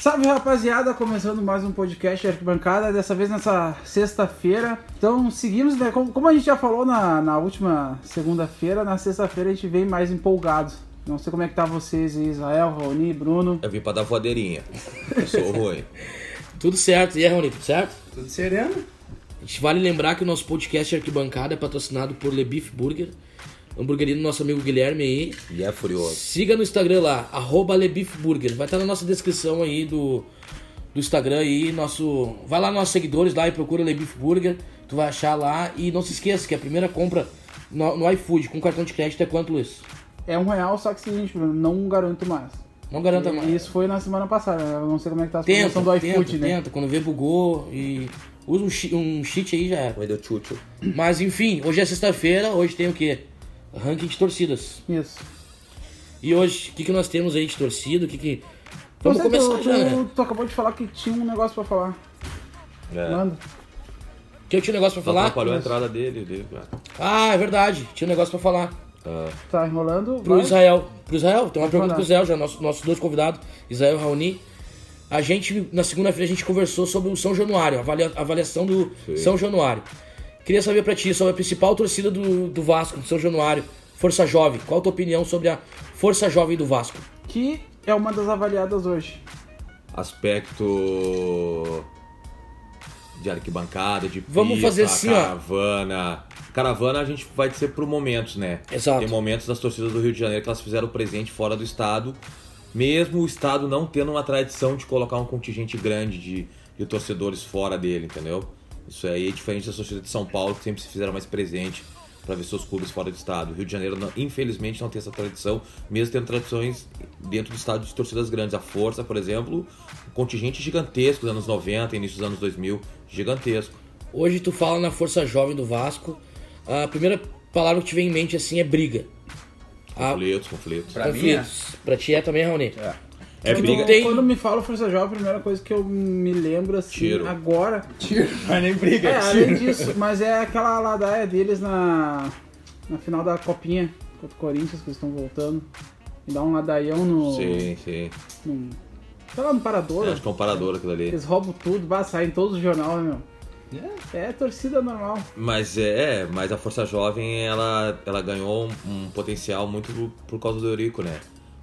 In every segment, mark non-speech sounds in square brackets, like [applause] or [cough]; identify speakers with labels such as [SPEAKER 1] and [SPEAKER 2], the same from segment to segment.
[SPEAKER 1] Salve rapaziada, começando mais um podcast Arquibancada, dessa vez nessa sexta-feira. Então seguimos, né? Como, como a gente já falou na, na última segunda-feira, na sexta-feira a gente vem mais empolgado. Não sei como é que tá vocês, aí, Israel, Raoni, Bruno.
[SPEAKER 2] Eu vim pra dar voadeirinha. Eu sou ruim.
[SPEAKER 3] Tudo certo, e aí, Rony, tudo certo?
[SPEAKER 4] Tudo sereno?
[SPEAKER 3] A gente vale lembrar que o nosso podcast Arquibancada é patrocinado por Le Beef Burger, hamburgueria do nosso amigo Guilherme aí.
[SPEAKER 2] E é furioso.
[SPEAKER 3] Siga no Instagram lá, arroba Le Beef Burger. Vai estar na nossa descrição aí do, do Instagram aí, nosso... Vai lá nos nossos seguidores lá e procura Le Beef Burger, tu vai achar lá. E não se esqueça que a primeira compra no, no iFood com cartão de crédito é quanto, Luiz?
[SPEAKER 1] É um real, só que seguinte, Bruno, não garanto mais.
[SPEAKER 3] Não garanta mais.
[SPEAKER 1] E isso foi na semana passada, né? Eu não sei como é que tá a
[SPEAKER 3] Tenta,
[SPEAKER 1] situação do
[SPEAKER 3] tenta,
[SPEAKER 1] iFood, né?
[SPEAKER 3] tenta. Quando vê, bugou e... Usa um, chi- um cheat aí já era.
[SPEAKER 2] Mas deu tchutchu.
[SPEAKER 3] Mas enfim, hoje é sexta-feira, hoje tem o quê? Ranking de torcidas.
[SPEAKER 1] Isso.
[SPEAKER 3] E hoje, o que, que nós temos aí de torcida? O que que.
[SPEAKER 1] Não
[SPEAKER 3] Vamos
[SPEAKER 1] sei,
[SPEAKER 3] começar
[SPEAKER 1] tu,
[SPEAKER 3] já,
[SPEAKER 1] tu,
[SPEAKER 3] né?
[SPEAKER 1] tu acabou de falar que tinha um negócio pra falar.
[SPEAKER 2] É.
[SPEAKER 1] Manda.
[SPEAKER 3] Que eu tinha um negócio pra
[SPEAKER 2] Só
[SPEAKER 3] falar?
[SPEAKER 2] atrapalhou a entrada dele. né? dele cara.
[SPEAKER 3] Ah, é verdade, tinha um negócio pra falar.
[SPEAKER 2] Ah,
[SPEAKER 1] Tá enrolando.
[SPEAKER 3] Pro
[SPEAKER 1] vai.
[SPEAKER 3] Israel. Pro Israel, tem uma pergunta
[SPEAKER 1] mandar.
[SPEAKER 3] pro Israel já, nosso- nossos dois convidados, Israel e Raoni. A gente, na segunda-feira, a gente conversou sobre o São Januário, a avalia- avaliação do São Januário. Queria saber pra ti sobre a principal torcida do, do Vasco, do São Januário, Força Jovem. Qual a tua opinião sobre a Força Jovem do Vasco?
[SPEAKER 1] Que é uma das avaliadas hoje.
[SPEAKER 2] aspecto de arquibancada, de
[SPEAKER 3] Vamos
[SPEAKER 2] pista,
[SPEAKER 3] fazer assim, ó.
[SPEAKER 2] caravana. Caravana a gente vai ser por momentos, né?
[SPEAKER 3] Exato.
[SPEAKER 2] Tem momentos das torcidas do Rio de Janeiro que elas fizeram presente fora do estado, mesmo o estado não tendo uma tradição de colocar um contingente grande de, de torcedores fora dele, entendeu? Isso aí é diferente da torcida de São Paulo, que sempre se fizeram mais presente para ver seus clubes fora do estado. O Rio de Janeiro, não- infelizmente, não tem essa tradição, mesmo tendo tradições dentro do estado de torcidas grandes. A Força, por exemplo, um contingente gigantesco dos anos 90, início dos anos 2000, gigantesco.
[SPEAKER 3] Hoje tu fala na força jovem do Vasco. A primeira palavra que te vem em mente assim é briga. Ah,
[SPEAKER 2] Conflitos, conflitos.
[SPEAKER 4] Pra mim,
[SPEAKER 3] conflitos. Pra ti é também, Raoni.
[SPEAKER 2] É
[SPEAKER 3] Quando-
[SPEAKER 2] briga.
[SPEAKER 3] Tem-
[SPEAKER 1] Quando me fala Força Jovem, a primeira coisa que eu me lembro assim
[SPEAKER 2] Tiro.
[SPEAKER 1] agora.
[SPEAKER 4] Tiro, mas nem briga.
[SPEAKER 1] É, além disso, mas é aquela ladaia deles na, na final da copinha contra o Corinthians, que eles estão voltando. E dá um ladaião no.
[SPEAKER 2] Sim, sim.
[SPEAKER 1] no sei lá, no parador.
[SPEAKER 2] É, acho que é um parador aquilo ali.
[SPEAKER 1] Eles roubam tudo, bah, saem em todos os jornais, né, meu. É torcida normal.
[SPEAKER 2] Mas é, é, mas a Força Jovem ela, ela ganhou um, um potencial muito por- por causa do Eurico, né?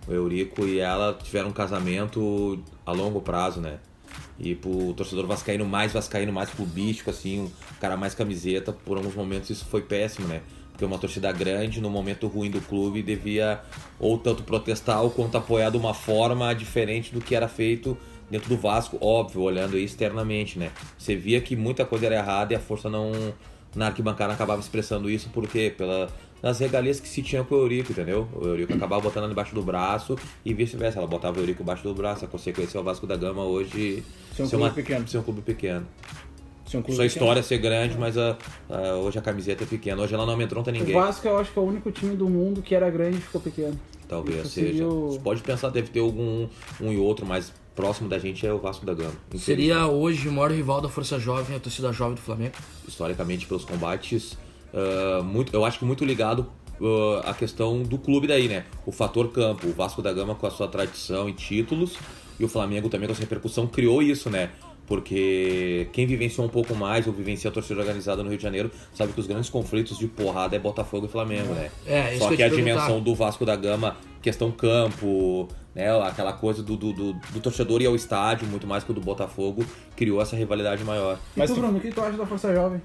[SPEAKER 2] O Eurico e ela tiveram um casamento a longo prazo, né? E pro torcedor vascaíno mais, vascaíno mais clubístico, assim, um cara mais camiseta, por alguns momentos isso foi péssimo, né? Porque uma torcida grande, no momento ruim do clube, devia ou tanto protestar ou quanto apoiar de uma forma diferente do que era feito dentro do Vasco, óbvio, olhando aí externamente, né? Você via que muita coisa era errada e a força não. Na arquibancada acabava expressando isso porque pela nas regalias que se tinha com o Eurico, entendeu? O Eurico acabava botando ela debaixo do braço e vice-versa. Ela botava o Eurico embaixo do braço. A consequência é o Vasco da Gama hoje
[SPEAKER 4] Ser um
[SPEAKER 2] ser
[SPEAKER 4] clube
[SPEAKER 2] uma-
[SPEAKER 4] pequeno.
[SPEAKER 2] Ser um clube pequeno.
[SPEAKER 4] São
[SPEAKER 2] Sua história é ser grande, mas a- a- hoje a camiseta é pequena. Hoje ela não amedronta ninguém.
[SPEAKER 1] O Vasco eu acho que é o único time do mundo que era grande e ficou pequeno.
[SPEAKER 2] Talvez
[SPEAKER 1] Isso
[SPEAKER 2] seja.
[SPEAKER 1] seria o-
[SPEAKER 2] Você pode pensar, deve ter algum um e outro, mas próximo da gente é o Vasco da Gama.
[SPEAKER 3] Seria hoje o maior rival da força jovem, a torcida jovem do Flamengo.
[SPEAKER 2] historicamente pelos combates, ah, muito, eu acho que muito ligado ah, à questão do clube daí, né? O fator campo, o Vasco da Gama com a sua tradição e títulos, e o Flamengo também com essa repercussão criou isso, né? Porque quem vivenciou um pouco mais ou vivencia a torcida organizada no Rio de Janeiro sabe que os grandes conflitos de porrada é Botafogo e Flamengo, né?
[SPEAKER 3] É, isso
[SPEAKER 2] Só
[SPEAKER 3] que eu
[SPEAKER 2] que
[SPEAKER 3] ia
[SPEAKER 2] a
[SPEAKER 3] te perguntar.
[SPEAKER 2] dimensão do Vasco da Gama, questão campo, né? Aquela coisa do, do, do, do torcedor ir ao estádio, muito mais que o do Botafogo, criou essa rivalidade maior.
[SPEAKER 1] Mas
[SPEAKER 4] Mas
[SPEAKER 1] e tu,
[SPEAKER 4] tu-
[SPEAKER 1] Bruno, o que tu acha da Força Jovem?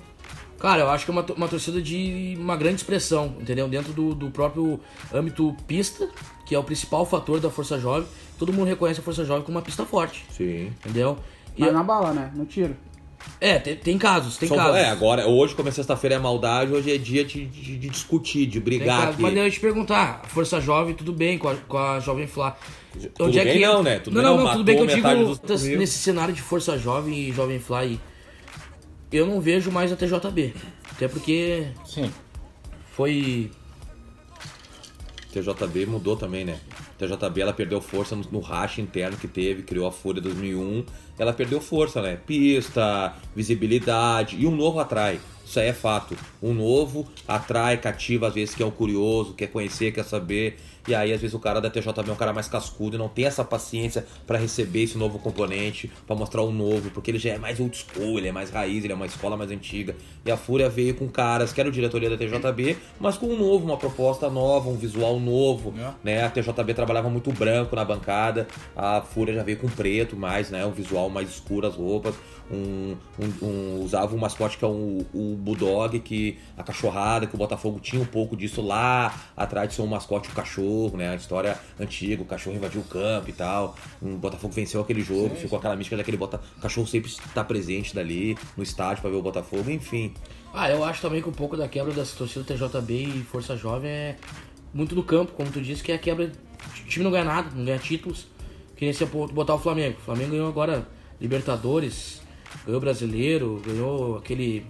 [SPEAKER 3] Cara, eu acho que é uma, to- uma torcida de uma grande expressão, entendeu? Dentro do, do próprio âmbito pista, que é o principal fator da força jovem. Todo mundo reconhece a força jovem como uma pista forte,
[SPEAKER 2] Sim.
[SPEAKER 3] entendeu? E,
[SPEAKER 1] Mas na bala, né? No tiro.
[SPEAKER 3] é, tem, tem casos, tem
[SPEAKER 2] São-
[SPEAKER 3] casos.
[SPEAKER 2] É, agora, hoje, como é sexta-feira, é maldade, hoje é dia de, de- de discutir, de
[SPEAKER 3] Tem
[SPEAKER 2] brigar
[SPEAKER 3] caso.
[SPEAKER 2] aqui.
[SPEAKER 3] Mas eu ia te perguntar, a Força Jovem, tudo bem com a, com a Jovem Flá. é
[SPEAKER 2] Tudo bem não,
[SPEAKER 3] entra-
[SPEAKER 2] né? Tudo
[SPEAKER 3] não,
[SPEAKER 2] bem
[SPEAKER 3] não,
[SPEAKER 2] não,
[SPEAKER 3] não, tudo bem que eu
[SPEAKER 2] matou metade
[SPEAKER 3] digo
[SPEAKER 2] dos-
[SPEAKER 3] tas-
[SPEAKER 2] Viu?
[SPEAKER 3] nesse cenário de Força Jovem e Jovem Flá aí. Eu não vejo mais a TJB. Até porque
[SPEAKER 4] Sim.
[SPEAKER 3] foi.
[SPEAKER 2] TJB mudou também, né? TJB, ela perdeu força no, no racha interno que teve, criou a Fúria 2001. Ela perdeu força, né? Pista, visibilidade, e um novo atrai. Isso aí é fato. O novo atrai, cativa, às vezes, que é um curioso, quer conhecer, quer saber. E aí, às vezes, o cara da TJB é um cara mais cascudo e não tem essa paciência pra receber esse novo componente, pra mostrar o novo, porque ele já é mais old school, ele é mais raiz, ele é uma escola mais antiga. E a Fúria veio com caras, que era o diretoria da TJB, mas com um novo, uma proposta nova, um visual novo,
[SPEAKER 3] É.
[SPEAKER 2] né? A TJB trabalhava muito branco na bancada, a Fúria já veio com preto mais, né? Um visual mais escuro, as roupas. Um, um- um- usava um mascote que é o, o Bulldog, que a cachorrada, que o Botafogo tinha um pouco disso lá. Atrás de ser um mascote, o cachorro, né? A história antiga, o cachorro invadiu o campo e tal. O Botafogo venceu aquele jogo, ficou aquela mística daquele bota... o cachorro sempre está presente dali, no estádio pra ver o Botafogo, enfim.
[SPEAKER 3] Ah, eu acho também que um pouco da quebra da torcida TJB e Força Jovem é muito do campo, como tu disse, que é a quebra. O time não ganha nada, não ganha títulos. Que nem se eu botar o Flamengo. O Flamengo ganhou agora Libertadores, ganhou Brasileiro, ganhou aquele.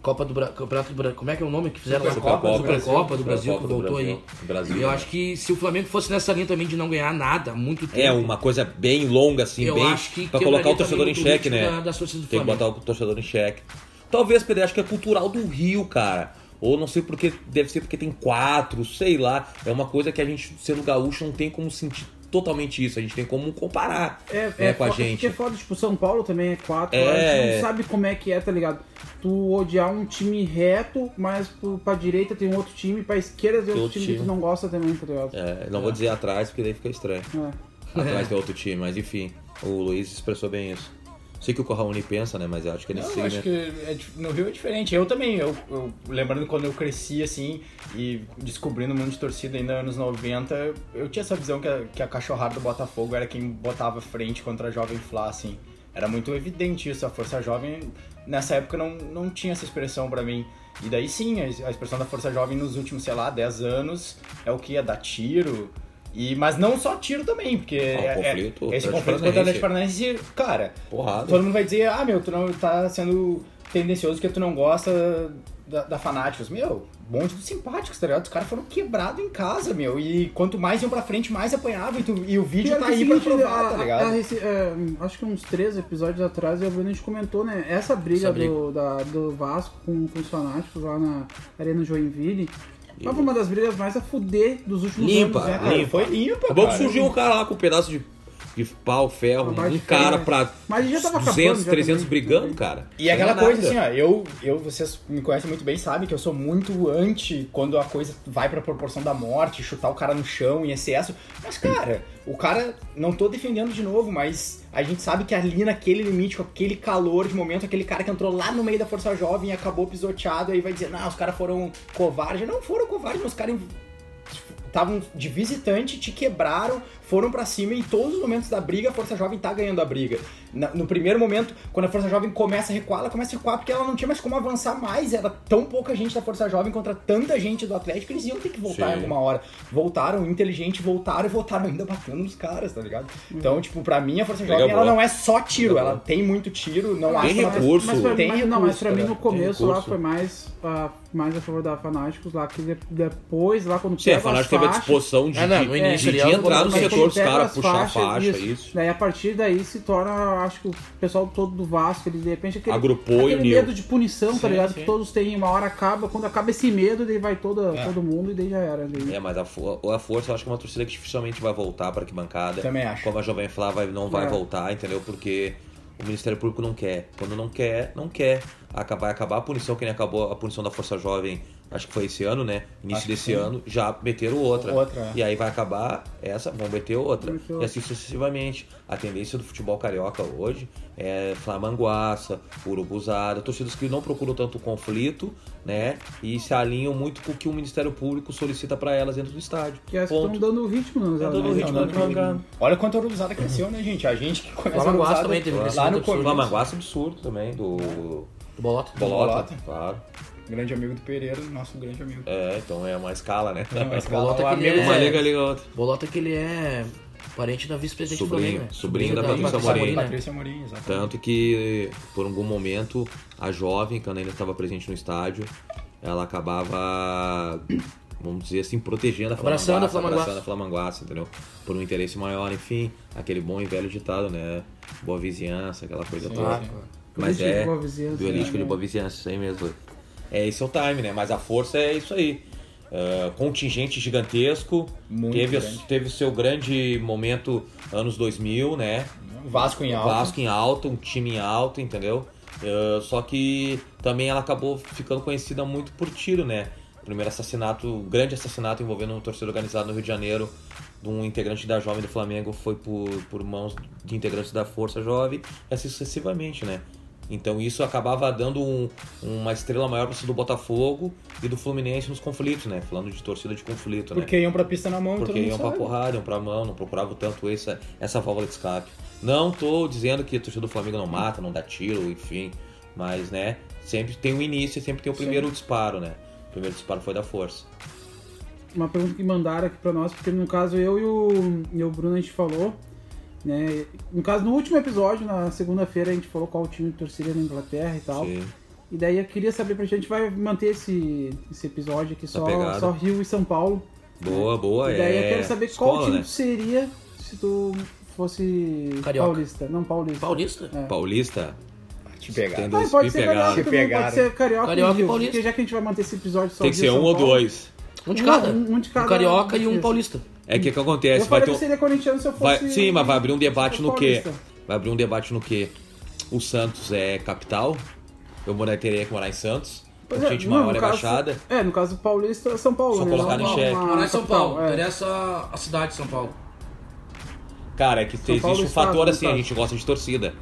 [SPEAKER 3] Copa do Bra... Campeonato do Brasil. Como é que é o nome que fizeram lá?
[SPEAKER 2] Supercopa do Brasil.
[SPEAKER 3] Supercopa do Brasil, que
[SPEAKER 2] Supercopa do
[SPEAKER 3] voltou
[SPEAKER 2] Brasil.
[SPEAKER 3] aí.
[SPEAKER 2] Brasil,
[SPEAKER 3] eu
[SPEAKER 2] né?
[SPEAKER 3] acho que se o Flamengo fosse nessa linha também de não ganhar nada, há muito tempo.
[SPEAKER 2] É uma coisa bem longa, assim,
[SPEAKER 3] Eu
[SPEAKER 2] bem.
[SPEAKER 3] acho que
[SPEAKER 2] pra
[SPEAKER 3] quebraria
[SPEAKER 2] colocar o torcedor
[SPEAKER 3] também
[SPEAKER 2] em
[SPEAKER 3] o ritmo
[SPEAKER 2] xeque, né?
[SPEAKER 3] da- da torcida do
[SPEAKER 2] Tem que
[SPEAKER 3] Flamengo.
[SPEAKER 2] botar o torcedor em xeque. Talvez, Pedro, acho que é cultural do Rio, cara. Ou não sei porque, deve ser porque tem quatro, sei lá. É uma coisa que a gente, sendo gaúcho, não tem como sentir totalmente isso. A gente tem como comparar né, com a
[SPEAKER 1] foda-
[SPEAKER 2] gente.
[SPEAKER 1] porque É foda, tipo, São Paulo também é 4.
[SPEAKER 2] É.
[SPEAKER 1] A gente não sabe como é que é, tá ligado? Tu odiar um time reto, mas pro- pra direita tem um outro time, pra esquerda tem outro,
[SPEAKER 2] outro
[SPEAKER 1] time, que tu
[SPEAKER 2] time.
[SPEAKER 1] não gosta também, tá ligado?
[SPEAKER 2] É, não vou dizer atrás, porque daí fica estranho.
[SPEAKER 1] É.
[SPEAKER 2] Atrás do outro time, mas enfim. O Luiz expressou bem isso. Sei que o Corraoni pensa, né? Mas eu acho que ele
[SPEAKER 4] Não,
[SPEAKER 2] segue,
[SPEAKER 4] acho
[SPEAKER 2] né?
[SPEAKER 4] que é dif- no Rio é diferente. Eu também, eu, eu- lembrando quando eu cresci assim e descobrindo o mundo de torcida ainda nos anos 90, eu- eu tinha essa visão que a, que a cachorrada do Botafogo era quem botava frente contra a Jovem Fla, assim. Era muito evidente isso, a Força Jovem nessa época não, não tinha essa expressão pra mim. E daí sim, a, a expressão da Força Jovem nos últimos, sei lá, 10 anos é o que? É dar tiro. E, mas não só tiro também, porque é, é-
[SPEAKER 2] Ah, conflito
[SPEAKER 4] esse conflito contra o Atlético Paranaense, cara,
[SPEAKER 2] Porrada.
[SPEAKER 4] Todo mundo vai dizer, ah, meu, tu não tá sendo tendencioso porque tu não gosta da, da Fanáticos. Meu, um monte de simpáticos, tá ligado? Os caras foram quebrados em casa, meu. E quanto mais iam pra frente, mais apanhavam. E, tu- e o vídeo
[SPEAKER 1] Pior
[SPEAKER 4] tá
[SPEAKER 1] que é o
[SPEAKER 4] aí pra
[SPEAKER 1] seguinte,
[SPEAKER 4] provar,
[SPEAKER 1] a-
[SPEAKER 4] tá
[SPEAKER 1] a- a
[SPEAKER 4] ligado?
[SPEAKER 1] rece- é, acho que uns três episódios atrás eu e o Bruno a gente comentou, né? Essa briga,
[SPEAKER 3] Essa briga.
[SPEAKER 1] Do, da- do Vasco com, com os fanáticos lá na Arena Joinville.
[SPEAKER 2] E-
[SPEAKER 1] Tava uma das brigas mais a fuder dos últimos
[SPEAKER 2] Limpa,
[SPEAKER 1] anos. né, cara?
[SPEAKER 4] É,
[SPEAKER 2] limpa.
[SPEAKER 4] Foi limpa,
[SPEAKER 2] Acabou que
[SPEAKER 4] cara.
[SPEAKER 2] surgiu um cara lá com um pedaço de, de pau, ferro,
[SPEAKER 1] Uma barra
[SPEAKER 2] um
[SPEAKER 1] de
[SPEAKER 2] cara
[SPEAKER 1] ferro.
[SPEAKER 2] pra
[SPEAKER 1] é. Mas ele já tava
[SPEAKER 2] 200,
[SPEAKER 1] acabando já
[SPEAKER 2] 300
[SPEAKER 1] também.
[SPEAKER 2] brigando, cara.
[SPEAKER 4] E aquela coisa assim, ó, eu, eu, vocês me conhecem muito bem, sabem que eu sou muito anti quando a coisa vai pra proporção da morte, chutar o cara no chão em excesso. Mas, cara, o cara, não tô defendendo de novo, mas a gente sabe que ali naquele limite, com aquele calor de momento, aquele cara que entrou lá no meio da Força Jovem e acabou pisoteado, aí vai dizer, não, os caras foram covardes. Não foram covardes, mas os caras estavam de visitante, te quebraram, foram pra cima e em todos os momentos da briga a Força Jovem tá ganhando a briga. Na- no primeiro momento, quando a Força Jovem começa a recuar, ela começa a recuar porque ela não tinha mais como avançar mais, era tão pouca gente da Força Jovem contra tanta gente do Atlético, eles iam ter que voltar
[SPEAKER 2] Sim.
[SPEAKER 4] em alguma hora. Voltaram, inteligente, voltaram e voltaram ainda batendo nos caras, tá ligado?
[SPEAKER 3] Uhum.
[SPEAKER 4] Então, tipo, pra mim a Força
[SPEAKER 2] Liga
[SPEAKER 4] Jovem ela
[SPEAKER 2] boa.
[SPEAKER 4] não é só tiro,
[SPEAKER 2] Liga
[SPEAKER 4] ela
[SPEAKER 2] boa.
[SPEAKER 4] tem muito tiro, não acho
[SPEAKER 2] Tem
[SPEAKER 4] que ela-
[SPEAKER 2] recurso.
[SPEAKER 1] Mas pra,
[SPEAKER 4] Tem
[SPEAKER 1] mas, não, mas
[SPEAKER 4] recurso,
[SPEAKER 1] pra mim
[SPEAKER 4] cara.
[SPEAKER 1] no começo lá
[SPEAKER 2] recurso.
[SPEAKER 1] foi mais, ah, mais a favor da Fanáticos lá, que de- depois lá quando
[SPEAKER 2] Sim, a
[SPEAKER 1] pega as
[SPEAKER 2] Fanático teve a
[SPEAKER 1] faixas-
[SPEAKER 2] disposição de,
[SPEAKER 3] É, não,
[SPEAKER 2] de-
[SPEAKER 3] no início
[SPEAKER 2] de,
[SPEAKER 3] ali ela
[SPEAKER 2] entrar no
[SPEAKER 3] botou-
[SPEAKER 2] setor dos
[SPEAKER 1] Pega
[SPEAKER 2] caras,
[SPEAKER 1] as
[SPEAKER 2] puxar a faixa, é
[SPEAKER 1] faixas,
[SPEAKER 2] isso.
[SPEAKER 1] Daí a partir daí se torna, acho que o pessoal todo do Vasco, ele de repente aquele,
[SPEAKER 2] Agrupou e
[SPEAKER 1] aquele
[SPEAKER 2] uniu.
[SPEAKER 1] medo de punição, tá ligado? Que todos têm, uma hora acaba, quando acaba esse medo, daí vai toda, todo mundo e daí já era. né? daí-
[SPEAKER 2] É, mas a, fo- a força eu acho que é uma torcida que dificilmente vai voltar pra arquibancada.
[SPEAKER 4] Também acho.
[SPEAKER 2] Como a Jovem Flá vai, não vai
[SPEAKER 1] É.
[SPEAKER 2] voltar, entendeu? Porque o Ministério Público não quer. Quando não quer, não quer. Acaba- Vai acabar a punição, que nem acabou a punição da Força Jovem, acho que foi esse ano, né? Início
[SPEAKER 4] Acho que
[SPEAKER 2] desse
[SPEAKER 4] sim.
[SPEAKER 2] ano, já meteram outra.
[SPEAKER 4] Outra, é.
[SPEAKER 2] E aí vai acabar essa, vão meter outra.
[SPEAKER 1] Meteu
[SPEAKER 2] E assim sucessivamente. A tendência do futebol carioca hoje é Flamanguaça, Urubuzada, torcidas que não procuram tanto conflito, né? E se alinham muito com o que o Ministério Público solicita pra elas dentro do estádio.
[SPEAKER 1] Que as que estão
[SPEAKER 2] Ponto.
[SPEAKER 1] dando o ritmo, né?
[SPEAKER 2] Tá dando
[SPEAKER 1] Mas-
[SPEAKER 2] ritmo,
[SPEAKER 1] mas-
[SPEAKER 2] né? Flamengo.
[SPEAKER 4] Olha quanto a Urubuzada cresceu, né, gente? A gente que conhece a
[SPEAKER 3] Flamengo
[SPEAKER 4] Urubuzada
[SPEAKER 3] também teve
[SPEAKER 4] lá
[SPEAKER 3] crescimento
[SPEAKER 4] no
[SPEAKER 3] absurdo.
[SPEAKER 4] começo.
[SPEAKER 2] Flamanguaça absurdo também, do
[SPEAKER 3] Do Bolota.
[SPEAKER 2] Bolota,
[SPEAKER 4] Bolota.
[SPEAKER 2] claro.
[SPEAKER 4] Grande amigo do Pereira, nosso grande amigo.
[SPEAKER 2] É, então é uma escala, né?
[SPEAKER 4] Não, mas
[SPEAKER 3] Bolota
[SPEAKER 4] cara, tá o
[SPEAKER 3] que ele
[SPEAKER 4] amigo-
[SPEAKER 2] Uma
[SPEAKER 3] É.
[SPEAKER 2] liga, liga outra.
[SPEAKER 3] Bolota que ele é parente da vice-presidente do
[SPEAKER 2] Sobrinho-
[SPEAKER 3] Flamengo. né?
[SPEAKER 2] sobrinho da
[SPEAKER 4] Patrícia
[SPEAKER 2] Patrícia
[SPEAKER 4] Amorim,
[SPEAKER 2] Amorim, né?
[SPEAKER 4] Patrícia Amorim, exatamente.
[SPEAKER 2] Tanto que, por algum momento, a jovem, quando ainda estava presente no estádio, ela acabava, vamos dizer assim, protegendo a Flamanguaça.
[SPEAKER 3] Abraçando a Flamanguaça.
[SPEAKER 2] Abraçando a Flamanguaça, entendeu? Por um interesse maior, enfim. Aquele bom e velho ditado, né? Boa vizinhança, aquela coisa toda.
[SPEAKER 3] Claro.
[SPEAKER 2] Mas
[SPEAKER 1] Política de
[SPEAKER 2] é,
[SPEAKER 1] boa vizinhança,
[SPEAKER 2] duelístico
[SPEAKER 1] né?
[SPEAKER 2] de boa vizinhança, isso aí mesmo. é esse é o time, né? Mas a força é isso aí. Ah, contingente gigantesco,
[SPEAKER 4] Muito
[SPEAKER 2] teve,
[SPEAKER 4] grande.
[SPEAKER 2] teve seu grande momento anos 2000, né?
[SPEAKER 4] Vasco em alta.
[SPEAKER 2] Vasco em alta, um time em alta, entendeu? Eh, só que também ela acabou ficando conhecida muito por tiro, né? Primeiro assassinato, um grande assassinato envolvendo um torcedor organizado no Rio de Janeiro, de um integrante da Jovem do Flamengo, foi por, por mãos de integrantes da Força Jovem, e assim sucessivamente, né? Então isso acabava dando um- uma estrela maior para do Botafogo e do Fluminense nos conflitos, né? Falando de torcida de conflito, né?
[SPEAKER 4] Porque iam pra pista na mão e todo
[SPEAKER 2] Porque
[SPEAKER 4] mundo
[SPEAKER 2] iam pra
[SPEAKER 4] sabe.
[SPEAKER 2] porrada, iam pra mão, não procuravam tanto essa, essa válvula de escape. Não tô dizendo que a torcida do Flamengo não mata, não dá tiro, enfim. Mas, né, sempre tem o início e sempre tem o primeiro disparo, né? O primeiro disparo foi da força.
[SPEAKER 1] uma pergunta que mandaram aqui pra nós, porque no caso eu e o, e o Bruno a gente falou, né? No caso, no último episódio, na segunda-feira, a gente falou qual o time de torcida na Inglaterra e tal.
[SPEAKER 2] Sim.
[SPEAKER 1] E daí eu queria saber pra gente, a gente vai manter esse, esse episódio aqui só,
[SPEAKER 2] pegada.
[SPEAKER 1] só Rio e São Paulo.
[SPEAKER 2] Boa, boa.
[SPEAKER 1] Né? e daí
[SPEAKER 2] Tá é...
[SPEAKER 1] eu quero saber qual
[SPEAKER 2] escola,
[SPEAKER 1] time
[SPEAKER 2] né?
[SPEAKER 1] tu seria se tu fosse
[SPEAKER 3] Carioca.
[SPEAKER 1] paulista. Não, paulista.
[SPEAKER 3] né? Paulista?
[SPEAKER 1] é.
[SPEAKER 2] Paulista?
[SPEAKER 4] Te pegar.
[SPEAKER 2] Tem
[SPEAKER 1] Ah,
[SPEAKER 2] dois
[SPEAKER 1] pode
[SPEAKER 2] me
[SPEAKER 1] ser
[SPEAKER 2] pegaram.
[SPEAKER 1] carioca,
[SPEAKER 2] Tem
[SPEAKER 4] Se
[SPEAKER 1] também,
[SPEAKER 4] pegaram.
[SPEAKER 1] pode ser carioca,
[SPEAKER 3] Carioca e
[SPEAKER 1] Rio,
[SPEAKER 3] paulista.
[SPEAKER 1] Porque já que a gente vai manter esse episódio só
[SPEAKER 2] que
[SPEAKER 1] Rio
[SPEAKER 2] ser
[SPEAKER 1] e São
[SPEAKER 2] um ou
[SPEAKER 1] Paulo,
[SPEAKER 2] dois.
[SPEAKER 3] Um de cada.
[SPEAKER 1] Um, um de cada.
[SPEAKER 3] carioca e um
[SPEAKER 1] Isso.
[SPEAKER 3] paulista.
[SPEAKER 2] É que o que
[SPEAKER 1] Eu
[SPEAKER 2] acontece?
[SPEAKER 1] falei
[SPEAKER 2] Vai ter
[SPEAKER 1] que eu
[SPEAKER 2] um...
[SPEAKER 1] seria corintiano se eu fosse...
[SPEAKER 2] Vai- sim, mas vai abrir um debate no quê?
[SPEAKER 1] paulista.
[SPEAKER 2] Vai abrir um debate no quê? O Santos é capital. Eu morar, teria que morar em Santos.
[SPEAKER 1] Pois
[SPEAKER 2] a gente
[SPEAKER 1] não,
[SPEAKER 2] maior
[SPEAKER 1] no
[SPEAKER 2] é
[SPEAKER 1] caso-
[SPEAKER 2] Baixada.
[SPEAKER 1] É, no caso Paulista é São Paulo.
[SPEAKER 2] Só
[SPEAKER 1] né?
[SPEAKER 2] colocar
[SPEAKER 1] Não
[SPEAKER 2] em
[SPEAKER 1] uma-
[SPEAKER 2] xeque.
[SPEAKER 1] uma
[SPEAKER 3] Morar em São Paulo.
[SPEAKER 1] capital, é.
[SPEAKER 3] Interessa a cidade de São Paulo.
[SPEAKER 2] Cara, é que
[SPEAKER 1] São
[SPEAKER 2] existe
[SPEAKER 1] Paulo
[SPEAKER 2] um
[SPEAKER 1] estado,
[SPEAKER 2] fator
[SPEAKER 1] no
[SPEAKER 2] assim, a
[SPEAKER 1] caso.
[SPEAKER 2] gente gosta de torcida.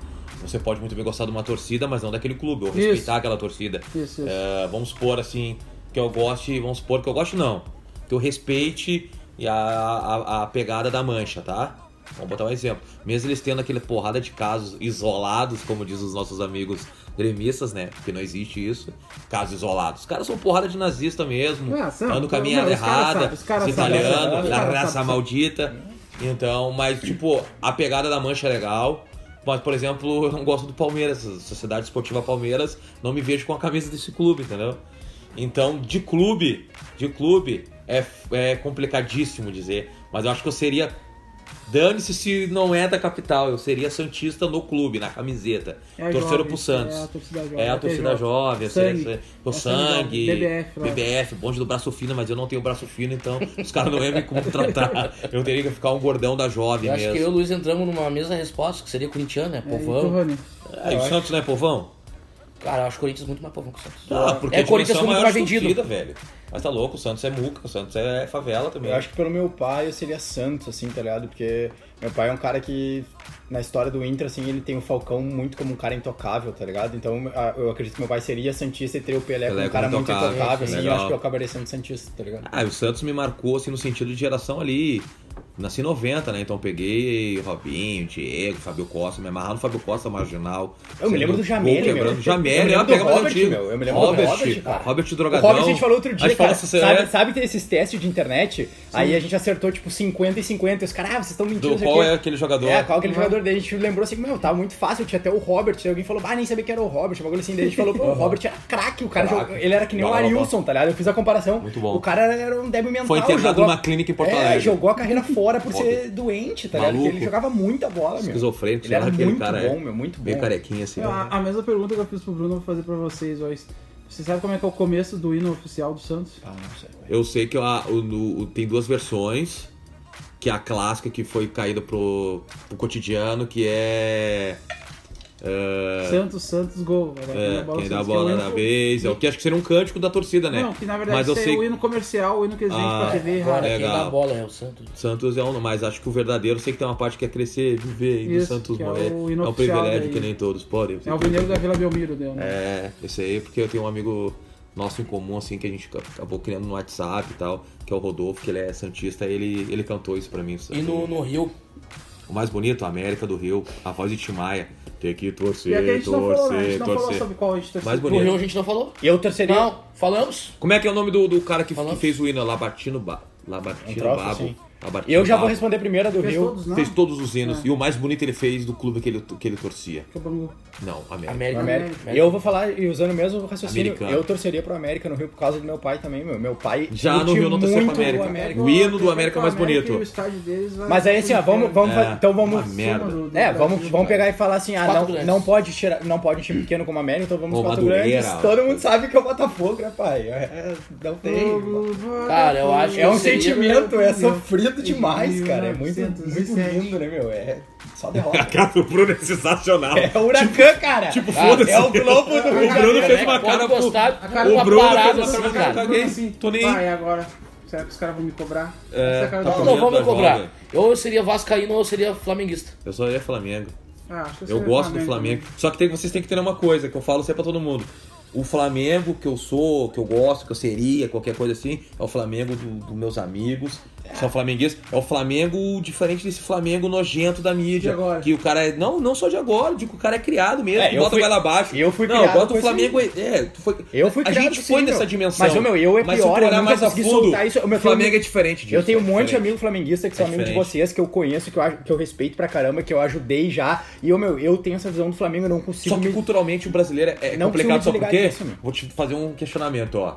[SPEAKER 2] Você pode muito bem gostar de uma torcida, mas não daquele clube, ou
[SPEAKER 1] Isso.
[SPEAKER 2] respeitar aquela torcida.
[SPEAKER 1] Isso, isso.
[SPEAKER 2] É, vamos supor assim, que eu goste, vamos supor que eu goste não. Que eu respeite e a, a, a pegada da mancha, tá? Vamos botar um exemplo. Mesmo eles tendo aquela porrada de casos isolados, como diz os nossos amigos gremistas, né? Porque não existe isso. Casos isolados. Os caras são porrada de nazista mesmo.
[SPEAKER 1] Ah, são.
[SPEAKER 2] andam caminhada
[SPEAKER 1] Não, os caras
[SPEAKER 2] errada,
[SPEAKER 1] sabem, os caras
[SPEAKER 2] se
[SPEAKER 1] sabem,
[SPEAKER 2] italiano,
[SPEAKER 1] os
[SPEAKER 2] da
[SPEAKER 1] caras
[SPEAKER 2] raça
[SPEAKER 1] sabem.
[SPEAKER 2] maldita. Então, mas tipo, a pegada da mancha é legal. Mas, por exemplo, eu não gosto do Palmeiras, Sociedade Esportiva Palmeiras, não me vejo com a camisa desse clube, entendeu? Então, de clube, de clube, é, é complicadíssimo dizer. Mas eu acho que eu seria. Dane-se se não é da capital, eu seria Santista no clube, na camiseta.
[SPEAKER 1] É
[SPEAKER 2] Torcendo
[SPEAKER 1] jovem,
[SPEAKER 2] pro
[SPEAKER 1] isso,
[SPEAKER 2] Santos.
[SPEAKER 1] É a torcida jovem.
[SPEAKER 2] É a torcida jovem, assim, eu sei,
[SPEAKER 1] Sangue.
[SPEAKER 2] eu sei. o
[SPEAKER 1] É
[SPEAKER 2] sangue,
[SPEAKER 1] sangue jovem, BBF lá.
[SPEAKER 2] BBF, bonde do um braço fino, mas eu não tenho braço fino, então os caras não iam me
[SPEAKER 3] [laughs]
[SPEAKER 2] contratar. Eu teria que ficar um gordão da jovem
[SPEAKER 3] Eu acho
[SPEAKER 2] mesmo.
[SPEAKER 3] que eu e o Luiz entramos numa mesma resposta, que seria corintiano, né?
[SPEAKER 1] É, e tu,
[SPEAKER 3] Povão.
[SPEAKER 1] Rony?
[SPEAKER 2] É, e o Santos não é povão?
[SPEAKER 3] Cara, eu acho o Corinthians muito mais povão que o Santos.
[SPEAKER 2] Ah, porque
[SPEAKER 3] É,
[SPEAKER 2] a
[SPEAKER 3] o Corinthians
[SPEAKER 2] dimensão
[SPEAKER 3] foi muito
[SPEAKER 2] maior
[SPEAKER 3] mais
[SPEAKER 2] de
[SPEAKER 3] vendido.
[SPEAKER 2] torcida, velho. Mas tá louco, o Santos é muca, o Santos é favela também.
[SPEAKER 4] Eu acho que pelo meu pai eu seria Santos, assim, tá ligado? Porque meu pai é um cara que, na história do Inter, assim, ele tem o Falcão muito como um cara intocável, tá ligado? Então a- eu acredito que meu pai seria Santista e teria o Pelé, como
[SPEAKER 2] Pelé
[SPEAKER 4] um cara
[SPEAKER 2] como
[SPEAKER 4] muito
[SPEAKER 2] intocável,
[SPEAKER 4] intocável, assim, e eu
[SPEAKER 2] legal.
[SPEAKER 4] acho que eu acabaria sendo Santista, tá ligado?
[SPEAKER 2] Ah, o Santos me marcou assim no sentido de geração ali. Nasci em 90, né? Então peguei Robinho, Diego, Fábio Costa, me amarrava no Fábio Costa marginal.
[SPEAKER 4] Eu me lembro do Jamel,
[SPEAKER 2] Jamel.
[SPEAKER 4] meu.
[SPEAKER 2] Lembrando do
[SPEAKER 4] Eu me
[SPEAKER 2] Jamel,
[SPEAKER 4] lembro
[SPEAKER 2] eu
[SPEAKER 4] do
[SPEAKER 2] pegava
[SPEAKER 4] Robert,
[SPEAKER 2] antigo.
[SPEAKER 4] meu. Eu me lembro do Robert, cara.
[SPEAKER 2] Robert
[SPEAKER 4] O
[SPEAKER 2] Drogadão.
[SPEAKER 4] Robert a gente falou outro dia,
[SPEAKER 2] gente
[SPEAKER 4] cara,
[SPEAKER 2] falou assim,
[SPEAKER 4] sabe,
[SPEAKER 2] é,
[SPEAKER 4] sabe ter esses testes de internet? Aí a gente acertou, tipo, 50 e 50. Os caras, ah, vocês estão mentindo.
[SPEAKER 2] do
[SPEAKER 4] isso
[SPEAKER 2] qual
[SPEAKER 4] aqui.
[SPEAKER 2] é aquele jogador?
[SPEAKER 4] É, qual aquele jogador dele? A gente lembrou assim, meu, tava muito fácil, tinha até o Robert, aí alguém falou, ah, nem sabia que era o Robert, um bagulho assim, daí a gente falou, pô, o Robert era craque, o cara
[SPEAKER 2] Craque.
[SPEAKER 4] jogou- ele era que nem o
[SPEAKER 2] Jogava
[SPEAKER 4] Arilson, tá ligado? Eu fiz a comparação.
[SPEAKER 2] Muito bom.
[SPEAKER 4] O cara era- era um débil mental.
[SPEAKER 2] Foi internado
[SPEAKER 4] jogou a-
[SPEAKER 2] numa clínica em Porto
[SPEAKER 4] é,
[SPEAKER 2] Alegre.
[SPEAKER 4] jogou a carreira fora por
[SPEAKER 2] Óbvio.
[SPEAKER 4] ser doente, tá ligado?
[SPEAKER 2] Maluco.
[SPEAKER 4] Ele jogava muita bola, meu.
[SPEAKER 2] Esquizofrênico,
[SPEAKER 4] Ele
[SPEAKER 2] sei lá,
[SPEAKER 4] era
[SPEAKER 2] aquele
[SPEAKER 4] muito
[SPEAKER 2] cara
[SPEAKER 4] bom,
[SPEAKER 2] é
[SPEAKER 4] meu, muito bom.
[SPEAKER 2] meio carequinha assim.
[SPEAKER 1] É, A, a mesma pergunta que eu fiz pro Bruno, eu vou fazer pra vocês. Ó. Você sabe como é que é o começo do hino oficial do Santos?
[SPEAKER 4] Ah, não sei, velho.
[SPEAKER 2] Eu sei que a- o- no- o- tem duas versões, que é a clássica que foi caída pro, pro cotidiano, que é...
[SPEAKER 1] Santos, Santos, gol. Agora,
[SPEAKER 2] É, quem dá a bola
[SPEAKER 1] na
[SPEAKER 2] na vez, é o que acho que seria um cântico da torcida, né?
[SPEAKER 1] Não, que na verdade
[SPEAKER 2] Mas eu
[SPEAKER 1] isso
[SPEAKER 2] sei
[SPEAKER 1] é o hino comercial, o hino que eles vendem
[SPEAKER 2] Ah,
[SPEAKER 1] pra TV e
[SPEAKER 3] Agora,
[SPEAKER 1] rádio.
[SPEAKER 2] é.
[SPEAKER 3] quem
[SPEAKER 2] Legal.
[SPEAKER 3] dá a bola é o Santos.
[SPEAKER 2] Santos é um, mas acho que o verdadeiro, sei que tem uma parte que é crescer, viver, e do
[SPEAKER 1] Isso,
[SPEAKER 2] Santos
[SPEAKER 1] que é o
[SPEAKER 2] morrer. É um
[SPEAKER 1] inoficial
[SPEAKER 2] privilégio
[SPEAKER 1] daí.
[SPEAKER 2] que nem todos podem.
[SPEAKER 1] É o Vineiro da Vila Belmiro, deu, né?
[SPEAKER 2] É, esse aí, porque eu tenho um amigo nosso em comum, assim, que a gente acabou criando no WhatsApp e tal, que é o Rodolfo, que ele é Santista, ele, ele cantou isso pra mim. sabe?
[SPEAKER 3] E no, no Rio,
[SPEAKER 2] O mais bonito, a América do Rio, a voz de Timaia. Tem que
[SPEAKER 1] E aqui a
[SPEAKER 2] torcer,
[SPEAKER 1] gente não falou, né? A gente
[SPEAKER 2] torcer,
[SPEAKER 1] não falou
[SPEAKER 2] torcer.
[SPEAKER 1] sobre qual a gente torceu.
[SPEAKER 2] Mais
[SPEAKER 3] no Rio a
[SPEAKER 2] bonito.
[SPEAKER 3] gente não falou?
[SPEAKER 4] E eu terceiro.
[SPEAKER 3] Não, falamos?
[SPEAKER 2] Como é que é o nome do, do cara que, que
[SPEAKER 3] Falando.
[SPEAKER 2] fez o hino? Labatino, ba... Labatino
[SPEAKER 4] Um troço
[SPEAKER 2] Babo.
[SPEAKER 4] assim.
[SPEAKER 2] a Bartolomeu.
[SPEAKER 4] Eu já vou responder primeiro a do
[SPEAKER 1] Fez
[SPEAKER 4] Rio.
[SPEAKER 1] todos, não?
[SPEAKER 2] Fez todos os hinos.
[SPEAKER 1] É.
[SPEAKER 2] E o mais bonito ele fez do clube que ele, que ele torcia.
[SPEAKER 1] Que é o Bangu.
[SPEAKER 2] Não, América.
[SPEAKER 3] América.
[SPEAKER 4] América.
[SPEAKER 3] América.
[SPEAKER 4] Eu vou falar, e usando o mesmo raciocínio,
[SPEAKER 2] Americano.
[SPEAKER 4] eu torceria pro América no Rio por causa do meu pai também, meu. Meu pai
[SPEAKER 2] Já no
[SPEAKER 4] curte
[SPEAKER 2] Rio não torcia pro
[SPEAKER 4] muito
[SPEAKER 2] América.
[SPEAKER 4] o América.
[SPEAKER 2] O hino do
[SPEAKER 1] Tem
[SPEAKER 2] América
[SPEAKER 1] que
[SPEAKER 2] é mais
[SPEAKER 1] o América
[SPEAKER 2] bonito.
[SPEAKER 1] e o estádio deles vai-
[SPEAKER 4] Mas aí assim, ó, vamos, vamos,
[SPEAKER 2] É,
[SPEAKER 4] fa- então
[SPEAKER 2] uma
[SPEAKER 4] vamos
[SPEAKER 2] merda.
[SPEAKER 1] Cima do- do
[SPEAKER 4] É, vamos,
[SPEAKER 1] Brasil,
[SPEAKER 4] vamos
[SPEAKER 1] cara.
[SPEAKER 4] pegar e falar assim, ah,
[SPEAKER 3] Quatro
[SPEAKER 4] não,
[SPEAKER 3] grandes.
[SPEAKER 4] não pode tirar, não pode um time pequeno como a América, então vamos
[SPEAKER 2] Ô,
[SPEAKER 4] quatro
[SPEAKER 2] Madureira.
[SPEAKER 4] grandes. Todo mundo sabe que é o Botafogo, né, pai? É, não tem.
[SPEAKER 1] Fogo, vai,
[SPEAKER 3] Cara, eu acho que
[SPEAKER 4] É um
[SPEAKER 3] Seria-
[SPEAKER 4] sentimento, é
[SPEAKER 1] Meu
[SPEAKER 4] sofrido demais,
[SPEAKER 1] Deus,
[SPEAKER 4] cara. É muito, muito
[SPEAKER 1] 1907.
[SPEAKER 4] lindo, né, meu? É
[SPEAKER 2] [laughs]
[SPEAKER 4] só
[SPEAKER 2] A
[SPEAKER 4] derrota. [laughs]
[SPEAKER 2] cara do Bruno é sensacional.
[SPEAKER 4] É o Huracan, cara.
[SPEAKER 2] tipo,
[SPEAKER 4] Ah,
[SPEAKER 2] foda-se.
[SPEAKER 4] É o Globo do Rio de
[SPEAKER 2] O Bruno
[SPEAKER 4] Janeiro,
[SPEAKER 2] fez
[SPEAKER 4] né?
[SPEAKER 2] uma cara pro...
[SPEAKER 3] pode gostar,
[SPEAKER 2] O
[SPEAKER 3] cara, uma
[SPEAKER 2] Bruno
[SPEAKER 3] parada
[SPEAKER 2] fez uma
[SPEAKER 3] assim,
[SPEAKER 2] cara,
[SPEAKER 3] cara.
[SPEAKER 2] caguei sim. Tô nem...
[SPEAKER 1] Vai, agora. Será que os caras vão me cobrar?
[SPEAKER 2] É,
[SPEAKER 1] Essa cara
[SPEAKER 2] tá
[SPEAKER 1] da-
[SPEAKER 2] bom.
[SPEAKER 3] Não vamos
[SPEAKER 2] da
[SPEAKER 3] me cobrar.
[SPEAKER 2] roda.
[SPEAKER 3] Ou eu seria vascaíno ou eu seria flamenguista.
[SPEAKER 2] Eu só ia Flamengo.
[SPEAKER 1] Ah, acho que
[SPEAKER 2] Eu
[SPEAKER 1] sei
[SPEAKER 2] gosto do Flamengo. Só que tem- vocês têm que ter uma coisa que eu falo sempre pra todo mundo. O Flamengo que eu sou, que eu gosto, que eu seria, qualquer coisa assim, é o Flamengo do- dos meus amigos, que são flamenguistas. É o Flamengo diferente desse Flamengo nojento da mídia.
[SPEAKER 1] De agora.
[SPEAKER 2] Que o cara é. Não, não só de agora, digo que o cara é criado mesmo,
[SPEAKER 4] É,
[SPEAKER 2] que
[SPEAKER 4] eu
[SPEAKER 2] bota
[SPEAKER 4] fui-
[SPEAKER 2] o goela abaixo.
[SPEAKER 4] eu fui
[SPEAKER 2] Não,
[SPEAKER 4] criado
[SPEAKER 2] bota
[SPEAKER 4] com
[SPEAKER 2] o
[SPEAKER 4] esse-
[SPEAKER 2] Flamengo. É, tu foi...
[SPEAKER 4] Eu fui
[SPEAKER 2] A
[SPEAKER 4] criado
[SPEAKER 2] gente
[SPEAKER 4] com
[SPEAKER 2] foi
[SPEAKER 4] esse
[SPEAKER 2] nessa
[SPEAKER 4] nível.
[SPEAKER 2] dimensão.
[SPEAKER 4] Mas, ô, meu, eu é
[SPEAKER 2] Mas se
[SPEAKER 4] pior,
[SPEAKER 2] tu
[SPEAKER 4] eu
[SPEAKER 2] olhar
[SPEAKER 4] nunca
[SPEAKER 2] mais a
[SPEAKER 4] consegui
[SPEAKER 2] fundo,
[SPEAKER 4] soltar isso. Eu-
[SPEAKER 2] o
[SPEAKER 4] meu,
[SPEAKER 2] Flamengo
[SPEAKER 4] tenho-
[SPEAKER 2] é diferente disso.
[SPEAKER 4] Eu tenho um
[SPEAKER 2] é
[SPEAKER 4] monte de
[SPEAKER 2] diferente.
[SPEAKER 4] amigo flamenguista que são
[SPEAKER 2] É
[SPEAKER 4] amigos de
[SPEAKER 2] diferente.
[SPEAKER 4] vocês, que eu conheço, que eu, acho- que eu respeito pra caramba, que eu ajudei já. E eu, meu, eu tenho essa visão do Flamengo, eu não consigo
[SPEAKER 2] Só que
[SPEAKER 4] me.
[SPEAKER 2] culturalmente o brasileiro é
[SPEAKER 4] Não
[SPEAKER 2] complicado,
[SPEAKER 4] consigo
[SPEAKER 2] sabe
[SPEAKER 4] me
[SPEAKER 2] por quê?
[SPEAKER 4] desligar disso, meu.
[SPEAKER 2] Vou te fazer um questionamento, ó.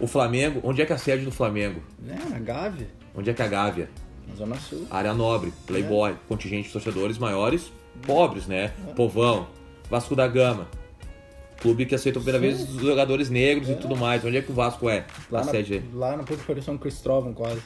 [SPEAKER 2] O Flamengo, onde é que é a sede do Flamengo?
[SPEAKER 4] É, na Gávea,
[SPEAKER 2] Onde é que é a Gávea?
[SPEAKER 4] na Zona Sul.
[SPEAKER 2] Área nobre,
[SPEAKER 4] É.
[SPEAKER 2] playboy, contingente de torcedores maiores, pobres, né? Povão, Vasco da Gama. Clube que aceita a primeira vez os jogadores negros e tudo mais. Onde é que o Vasco é?
[SPEAKER 4] Lá
[SPEAKER 2] a
[SPEAKER 4] na,
[SPEAKER 2] sede aí.
[SPEAKER 4] lá na Puta Coração Cristóvão, quase.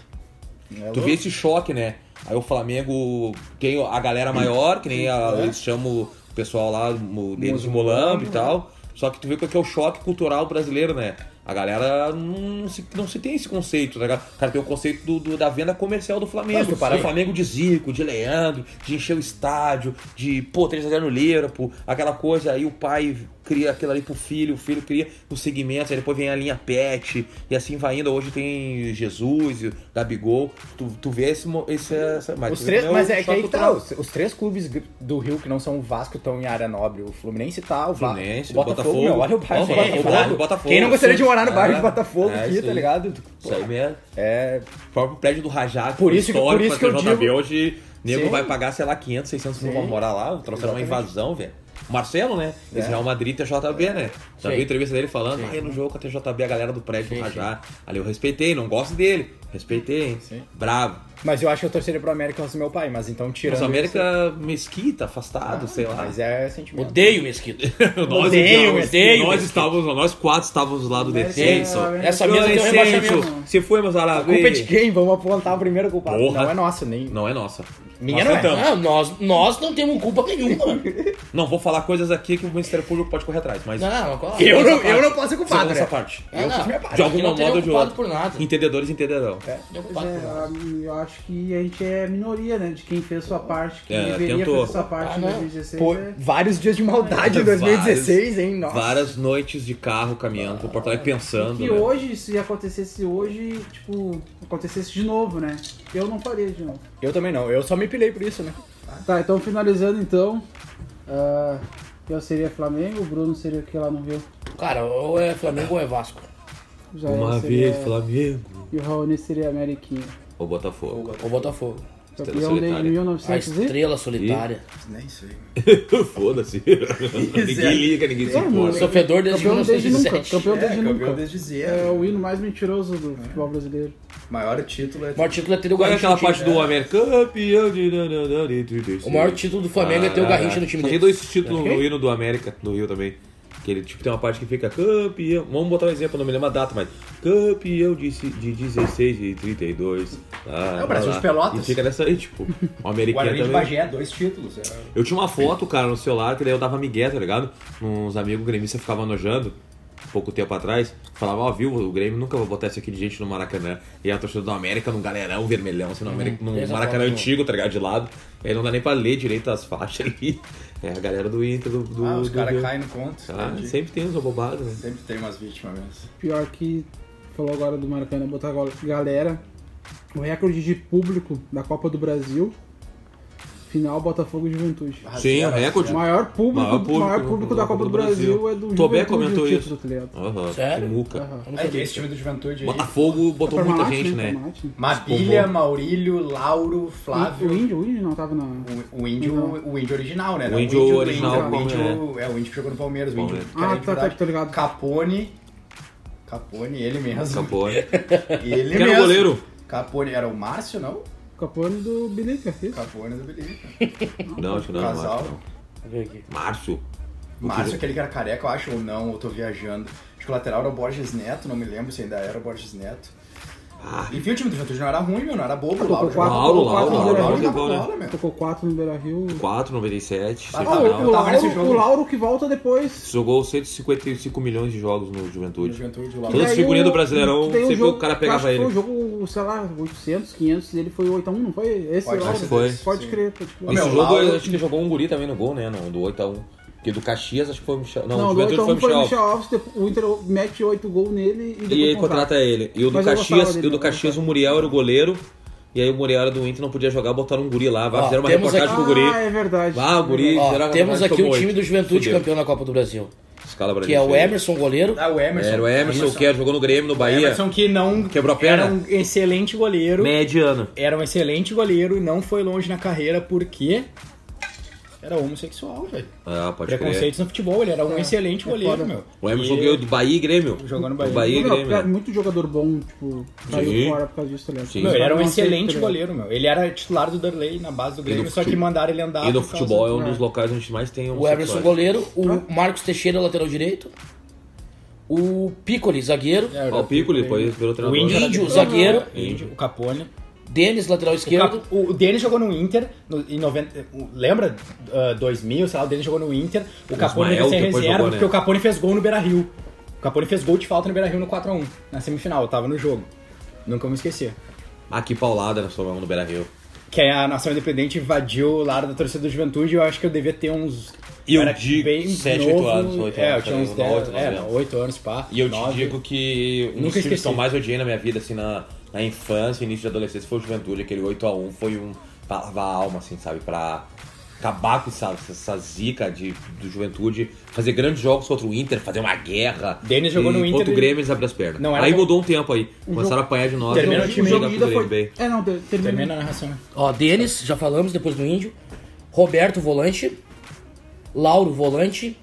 [SPEAKER 4] É
[SPEAKER 2] Tu
[SPEAKER 4] louco?
[SPEAKER 2] vê esse choque, né? Aí o Flamengo tem a galera maior, que nem
[SPEAKER 4] É.
[SPEAKER 2] a- eles chamam o pessoal lá mo- deles de Molambo
[SPEAKER 4] né?
[SPEAKER 2] e tal. Só que tu vê qual que é o choque cultural brasileiro, né? A galera não se, não se tem esse conceito, né? Cara, tem o conceito do, do- da venda comercial do
[SPEAKER 4] Mas
[SPEAKER 2] Flamengo.
[SPEAKER 4] tu para-
[SPEAKER 2] O Flamengo de Zico, de Leandro, de encher o estádio, de, pô, 3x0 no Liverpool, aquela coisa. Aí o pai cria aquilo ali pro filho, o filho cria os segmentos, aí depois vem a linha pet, e assim vai indo. Hoje tem Jesus, e Gabigol. Tu, tu vê esse... mo- esse essa, mas
[SPEAKER 4] Os
[SPEAKER 2] tu
[SPEAKER 4] três,
[SPEAKER 2] vê o
[SPEAKER 4] mas é que
[SPEAKER 2] choque
[SPEAKER 4] aí que tá.
[SPEAKER 2] cultural.
[SPEAKER 4] Os, os três clubes gr- do Rio que não são o Vasco estão em área nobre. O Fluminense tá, o, Va-
[SPEAKER 2] Fluminense,
[SPEAKER 4] o Botafogo.
[SPEAKER 2] Botafogo.
[SPEAKER 4] meu, olha o
[SPEAKER 2] Ó,
[SPEAKER 4] bairro do
[SPEAKER 2] o bairro do
[SPEAKER 4] Botafogo.
[SPEAKER 2] Botafogo.
[SPEAKER 4] Quem não gostaria de morar no bairro
[SPEAKER 2] É,
[SPEAKER 4] de Botafogo
[SPEAKER 2] é
[SPEAKER 4] aqui,
[SPEAKER 2] isso
[SPEAKER 4] tá
[SPEAKER 2] aí.
[SPEAKER 4] ligado?
[SPEAKER 2] Isso aí mesmo.
[SPEAKER 4] É,
[SPEAKER 2] O próprio prédio do Rajá, que
[SPEAKER 4] Por
[SPEAKER 2] foi
[SPEAKER 4] isso que- por
[SPEAKER 2] histórico,
[SPEAKER 4] isso que eu
[SPEAKER 2] pra JB,
[SPEAKER 4] digo-
[SPEAKER 2] Hoje, nego
[SPEAKER 4] Sim.
[SPEAKER 2] vai pagar, sei lá, 500, 600 mil pra
[SPEAKER 4] Sim.
[SPEAKER 2] morar lá. Trouxeram uma
[SPEAKER 4] Exatamente.
[SPEAKER 2] invasão, velho. O Marcelo, né? Esse
[SPEAKER 4] É.
[SPEAKER 2] Real Madrid tem JB, né? Já
[SPEAKER 3] Sim.
[SPEAKER 2] vi a entrevista dele falando, ah, eu não jogo com a TJB, a galera do prédio do Rajá. Ali eu respeitei, não gosto dele. Respeitei, hein?
[SPEAKER 4] Sim.
[SPEAKER 2] Bravo.
[SPEAKER 4] mas eu acho que eu torceria pro América antes do meu pai, mas então tirando.
[SPEAKER 2] Mas o
[SPEAKER 4] isso-
[SPEAKER 2] América mesquita, afastado, sei lá. [laughs]
[SPEAKER 4] Mas é sentimento.
[SPEAKER 3] Odeio o Mesquita.
[SPEAKER 2] nós,
[SPEAKER 4] Odeio,
[SPEAKER 2] odiamos.
[SPEAKER 3] odeio.
[SPEAKER 2] nós estávamos, nós quatro estávamos lá do
[SPEAKER 4] é,
[SPEAKER 2] Descenso.
[SPEAKER 3] Essa mesa tem um rebaixamento.
[SPEAKER 2] Se foi, meus árabes.
[SPEAKER 4] Culpa de quem? Vamos apontar o primeiro culpado.
[SPEAKER 2] Porra.
[SPEAKER 4] Não é nosso, nem.
[SPEAKER 2] Não é nossa.
[SPEAKER 4] Minha
[SPEAKER 2] Nós
[SPEAKER 4] não é.
[SPEAKER 2] tentamos.
[SPEAKER 3] Ah, nós, nós não temos culpa nenhuma.
[SPEAKER 2] [laughs] Não, vou falar coisas aqui que o Ministério Público pode correr atrás, mas.
[SPEAKER 3] Não, não,
[SPEAKER 4] Eu, não, eu não posso ser culpado,
[SPEAKER 2] Segunda
[SPEAKER 4] né?
[SPEAKER 2] essa parte.
[SPEAKER 3] É,
[SPEAKER 2] Eu
[SPEAKER 3] não.
[SPEAKER 2] fiz minha parte.
[SPEAKER 3] Aqui
[SPEAKER 2] De alguma
[SPEAKER 3] não tem
[SPEAKER 2] moda ou de
[SPEAKER 3] ocupado
[SPEAKER 2] outra.
[SPEAKER 3] por nada.
[SPEAKER 2] Entendedores entenderão.
[SPEAKER 3] Não
[SPEAKER 1] Pois
[SPEAKER 3] culpado
[SPEAKER 1] é,
[SPEAKER 3] por nada.
[SPEAKER 1] eu acho que a gente é minoria, né? De quem fez sua parte, quem
[SPEAKER 2] É,
[SPEAKER 1] deveria
[SPEAKER 2] tentou.
[SPEAKER 1] fazer sua parte
[SPEAKER 3] Ah,
[SPEAKER 1] em
[SPEAKER 3] não.
[SPEAKER 1] 2016.
[SPEAKER 4] Pô,
[SPEAKER 1] é-
[SPEAKER 4] vários dias de maldade em 2016, hein? Nossa.
[SPEAKER 2] Várias noites de carro caminhando pro Porto Alegre pensando.
[SPEAKER 1] Que
[SPEAKER 2] né?
[SPEAKER 1] hoje, se acontecesse hoje, tipo, acontecesse de novo, né? Eu não faria de novo.
[SPEAKER 4] Eu também não. Eu só me pilei por isso, né?
[SPEAKER 1] Tá, então finalizando então. ah, eu seria Flamengo, o Bruno seria o que lá no Rio.
[SPEAKER 3] Cara, ou é Flamengo ou é Vasco.
[SPEAKER 1] Já
[SPEAKER 2] Uma
[SPEAKER 3] né?
[SPEAKER 1] eu seria-
[SPEAKER 3] é-
[SPEAKER 2] vez, Flamengo.
[SPEAKER 1] E o Raoni seria Ameriquinha.
[SPEAKER 2] Ou Botafogo.
[SPEAKER 3] Ou Botafogo.
[SPEAKER 1] Campeão desde
[SPEAKER 2] solitária.
[SPEAKER 3] A
[SPEAKER 1] 1900 e...
[SPEAKER 3] estrela solitária.
[SPEAKER 4] Nem sei.
[SPEAKER 2] [laughs] Foda-se. ninguém liga, ninguém se
[SPEAKER 1] É, mano.
[SPEAKER 2] importa.
[SPEAKER 3] Sofredor desde
[SPEAKER 1] Campeão desde nunca.
[SPEAKER 3] 1907.
[SPEAKER 4] É,
[SPEAKER 1] Campeão desde nunca.
[SPEAKER 4] desde
[SPEAKER 1] É o hino mais mentiroso do futebol brasileiro.
[SPEAKER 4] Maior título é.
[SPEAKER 3] O maior título é ter o
[SPEAKER 2] Qual é
[SPEAKER 3] Garrincha
[SPEAKER 2] aquela
[SPEAKER 3] no time.
[SPEAKER 2] parte do América? Campeão de...
[SPEAKER 3] O maior título do Flamengo é ter o Garrincha no time
[SPEAKER 2] Só Ah,
[SPEAKER 3] dele. é
[SPEAKER 2] tem dois títulos no hino do América, do Rio também. Que ele tipo, tem uma parte que fica campeão. Vamos botar um exemplo, não me lembro a data, mas campeão de, se- de 16 e 32. Ah,
[SPEAKER 4] É o Brasil
[SPEAKER 2] lá.
[SPEAKER 4] de Pelotas.
[SPEAKER 2] E fica nessa aí, tipo, o americano
[SPEAKER 4] [laughs] Guarani de
[SPEAKER 2] também.
[SPEAKER 4] Bagé, dois títulos. é.
[SPEAKER 2] Eu tinha uma foto, cara, no celular, que daí eu dava migué, tá ligado? Uns amigos gremistas ficavam nojando pouco tempo atrás, falavam, ó, viu, o Grêmio nunca vai botar isso aqui de gente no Maracanã. E a torcida do América num galerão vermelhão, assim, no, América, num
[SPEAKER 3] Fez a
[SPEAKER 2] Maracanã
[SPEAKER 3] foto.
[SPEAKER 2] antigo, tá ligado? De lado. Aí não dá nem pra ler direito as faixas ali. É a galera do Inter, do. do
[SPEAKER 5] Ah, os
[SPEAKER 2] do-
[SPEAKER 5] caras
[SPEAKER 2] do-
[SPEAKER 5] caem no conto.
[SPEAKER 2] Ah,
[SPEAKER 5] entendi.
[SPEAKER 2] sempre tem uns abobados, né?
[SPEAKER 5] Sempre tem umas vítimas mesmo.
[SPEAKER 1] Pior que falou agora do Maracanã botar gal- galera. O recorde de público da Copa do Brasil Final Botafogo e Juventude.
[SPEAKER 2] Sim,
[SPEAKER 4] zero,
[SPEAKER 2] é recorde.
[SPEAKER 1] O maior público,
[SPEAKER 2] Maior
[SPEAKER 1] maior
[SPEAKER 2] público,
[SPEAKER 1] público, da Copa do Brasil, é do
[SPEAKER 2] Tobé
[SPEAKER 1] Juventude
[SPEAKER 2] comentou
[SPEAKER 1] e o título,
[SPEAKER 2] isso.
[SPEAKER 1] tá ligado?
[SPEAKER 2] Aham,
[SPEAKER 3] Sério?
[SPEAKER 2] que muca.
[SPEAKER 3] Eu não
[SPEAKER 4] É que
[SPEAKER 3] sabia.
[SPEAKER 4] esse time do Juventude aí.
[SPEAKER 2] Botafogo botou muita
[SPEAKER 1] Parmalat,
[SPEAKER 2] gente, né?
[SPEAKER 1] Parmalat.
[SPEAKER 4] Mabilha, Maurílio, Lauro,
[SPEAKER 1] O
[SPEAKER 4] Flávio.
[SPEAKER 1] Índio, o Índio não né? tava na...
[SPEAKER 4] O, o índio, o índio original, né?
[SPEAKER 2] O
[SPEAKER 4] Não,
[SPEAKER 2] índio
[SPEAKER 4] do
[SPEAKER 2] original,
[SPEAKER 4] Inter, o
[SPEAKER 2] como
[SPEAKER 4] índio, é o índio que jogou no Palmeiras, o índio.
[SPEAKER 2] Palmeiras.
[SPEAKER 4] que era
[SPEAKER 1] Ah,
[SPEAKER 4] de
[SPEAKER 1] tá, tá,
[SPEAKER 4] verdade.
[SPEAKER 1] tô ligado.
[SPEAKER 4] Capone. Capone, ele mesmo.
[SPEAKER 2] Capone.
[SPEAKER 4] Ele
[SPEAKER 2] Quem era o
[SPEAKER 4] mesmo.
[SPEAKER 2] goleiro?
[SPEAKER 4] Capone era o Márcio, não?
[SPEAKER 1] Capone do Bilica, isso?
[SPEAKER 4] Capone do Belica.
[SPEAKER 2] Não, acho que não era o
[SPEAKER 4] Casal.
[SPEAKER 2] Márcio. não.
[SPEAKER 3] Deixa eu ver aqui.
[SPEAKER 2] Márcio.
[SPEAKER 4] Márcio, aquele que era careca, eu acho, ou não, eu tô viajando. Acho que o lateral era o Borges Neto, não me lembro se ainda era o Borges Neto.
[SPEAKER 2] Ah,
[SPEAKER 4] Enfim, o time do Juventude não era ruim, meu, não era bobo. O
[SPEAKER 1] Tocou
[SPEAKER 4] Lauro
[SPEAKER 1] quatro,
[SPEAKER 4] jogava
[SPEAKER 2] Lauro,
[SPEAKER 1] tocou quatro né? no Beira-Rio.
[SPEAKER 2] Lauro, Lauro, Lauro jogava bola,
[SPEAKER 4] bola, meu.
[SPEAKER 1] Tocou quatro no Beira-Rio.
[SPEAKER 2] 4, 97,
[SPEAKER 4] Ah,
[SPEAKER 1] Ah, o, o
[SPEAKER 4] Eu
[SPEAKER 2] Tá
[SPEAKER 4] tava nesse
[SPEAKER 1] Lauro,
[SPEAKER 4] jogo.
[SPEAKER 1] o Lauro que volta depois.
[SPEAKER 2] Jogou 155 milhões de jogos no
[SPEAKER 4] No
[SPEAKER 2] Juventude.
[SPEAKER 4] Juventude, o
[SPEAKER 1] E
[SPEAKER 4] Lauro.
[SPEAKER 2] Todas as
[SPEAKER 1] aí
[SPEAKER 2] figurinhas
[SPEAKER 1] o-
[SPEAKER 2] do Brasileirão,
[SPEAKER 1] que tem
[SPEAKER 2] sempre o cara
[SPEAKER 1] que
[SPEAKER 2] pegava
[SPEAKER 1] acho que
[SPEAKER 2] ele.
[SPEAKER 1] Foi o jogo, sei lá, 800, 500, ele foi 8 a 1, não foi? Esse
[SPEAKER 4] Pode
[SPEAKER 1] Lauro,
[SPEAKER 2] ser, foi.
[SPEAKER 1] pode
[SPEAKER 4] Sim.
[SPEAKER 1] crer, tá, tipo, pode crer.
[SPEAKER 4] Ô,
[SPEAKER 2] Nesse
[SPEAKER 4] meu,
[SPEAKER 2] jogo,
[SPEAKER 4] Lauro-
[SPEAKER 2] eu acho que jogou um guri também no gol, né? No, do 8x1. Porque do Caxias, acho que foi o Michel. Não,
[SPEAKER 1] Não,
[SPEAKER 2] o
[SPEAKER 1] o 8
[SPEAKER 2] Juventude
[SPEAKER 1] a
[SPEAKER 2] foi o
[SPEAKER 1] 1 foi
[SPEAKER 2] Michel
[SPEAKER 1] o
[SPEAKER 2] Alves.
[SPEAKER 1] Michel Alves, depois- o Inter mete 8 gols nele e depois
[SPEAKER 2] E ele contrata ele. E o do
[SPEAKER 1] Mas eu
[SPEAKER 2] Caxias,
[SPEAKER 1] gostava
[SPEAKER 2] e o
[SPEAKER 1] dele,
[SPEAKER 2] do
[SPEAKER 1] eu
[SPEAKER 2] Caxias, o Muriel era o goleiro. E aí o Muriel era do Inter, não podia jogar, botaram um guri lá.
[SPEAKER 3] Ó,
[SPEAKER 2] Vai, fizeram uma
[SPEAKER 3] temos
[SPEAKER 2] reportagem
[SPEAKER 1] Ah,
[SPEAKER 2] pro guri.
[SPEAKER 1] é verdade.
[SPEAKER 2] Ah, o guri.
[SPEAKER 3] Ó,
[SPEAKER 2] fizeram uma
[SPEAKER 3] temos
[SPEAKER 2] reportagem,
[SPEAKER 3] aqui o
[SPEAKER 2] tomou
[SPEAKER 3] time
[SPEAKER 2] oito.
[SPEAKER 3] do Juventude
[SPEAKER 2] Fudeu.
[SPEAKER 3] campeão da Copa do Brasil.
[SPEAKER 2] Escala pra
[SPEAKER 3] Que é
[SPEAKER 2] gente
[SPEAKER 3] o
[SPEAKER 2] aí.
[SPEAKER 3] Emerson, goleiro.
[SPEAKER 4] Ah, o Emerson.
[SPEAKER 2] É, Era o Emerson, que era- jogou no Grêmio, no Bahia.
[SPEAKER 4] Emerson que não...
[SPEAKER 2] Quebrou a perna?
[SPEAKER 4] Era um excelente goleiro.
[SPEAKER 2] Mediano.
[SPEAKER 4] Era um excelente goleiro e não foi longe na carreira porque... Era homossexual, velho.
[SPEAKER 2] Ah, pode crer.
[SPEAKER 4] Preconceitos no futebol, ele era
[SPEAKER 1] É.
[SPEAKER 4] um excelente goleiro, meu.
[SPEAKER 2] O Emerson
[SPEAKER 4] E-
[SPEAKER 2] ganhou do Bahia e Grêmio.
[SPEAKER 4] Jogou no Bahia.
[SPEAKER 2] Do Bahia e
[SPEAKER 1] Não, cara,
[SPEAKER 2] Grêmio.
[SPEAKER 1] muito jogador bom, tipo, saiu
[SPEAKER 2] né, Sim.
[SPEAKER 1] fora por causa disso, tá ligado?
[SPEAKER 2] Sim.
[SPEAKER 4] Meu, ele era um
[SPEAKER 1] Não sei, tá
[SPEAKER 4] excelente
[SPEAKER 1] ligado?
[SPEAKER 4] goleiro, meu. Ele era titular do Derlei na base do Grêmio,
[SPEAKER 2] no
[SPEAKER 4] só que
[SPEAKER 2] futebol-
[SPEAKER 4] mandaram ele andar.
[SPEAKER 2] E no
[SPEAKER 4] Ah, por causa-
[SPEAKER 2] futebol é um dos locais onde mais tem
[SPEAKER 3] O Emerson,
[SPEAKER 2] homossexuais.
[SPEAKER 3] goleiro. O Marcos Teixeira, lateral direito. O Piccoli, zagueiro.
[SPEAKER 4] É,
[SPEAKER 2] Ó, o Piccoli, depois virou
[SPEAKER 4] O
[SPEAKER 2] treinador.
[SPEAKER 4] Índio,
[SPEAKER 2] né?
[SPEAKER 3] Índio, zagueiro.
[SPEAKER 4] O Índio, o Capone.
[SPEAKER 3] Denis, lateral
[SPEAKER 4] O,
[SPEAKER 3] esquerdo.
[SPEAKER 4] Cap- o Denis jogou no Inter no- em 90. o- Lembra? Ah, 2000, sei lá, o Denis jogou no Inter. O Capone
[SPEAKER 2] Ismael
[SPEAKER 4] veio ser
[SPEAKER 2] depois
[SPEAKER 4] reserva,
[SPEAKER 2] jogou, né?
[SPEAKER 4] porque o Capone fez gol no Beira Rio. O Capone fez gol de falta no Beira Rio no 4x1, na semifinal. Eu tava no jogo. Nunca me esqueci.
[SPEAKER 2] Ah, que paulada nós tomamos no Beira Rio.
[SPEAKER 4] Que a Nação Independente invadiu o lar da torcida do Juventude. Eu acho que eu devia ter uns.
[SPEAKER 2] E eu
[SPEAKER 4] era
[SPEAKER 2] digo
[SPEAKER 4] bem
[SPEAKER 2] sete,
[SPEAKER 4] novo,
[SPEAKER 2] oito anos, oito
[SPEAKER 4] É, eu
[SPEAKER 2] anos,
[SPEAKER 4] tinha uns
[SPEAKER 2] oito,
[SPEAKER 4] 10,
[SPEAKER 2] nove
[SPEAKER 4] é,
[SPEAKER 2] anos.
[SPEAKER 4] 8 anos, pá.
[SPEAKER 2] E eu te
[SPEAKER 4] nove.
[SPEAKER 2] digo que um dos
[SPEAKER 4] Nunca
[SPEAKER 2] times
[SPEAKER 4] esqueci.
[SPEAKER 2] que eu mais odiei na minha vida, assim, na, na infância, início de adolescência, foi o Juventude. Aquele 8x1 foi um... pra lavar a alma, assim, sabe? Pra acabar com essa, essa zica de, do Juventude. Fazer grandes jogos contra o Inter, fazer uma guerra.
[SPEAKER 4] Denis jogou
[SPEAKER 2] E
[SPEAKER 4] no Inter
[SPEAKER 2] Contra o
[SPEAKER 4] e-
[SPEAKER 2] Grêmio, eles abriram as pernas.
[SPEAKER 4] Não era
[SPEAKER 2] aí
[SPEAKER 4] como-
[SPEAKER 2] mudou um tempo aí. Começaram a apanhar de nós.
[SPEAKER 4] Termina
[SPEAKER 2] e
[SPEAKER 4] o time.
[SPEAKER 1] O jogo
[SPEAKER 2] jogar
[SPEAKER 1] de
[SPEAKER 2] pro
[SPEAKER 1] ida
[SPEAKER 2] Grêmio bem.
[SPEAKER 1] foi... É, não, ter- termina.
[SPEAKER 4] Termina a narração, né?
[SPEAKER 3] Ó, Denis, já falamos, depois do Índio. Roberto, volante. Lauro, volante.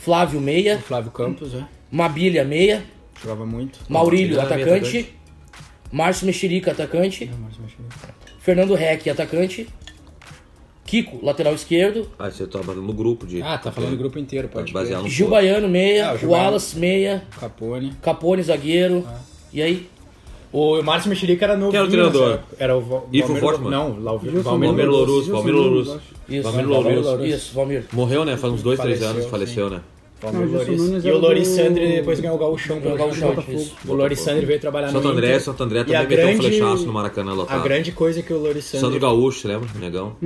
[SPEAKER 3] Flávio, meia.
[SPEAKER 4] Flávio Campos, né?
[SPEAKER 3] Mabilha, meia.
[SPEAKER 4] Jogava muito.
[SPEAKER 3] Maurílio,
[SPEAKER 2] Mabilha, meia,
[SPEAKER 3] atacante. Márcio Mexerica, atacante.
[SPEAKER 4] Tá
[SPEAKER 3] Fernando Reck, atacante. Kiko, lateral esquerdo.
[SPEAKER 2] Ah, você tá batendo no grupo de...
[SPEAKER 4] Ah, tá falando do grupo inteiro, pode
[SPEAKER 2] Baseado no...
[SPEAKER 4] crer.
[SPEAKER 3] Gil Baiano, meia.
[SPEAKER 4] Ah, o Gil
[SPEAKER 3] Wallace, meia.
[SPEAKER 4] Capone.
[SPEAKER 3] Capone, zagueiro. E aí?
[SPEAKER 4] O Márcio Mexerica era novo.
[SPEAKER 2] Quem era o treinador?
[SPEAKER 4] Era o Val-
[SPEAKER 2] Ivo
[SPEAKER 4] Valmir-
[SPEAKER 2] Fortmann?
[SPEAKER 4] Não, Lau-
[SPEAKER 1] Gilson
[SPEAKER 4] Valmir
[SPEAKER 2] Palmeiras
[SPEAKER 4] Veloso.
[SPEAKER 2] Lourusso,
[SPEAKER 1] Gilson
[SPEAKER 2] Palmeiras
[SPEAKER 1] Nunes,
[SPEAKER 2] Lourusso.
[SPEAKER 3] Isso,
[SPEAKER 2] Valmir
[SPEAKER 4] Valmir
[SPEAKER 2] Lourusso.
[SPEAKER 4] Lourusso.
[SPEAKER 3] Isso, Valmir.
[SPEAKER 2] Morreu, né? Faz uns dois, três
[SPEAKER 4] Faleceu,
[SPEAKER 2] anos, faleceu, né?
[SPEAKER 4] Valmir
[SPEAKER 1] Não, Gilson
[SPEAKER 4] Lourenço.
[SPEAKER 1] Nunes
[SPEAKER 4] E
[SPEAKER 1] era
[SPEAKER 4] o
[SPEAKER 1] do-
[SPEAKER 4] Lorissandre depois ganhou o Gauchão.
[SPEAKER 3] Ganhou o
[SPEAKER 4] pelo
[SPEAKER 3] Gauchão,
[SPEAKER 4] Botafogo.
[SPEAKER 3] isso.
[SPEAKER 4] O Lorissandre veio trabalhar Tá no
[SPEAKER 2] Santo André,
[SPEAKER 4] Inter.
[SPEAKER 2] Santo André
[SPEAKER 4] E
[SPEAKER 2] também
[SPEAKER 4] a
[SPEAKER 2] meteu um
[SPEAKER 4] grande-
[SPEAKER 2] flechaço no Maracanã
[SPEAKER 4] A
[SPEAKER 2] lotado.
[SPEAKER 4] grande coisa que o
[SPEAKER 2] Sandro
[SPEAKER 4] Lorissandre...
[SPEAKER 2] Gaúcho, lembra? Negão.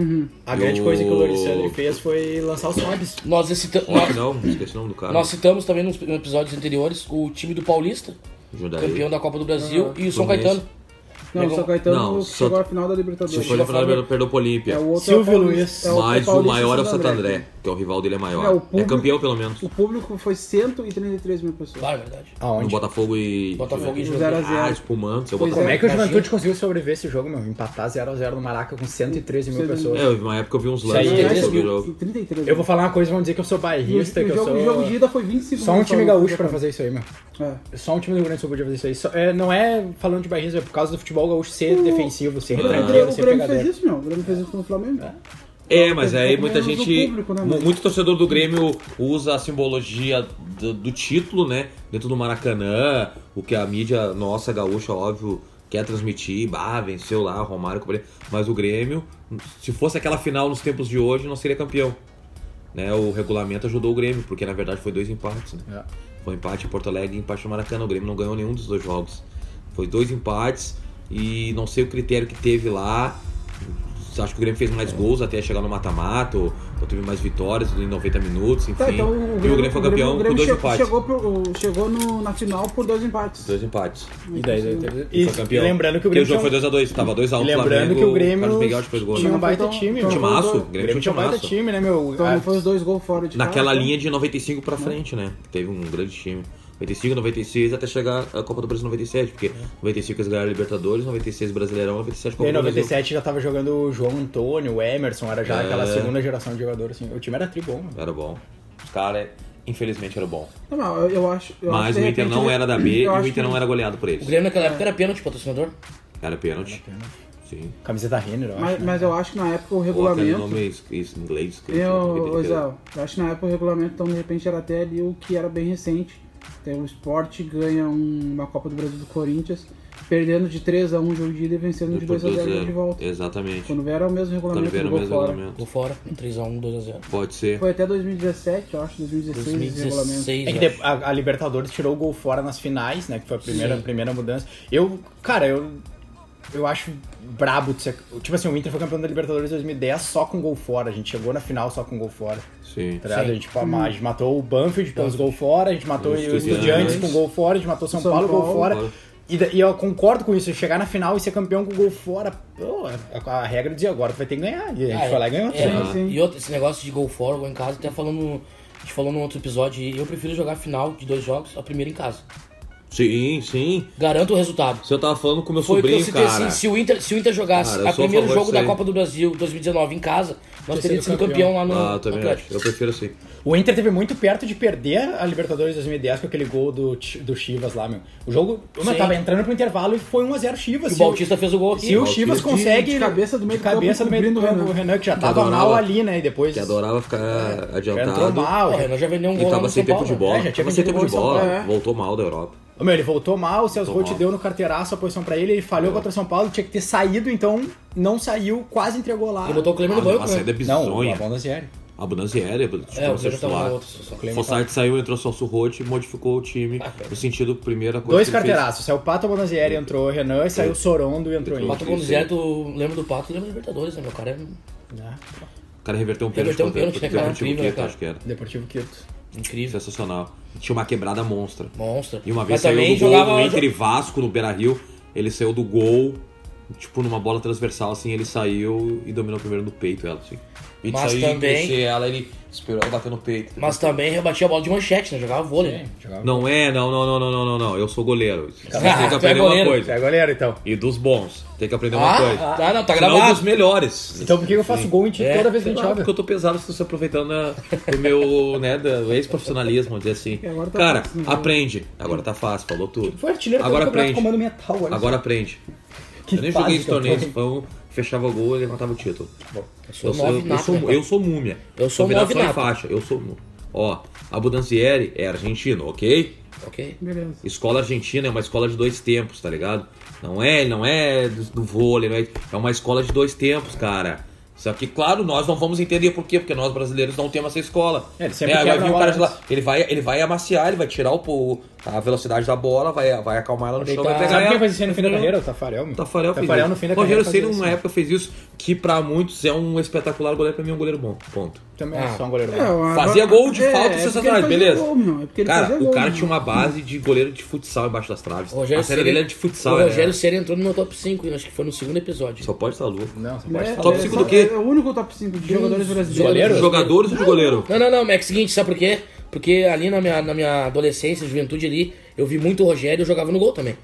[SPEAKER 4] A grande
[SPEAKER 2] E o-
[SPEAKER 4] coisa que o Lorissandre fez foi lançar os sobs.
[SPEAKER 3] Nós, excita-
[SPEAKER 2] Ó, que
[SPEAKER 3] nós-
[SPEAKER 2] não, é esqueci o nome do cara.
[SPEAKER 3] nós citamos também nos episódios anteriores o time do Paulista,
[SPEAKER 2] Jundiaí.
[SPEAKER 3] campeão da Copa do Brasil, e o São
[SPEAKER 2] Fluminense.
[SPEAKER 3] Caetano.
[SPEAKER 1] Não, o São Caetano
[SPEAKER 2] Não,
[SPEAKER 1] chegou
[SPEAKER 2] Santo-
[SPEAKER 1] à final da Libertadores.
[SPEAKER 2] Se foi na final, ele perdeu pro Olímpia.
[SPEAKER 1] É o outro
[SPEAKER 4] Silvio
[SPEAKER 1] é o Paulista-
[SPEAKER 4] Luiz.
[SPEAKER 1] é outro
[SPEAKER 2] Mas o
[SPEAKER 1] Paulista
[SPEAKER 2] maior é o
[SPEAKER 1] Santo
[SPEAKER 2] Santo Andé, que é o rival dele é
[SPEAKER 1] É, o
[SPEAKER 2] maior. É
[SPEAKER 1] público-
[SPEAKER 2] campeão, pelo menos.
[SPEAKER 1] O público foi 133 mil pessoas.
[SPEAKER 3] Vai, é verdade.
[SPEAKER 2] No
[SPEAKER 4] Aonde?
[SPEAKER 2] Botafogo e...
[SPEAKER 3] Botafogo e
[SPEAKER 1] Um
[SPEAKER 3] Juventude.
[SPEAKER 1] 0 a
[SPEAKER 2] Ah,
[SPEAKER 1] 0
[SPEAKER 2] espumando, seu
[SPEAKER 1] Pois
[SPEAKER 4] Como
[SPEAKER 2] Botafogo.
[SPEAKER 4] é que o
[SPEAKER 3] Imagina.
[SPEAKER 4] Juventude conseguiu sobreviver esse jogo, meu? Empatar 0x0 no Maraca com 113 mil
[SPEAKER 1] Sim.
[SPEAKER 4] pessoas.
[SPEAKER 2] É, eu vi uma época eu vi uns
[SPEAKER 4] Isso aí,
[SPEAKER 2] lances
[SPEAKER 1] é
[SPEAKER 4] né?
[SPEAKER 2] dele sobre o jogo.
[SPEAKER 1] 33
[SPEAKER 4] Eu vou falar uma coisa, vão dizer que eu
[SPEAKER 1] E
[SPEAKER 4] sou
[SPEAKER 1] o,
[SPEAKER 4] bairrista, que
[SPEAKER 1] o
[SPEAKER 4] eu
[SPEAKER 1] jogo,
[SPEAKER 4] sou...
[SPEAKER 1] o jogo de ida foi 25
[SPEAKER 4] Só um
[SPEAKER 1] mil
[SPEAKER 4] time
[SPEAKER 1] pessoas.
[SPEAKER 4] gaúcho pra fazer isso aí, meu.
[SPEAKER 1] É.
[SPEAKER 4] Só um time do Rio Grande do Sul podia fazer isso aí. Só- é, não é falando de bairrismo, é por causa do futebol gaúcho ser
[SPEAKER 1] O-
[SPEAKER 4] defensivo, ser
[SPEAKER 1] O
[SPEAKER 4] retranqueiro,
[SPEAKER 1] Grêmio, o
[SPEAKER 4] ser
[SPEAKER 1] Grêmio fez
[SPEAKER 4] pegador.
[SPEAKER 1] isso, não. O Grêmio fez isso com o Flamengo.
[SPEAKER 2] É, mas aí
[SPEAKER 1] Tem
[SPEAKER 2] muita
[SPEAKER 1] menos
[SPEAKER 2] gente.
[SPEAKER 1] o público, né,
[SPEAKER 2] mu-
[SPEAKER 1] mano?
[SPEAKER 2] muito torcedor do Grêmio usa a simbologia do, do título, né? Dentro do Maracanã, o que a mídia nossa, gaúcha, óbvio, quer transmitir. Bah, venceu lá, Romário. companhia. Mas o Grêmio, se fosse aquela final nos tempos de hoje, não seria campeão. Né? O regulamento ajudou o Grêmio, porque na verdade foi dois empates, né?
[SPEAKER 4] É.
[SPEAKER 2] Foi empate em Porto Alegre e empate no Maracanã. O Grêmio não ganhou nenhum dos dois jogos. Foi dois empates e não sei o critério que teve lá. acho que o Grêmio fez mais
[SPEAKER 1] É.
[SPEAKER 2] gols até chegar no mata-mata, ou, ou teve mais vitórias em 90 minutos, enfim.
[SPEAKER 1] Tá, então
[SPEAKER 2] e o Grêmio foi campeão
[SPEAKER 1] o Grêmio
[SPEAKER 2] com dois
[SPEAKER 1] chegou,
[SPEAKER 2] empates.
[SPEAKER 1] Chegou, pro- chegou no- na final por dois empates.
[SPEAKER 2] Dois empates.
[SPEAKER 4] E daí, daí, daí-
[SPEAKER 2] E
[SPEAKER 4] e-
[SPEAKER 2] foi campeão.
[SPEAKER 4] e lembrando que o
[SPEAKER 2] Porque
[SPEAKER 4] Grêmio
[SPEAKER 2] jogo foi
[SPEAKER 4] tinha
[SPEAKER 2] 2x2, tava 2x1
[SPEAKER 4] um- lembrando
[SPEAKER 2] Flamengo,
[SPEAKER 4] que o Grêmio
[SPEAKER 2] Carlos Miguel fez gol. né?
[SPEAKER 4] tinha um
[SPEAKER 1] Então,
[SPEAKER 4] baita
[SPEAKER 1] então,
[SPEAKER 4] time,
[SPEAKER 1] então,
[SPEAKER 4] mano.
[SPEAKER 1] então,
[SPEAKER 2] Timaço, o
[SPEAKER 4] O
[SPEAKER 2] Grêmio,
[SPEAKER 4] Grêmio tinha um baita
[SPEAKER 2] timaço.
[SPEAKER 4] time, né, meu?
[SPEAKER 1] Então
[SPEAKER 4] Ah,
[SPEAKER 1] não foi os dois gols fora de
[SPEAKER 2] Naquela
[SPEAKER 1] casa,
[SPEAKER 2] linha de 95
[SPEAKER 1] Uhum.
[SPEAKER 2] pra frente, né? Teve um grande time. 95, 96 até chegar a Copa do Brasil 97,
[SPEAKER 1] É.
[SPEAKER 2] porque 95 eles ganharam a Libertadores, 96 Brasileirão, 97 Copa
[SPEAKER 4] Em
[SPEAKER 2] do Brasil.
[SPEAKER 4] 97 já tava jogando o João Antônio, o Emerson, era já
[SPEAKER 2] É.
[SPEAKER 4] aquela segunda geração de jogador, assim. O time era tribom, mano.
[SPEAKER 2] Era bom. Os caras, infelizmente, era bom.
[SPEAKER 1] Não, não, eu, eu acho. eu acho
[SPEAKER 2] Mas
[SPEAKER 1] que,
[SPEAKER 2] o
[SPEAKER 1] de
[SPEAKER 2] Inter
[SPEAKER 1] repente,
[SPEAKER 2] não
[SPEAKER 1] ele-
[SPEAKER 2] era da B e
[SPEAKER 1] eu
[SPEAKER 2] o
[SPEAKER 1] acho
[SPEAKER 2] Inter
[SPEAKER 1] que-
[SPEAKER 2] não era goleado por
[SPEAKER 3] O
[SPEAKER 2] eles.
[SPEAKER 3] Grêmio naquela época era pênalti, patrocinador.
[SPEAKER 2] Era pênalti. Sim.
[SPEAKER 4] Camiseta Renner, eu acho.
[SPEAKER 1] Mas,
[SPEAKER 4] né?
[SPEAKER 1] mas eu acho que na época o
[SPEAKER 2] Ou até
[SPEAKER 1] regulamento.
[SPEAKER 2] nome es- es- em inglês escrito.
[SPEAKER 1] Eu,
[SPEAKER 2] né?
[SPEAKER 1] ô, Zé, eu acho que na época o regulamento, então, de repente, era até ali o que era bem recente. Então, o Sport ganha um- uma Copa do Brasil do Corinthians, perdendo de 3x1 o jogo de ida e vencendo de
[SPEAKER 2] Dois por
[SPEAKER 1] 2x0 o jogo de
[SPEAKER 2] zero.
[SPEAKER 1] volta.
[SPEAKER 2] Exatamente.
[SPEAKER 1] Quando vier era o mesmo
[SPEAKER 2] Quando
[SPEAKER 1] regulamento,
[SPEAKER 2] vieram o
[SPEAKER 1] jogou
[SPEAKER 2] mesmo
[SPEAKER 1] fora.
[SPEAKER 2] regulamento.
[SPEAKER 3] Gol fora, 3x1, 2x0.
[SPEAKER 2] Pode ser.
[SPEAKER 1] Foi até 2017, eu acho, 2016, esse regulamento.
[SPEAKER 3] 2016,
[SPEAKER 4] É que
[SPEAKER 3] eu
[SPEAKER 4] de- a, a Libertadores tirou o gol fora nas finais, né? Que foi a primeira, primeira mudança. Eu, cara, eu. Eu acho brabo de ser. Tipo assim, o Inter foi campeão da Libertadores em 2010 só com gol fora. A gente chegou na final só com gol fora.
[SPEAKER 2] Sim.
[SPEAKER 4] Tá ligado?
[SPEAKER 3] Sim.
[SPEAKER 4] A gente, pô, a gente matou o Banfield pelos gol fora, a gente matou
[SPEAKER 2] Os
[SPEAKER 4] os
[SPEAKER 2] Estudiantes.
[SPEAKER 4] Estudiantes com gol fora, a gente matou São,
[SPEAKER 1] São
[SPEAKER 4] Paulo, gol
[SPEAKER 1] Paulo.
[SPEAKER 4] fora.
[SPEAKER 2] Paulo.
[SPEAKER 4] E, da- e eu concordo com isso, chegar na final e ser campeão com gol fora, pô, é a, a regra dizia agora tu vai ter que ganhar. E a gente
[SPEAKER 3] Ah,
[SPEAKER 4] foi lá e ganhou.
[SPEAKER 3] é,
[SPEAKER 4] tá ligado?
[SPEAKER 1] Sim, sim.
[SPEAKER 3] E outro, esse negócio de gol fora, gol em casa, até falando. A gente falou num outro episódio, e eu prefiro jogar a final de dois jogos, a primeira em casa.
[SPEAKER 2] Sim, sim.
[SPEAKER 3] Garanto o resultado.
[SPEAKER 2] Se eu tava falando com meu
[SPEAKER 3] Foi o que eu
[SPEAKER 2] sobrinho,
[SPEAKER 3] citei
[SPEAKER 2] cara.
[SPEAKER 3] assim, se o Inter, se o Inter jogasse
[SPEAKER 2] Cara, eu
[SPEAKER 3] o
[SPEAKER 2] sou a
[SPEAKER 3] primeiro
[SPEAKER 2] favor
[SPEAKER 3] jogo
[SPEAKER 2] disso
[SPEAKER 3] da
[SPEAKER 2] aí.
[SPEAKER 3] Copa do Brasil 2019 em casa, nós
[SPEAKER 4] Tinha
[SPEAKER 3] teríamos
[SPEAKER 4] sido
[SPEAKER 3] sido campeão, lá no
[SPEAKER 2] Ah, eu também acho.
[SPEAKER 3] Atlético.
[SPEAKER 2] Eu prefiro assim.
[SPEAKER 4] O Inter teve muito perto de perder a Libertadores 2010 com aquele gol do, Chi- do Chivas lá, meu. O jogo, mano,
[SPEAKER 3] Sim.
[SPEAKER 4] tava entrando pro intervalo e foi 1x0 Chivas.
[SPEAKER 3] E o
[SPEAKER 4] Se
[SPEAKER 3] Bautista fez o gol aqui.
[SPEAKER 4] Se o
[SPEAKER 2] Bautista
[SPEAKER 4] Chivas
[SPEAKER 2] de-
[SPEAKER 4] consegue.
[SPEAKER 1] de cabeça do meio
[SPEAKER 4] de
[SPEAKER 1] do campo,
[SPEAKER 4] cabeça do meio do
[SPEAKER 1] cobrindo o
[SPEAKER 4] campo, o Renan, que já
[SPEAKER 2] Que
[SPEAKER 4] tava
[SPEAKER 2] adorava.
[SPEAKER 4] mal ali, né? E depois.
[SPEAKER 2] Que adorava ficar
[SPEAKER 4] já entrou
[SPEAKER 2] adiantado.
[SPEAKER 4] mal. né.
[SPEAKER 3] Porra, nós já vendeu um
[SPEAKER 2] E
[SPEAKER 3] gol lá
[SPEAKER 2] tava
[SPEAKER 3] no São
[SPEAKER 2] sem tempo
[SPEAKER 3] Paulo.
[SPEAKER 2] de
[SPEAKER 3] né?
[SPEAKER 2] bola.
[SPEAKER 4] É, já tinha
[SPEAKER 2] Tava sem
[SPEAKER 4] vendido
[SPEAKER 2] tempo de
[SPEAKER 4] gol em
[SPEAKER 2] bola.
[SPEAKER 4] São
[SPEAKER 1] Paulo, é.
[SPEAKER 2] Voltou mal da Europa.
[SPEAKER 4] Ô, Meu, ele voltou mal, o Celso
[SPEAKER 2] Voltou
[SPEAKER 4] Roth
[SPEAKER 2] mal.
[SPEAKER 4] deu no carteiraço a posição pra ele, ele falhou contra o São Paulo, tinha que ter saído, então não saiu, quase entregou lá.
[SPEAKER 3] Ele botou o Clemer no
[SPEAKER 2] Nossa,
[SPEAKER 3] banco,
[SPEAKER 2] uma
[SPEAKER 3] né?
[SPEAKER 2] saída
[SPEAKER 4] Não,
[SPEAKER 2] bizonha.
[SPEAKER 4] a Bondazieri.
[SPEAKER 2] Abundância aérea, tipo,
[SPEAKER 3] É, o
[SPEAKER 2] você
[SPEAKER 3] Clemer tava
[SPEAKER 2] titular.
[SPEAKER 3] na outra situação.
[SPEAKER 2] Fossard saiu, entrou Celso Rotti e modificou o time. No sentido, primeira coisa
[SPEAKER 4] Dois
[SPEAKER 2] que ele fez.
[SPEAKER 4] carteiraços, saiu o Pato Bondazieri, entrou o Renan, e saiu o Sorondo e entrou o
[SPEAKER 3] Pato
[SPEAKER 4] Inter.
[SPEAKER 3] Gomes
[SPEAKER 2] é-
[SPEAKER 3] Zé, tu lembra do Pato e lembra do Libertadores, né? Meu cara é
[SPEAKER 4] Né?
[SPEAKER 2] O cara reverteu um pênalti
[SPEAKER 3] Reverteu um
[SPEAKER 2] contra
[SPEAKER 3] pênalti, né,
[SPEAKER 2] contra
[SPEAKER 3] cara?
[SPEAKER 2] o time
[SPEAKER 3] Incrível,
[SPEAKER 2] Quito,
[SPEAKER 3] cara.
[SPEAKER 2] acho que era.
[SPEAKER 4] Deportivo Quito.
[SPEAKER 3] incrível.
[SPEAKER 2] Sensacional. Tinha uma quebrada monstra.
[SPEAKER 3] Monstro.
[SPEAKER 2] E uma vez
[SPEAKER 3] Mas
[SPEAKER 2] saiu
[SPEAKER 3] também
[SPEAKER 2] do gol
[SPEAKER 3] jogava
[SPEAKER 2] do Inter e Vasco no Beira Rio. Ele saiu do gol, tipo numa bola transversal, assim, ele saiu e dominou primeiro no peito ela, assim. E
[SPEAKER 3] Mas
[SPEAKER 2] saiu
[SPEAKER 3] também-
[SPEAKER 2] e ela, ele esperou ela bater no peito.
[SPEAKER 3] Mas também rebatia a bola de manchete, né? Jogava vôlei. né?
[SPEAKER 2] Não é, não, não, não, não, não, não, não. Eu sou goleiro. Você tem
[SPEAKER 3] tu
[SPEAKER 2] que
[SPEAKER 3] é
[SPEAKER 2] aprender uma
[SPEAKER 3] goleiro.
[SPEAKER 4] Você
[SPEAKER 2] coisa.
[SPEAKER 4] é goleiro, então.
[SPEAKER 2] E dos bons. Tem que aprender uma coisa.
[SPEAKER 3] Ah, tá, não, tá
[SPEAKER 2] Senão dos
[SPEAKER 3] gravado.
[SPEAKER 2] melhores.
[SPEAKER 4] Então por que eu faço gol em ti
[SPEAKER 3] É,
[SPEAKER 4] toda vez que
[SPEAKER 2] Sei
[SPEAKER 4] a gente
[SPEAKER 2] lá,
[SPEAKER 4] joga?
[SPEAKER 2] porque eu tô pesado, estou se aproveitando da- do meu, né, do ex-profissionalismo, vamos dizer assim.
[SPEAKER 1] E agora tá
[SPEAKER 2] Cara,
[SPEAKER 1] fácil, né?
[SPEAKER 2] aprende. Agora tá fácil, falou tudo.
[SPEAKER 4] Foi artilheiro
[SPEAKER 2] Agora
[SPEAKER 4] do campeonato
[SPEAKER 2] aprende.
[SPEAKER 4] comando metal, olha
[SPEAKER 2] Agora aprende.
[SPEAKER 4] só. Que
[SPEAKER 2] eu nem
[SPEAKER 4] fase
[SPEAKER 2] joguei esse
[SPEAKER 4] que eu tô
[SPEAKER 2] torneio,
[SPEAKER 4] em.
[SPEAKER 2] então fechava gol e levantava o título.
[SPEAKER 3] Eu sou
[SPEAKER 2] Eu sou,
[SPEAKER 3] nove
[SPEAKER 2] eu,
[SPEAKER 3] nato,
[SPEAKER 2] sou,
[SPEAKER 4] então.
[SPEAKER 3] né, cara?
[SPEAKER 2] eu sou múmia.
[SPEAKER 3] Eu sou
[SPEAKER 2] Combinado
[SPEAKER 3] nove
[SPEAKER 2] só em
[SPEAKER 3] nato.
[SPEAKER 2] faixa. Eu sou múmia. Ó, Abundancieri é argentino, ok?
[SPEAKER 3] Ok.
[SPEAKER 1] Beleza.
[SPEAKER 2] Escola argentina é uma escola de dois tempos, tá ligado? Não é, não é do, do vôlei, não é, é uma escola de dois tempos, cara. Só que, claro, nós não vamos entender por quê, porque nós brasileiros não temos essa escola.
[SPEAKER 4] É, ele sempre
[SPEAKER 2] aí
[SPEAKER 4] quebra
[SPEAKER 2] vai vir
[SPEAKER 4] a
[SPEAKER 2] o cara de
[SPEAKER 4] bola
[SPEAKER 2] lá, ele vai, ele vai amaciar, ele vai tirar o, o- a velocidade da bola, vai, vai acalmar ela no chão, vai
[SPEAKER 3] Deitar.
[SPEAKER 2] pegar
[SPEAKER 4] Sabe quem
[SPEAKER 2] ela.
[SPEAKER 4] faz isso aí no fim da carreira? O Tafarel, meu.
[SPEAKER 2] é Tafarel fez
[SPEAKER 4] Tafarel
[SPEAKER 2] isso.
[SPEAKER 4] no fim da
[SPEAKER 2] Rogério
[SPEAKER 4] carreira. fazia
[SPEAKER 2] Ceni,
[SPEAKER 4] isso. né?
[SPEAKER 2] uma época, fez isso, que pra muitos é um espetacular goleiro, pra mim é um goleiro bom. Ponto.
[SPEAKER 4] Também
[SPEAKER 3] Ah.
[SPEAKER 4] só um goleiro.
[SPEAKER 1] É,
[SPEAKER 4] bom.
[SPEAKER 1] o-
[SPEAKER 2] Fazia
[SPEAKER 1] agora-
[SPEAKER 2] gol de
[SPEAKER 1] é,
[SPEAKER 2] falta
[SPEAKER 1] é
[SPEAKER 2] sensacionais,
[SPEAKER 1] porque ele fazia
[SPEAKER 2] beleza.
[SPEAKER 1] gol, meu, é porque ele
[SPEAKER 2] cara,
[SPEAKER 1] fazia
[SPEAKER 2] o
[SPEAKER 1] gol,
[SPEAKER 2] cara
[SPEAKER 1] meu.
[SPEAKER 2] tinha uma base de goleiro de futsal embaixo das traves.
[SPEAKER 3] O Rogério
[SPEAKER 2] a série dele
[SPEAKER 3] Ceni-
[SPEAKER 2] era de futsal,
[SPEAKER 3] o
[SPEAKER 2] né?
[SPEAKER 3] Rogério Ceni entrou no meu top 5, acho que foi no segundo episódio.
[SPEAKER 2] Só pode estar louco.
[SPEAKER 4] Não, só
[SPEAKER 1] É,
[SPEAKER 4] pode falar.
[SPEAKER 2] um Top
[SPEAKER 1] é,
[SPEAKER 2] cinco
[SPEAKER 1] só-
[SPEAKER 2] do quê?
[SPEAKER 1] É o único top 5 de jogadores brasileiros.
[SPEAKER 4] goleiro?
[SPEAKER 2] De jogadores ou de goleiro?
[SPEAKER 3] Não, não, não, mas é que é o seguinte, sabe por quê? Porque ali na minha, na minha adolescência, juventude ali, eu vi muito o Rogério e eu jogava no gol também.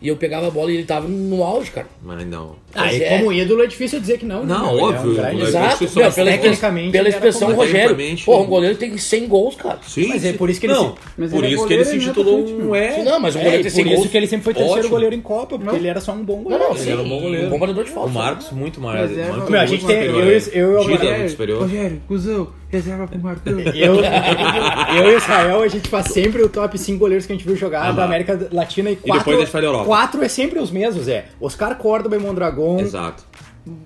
[SPEAKER 3] E eu pegava a bola e ele tava no auge, cara.
[SPEAKER 2] Mas não.
[SPEAKER 4] Ah, e
[SPEAKER 3] Pois é.
[SPEAKER 4] como ídolo é difícil dizer que não. né,
[SPEAKER 2] Não,
[SPEAKER 4] meu? Ele é um
[SPEAKER 2] óbvio,
[SPEAKER 4] grande-
[SPEAKER 2] moleque.
[SPEAKER 4] Exato.
[SPEAKER 3] Exato,
[SPEAKER 2] isso
[SPEAKER 3] meu,
[SPEAKER 2] é
[SPEAKER 3] pela,
[SPEAKER 4] tecnicamente,
[SPEAKER 3] pela
[SPEAKER 4] ele era
[SPEAKER 3] expressão
[SPEAKER 4] como-
[SPEAKER 3] Rogério.
[SPEAKER 2] Tecnicamente,
[SPEAKER 3] Porra, um
[SPEAKER 2] ele-
[SPEAKER 3] goleiro tem 100 gols, cara.
[SPEAKER 2] Sim,
[SPEAKER 4] Mas é por isso que ele
[SPEAKER 2] não.
[SPEAKER 4] se-
[SPEAKER 1] Mas
[SPEAKER 2] por
[SPEAKER 1] ele é
[SPEAKER 2] isso que
[SPEAKER 1] goleiro,
[SPEAKER 2] ele se
[SPEAKER 1] ele é
[SPEAKER 2] intitulou
[SPEAKER 1] atacante,
[SPEAKER 2] um é.
[SPEAKER 3] Não, mas um
[SPEAKER 4] É,
[SPEAKER 3] goleiro
[SPEAKER 4] e
[SPEAKER 3] tem
[SPEAKER 4] por
[SPEAKER 3] 100
[SPEAKER 4] isso
[SPEAKER 3] gols.
[SPEAKER 4] que ele sempre foi terceiro
[SPEAKER 2] Ótimo.
[SPEAKER 4] goleiro em Copa, porque
[SPEAKER 1] Não.
[SPEAKER 4] ele era só um bom
[SPEAKER 3] Não,
[SPEAKER 4] goleiro.
[SPEAKER 3] não,
[SPEAKER 4] [laughs]
[SPEAKER 2] Ele era um bom goleiro.
[SPEAKER 3] Um bom batedor de falta.
[SPEAKER 2] O Marcos muito maior.
[SPEAKER 1] Mas é,
[SPEAKER 2] muito,
[SPEAKER 1] meu, a
[SPEAKER 4] gente
[SPEAKER 2] muito
[SPEAKER 4] tem-
[SPEAKER 2] superior,
[SPEAKER 4] eu-
[SPEAKER 2] né?
[SPEAKER 4] eu- eu-
[SPEAKER 2] Dida é
[SPEAKER 1] Rogério,
[SPEAKER 2] muito superior.
[SPEAKER 1] Rogério, cuzão, reserva pro
[SPEAKER 2] [laughs]
[SPEAKER 1] Marcão.
[SPEAKER 4] Eu, eu e Israel, a gente faz sempre o top 5 goleiros que a gente viu jogar da América Latina e quatro.
[SPEAKER 2] Ah, depois a gente vai na Europa.
[SPEAKER 4] Quatro é sempre os mesmos, é. Oscar Córdoba e Mondragon,
[SPEAKER 2] Exato.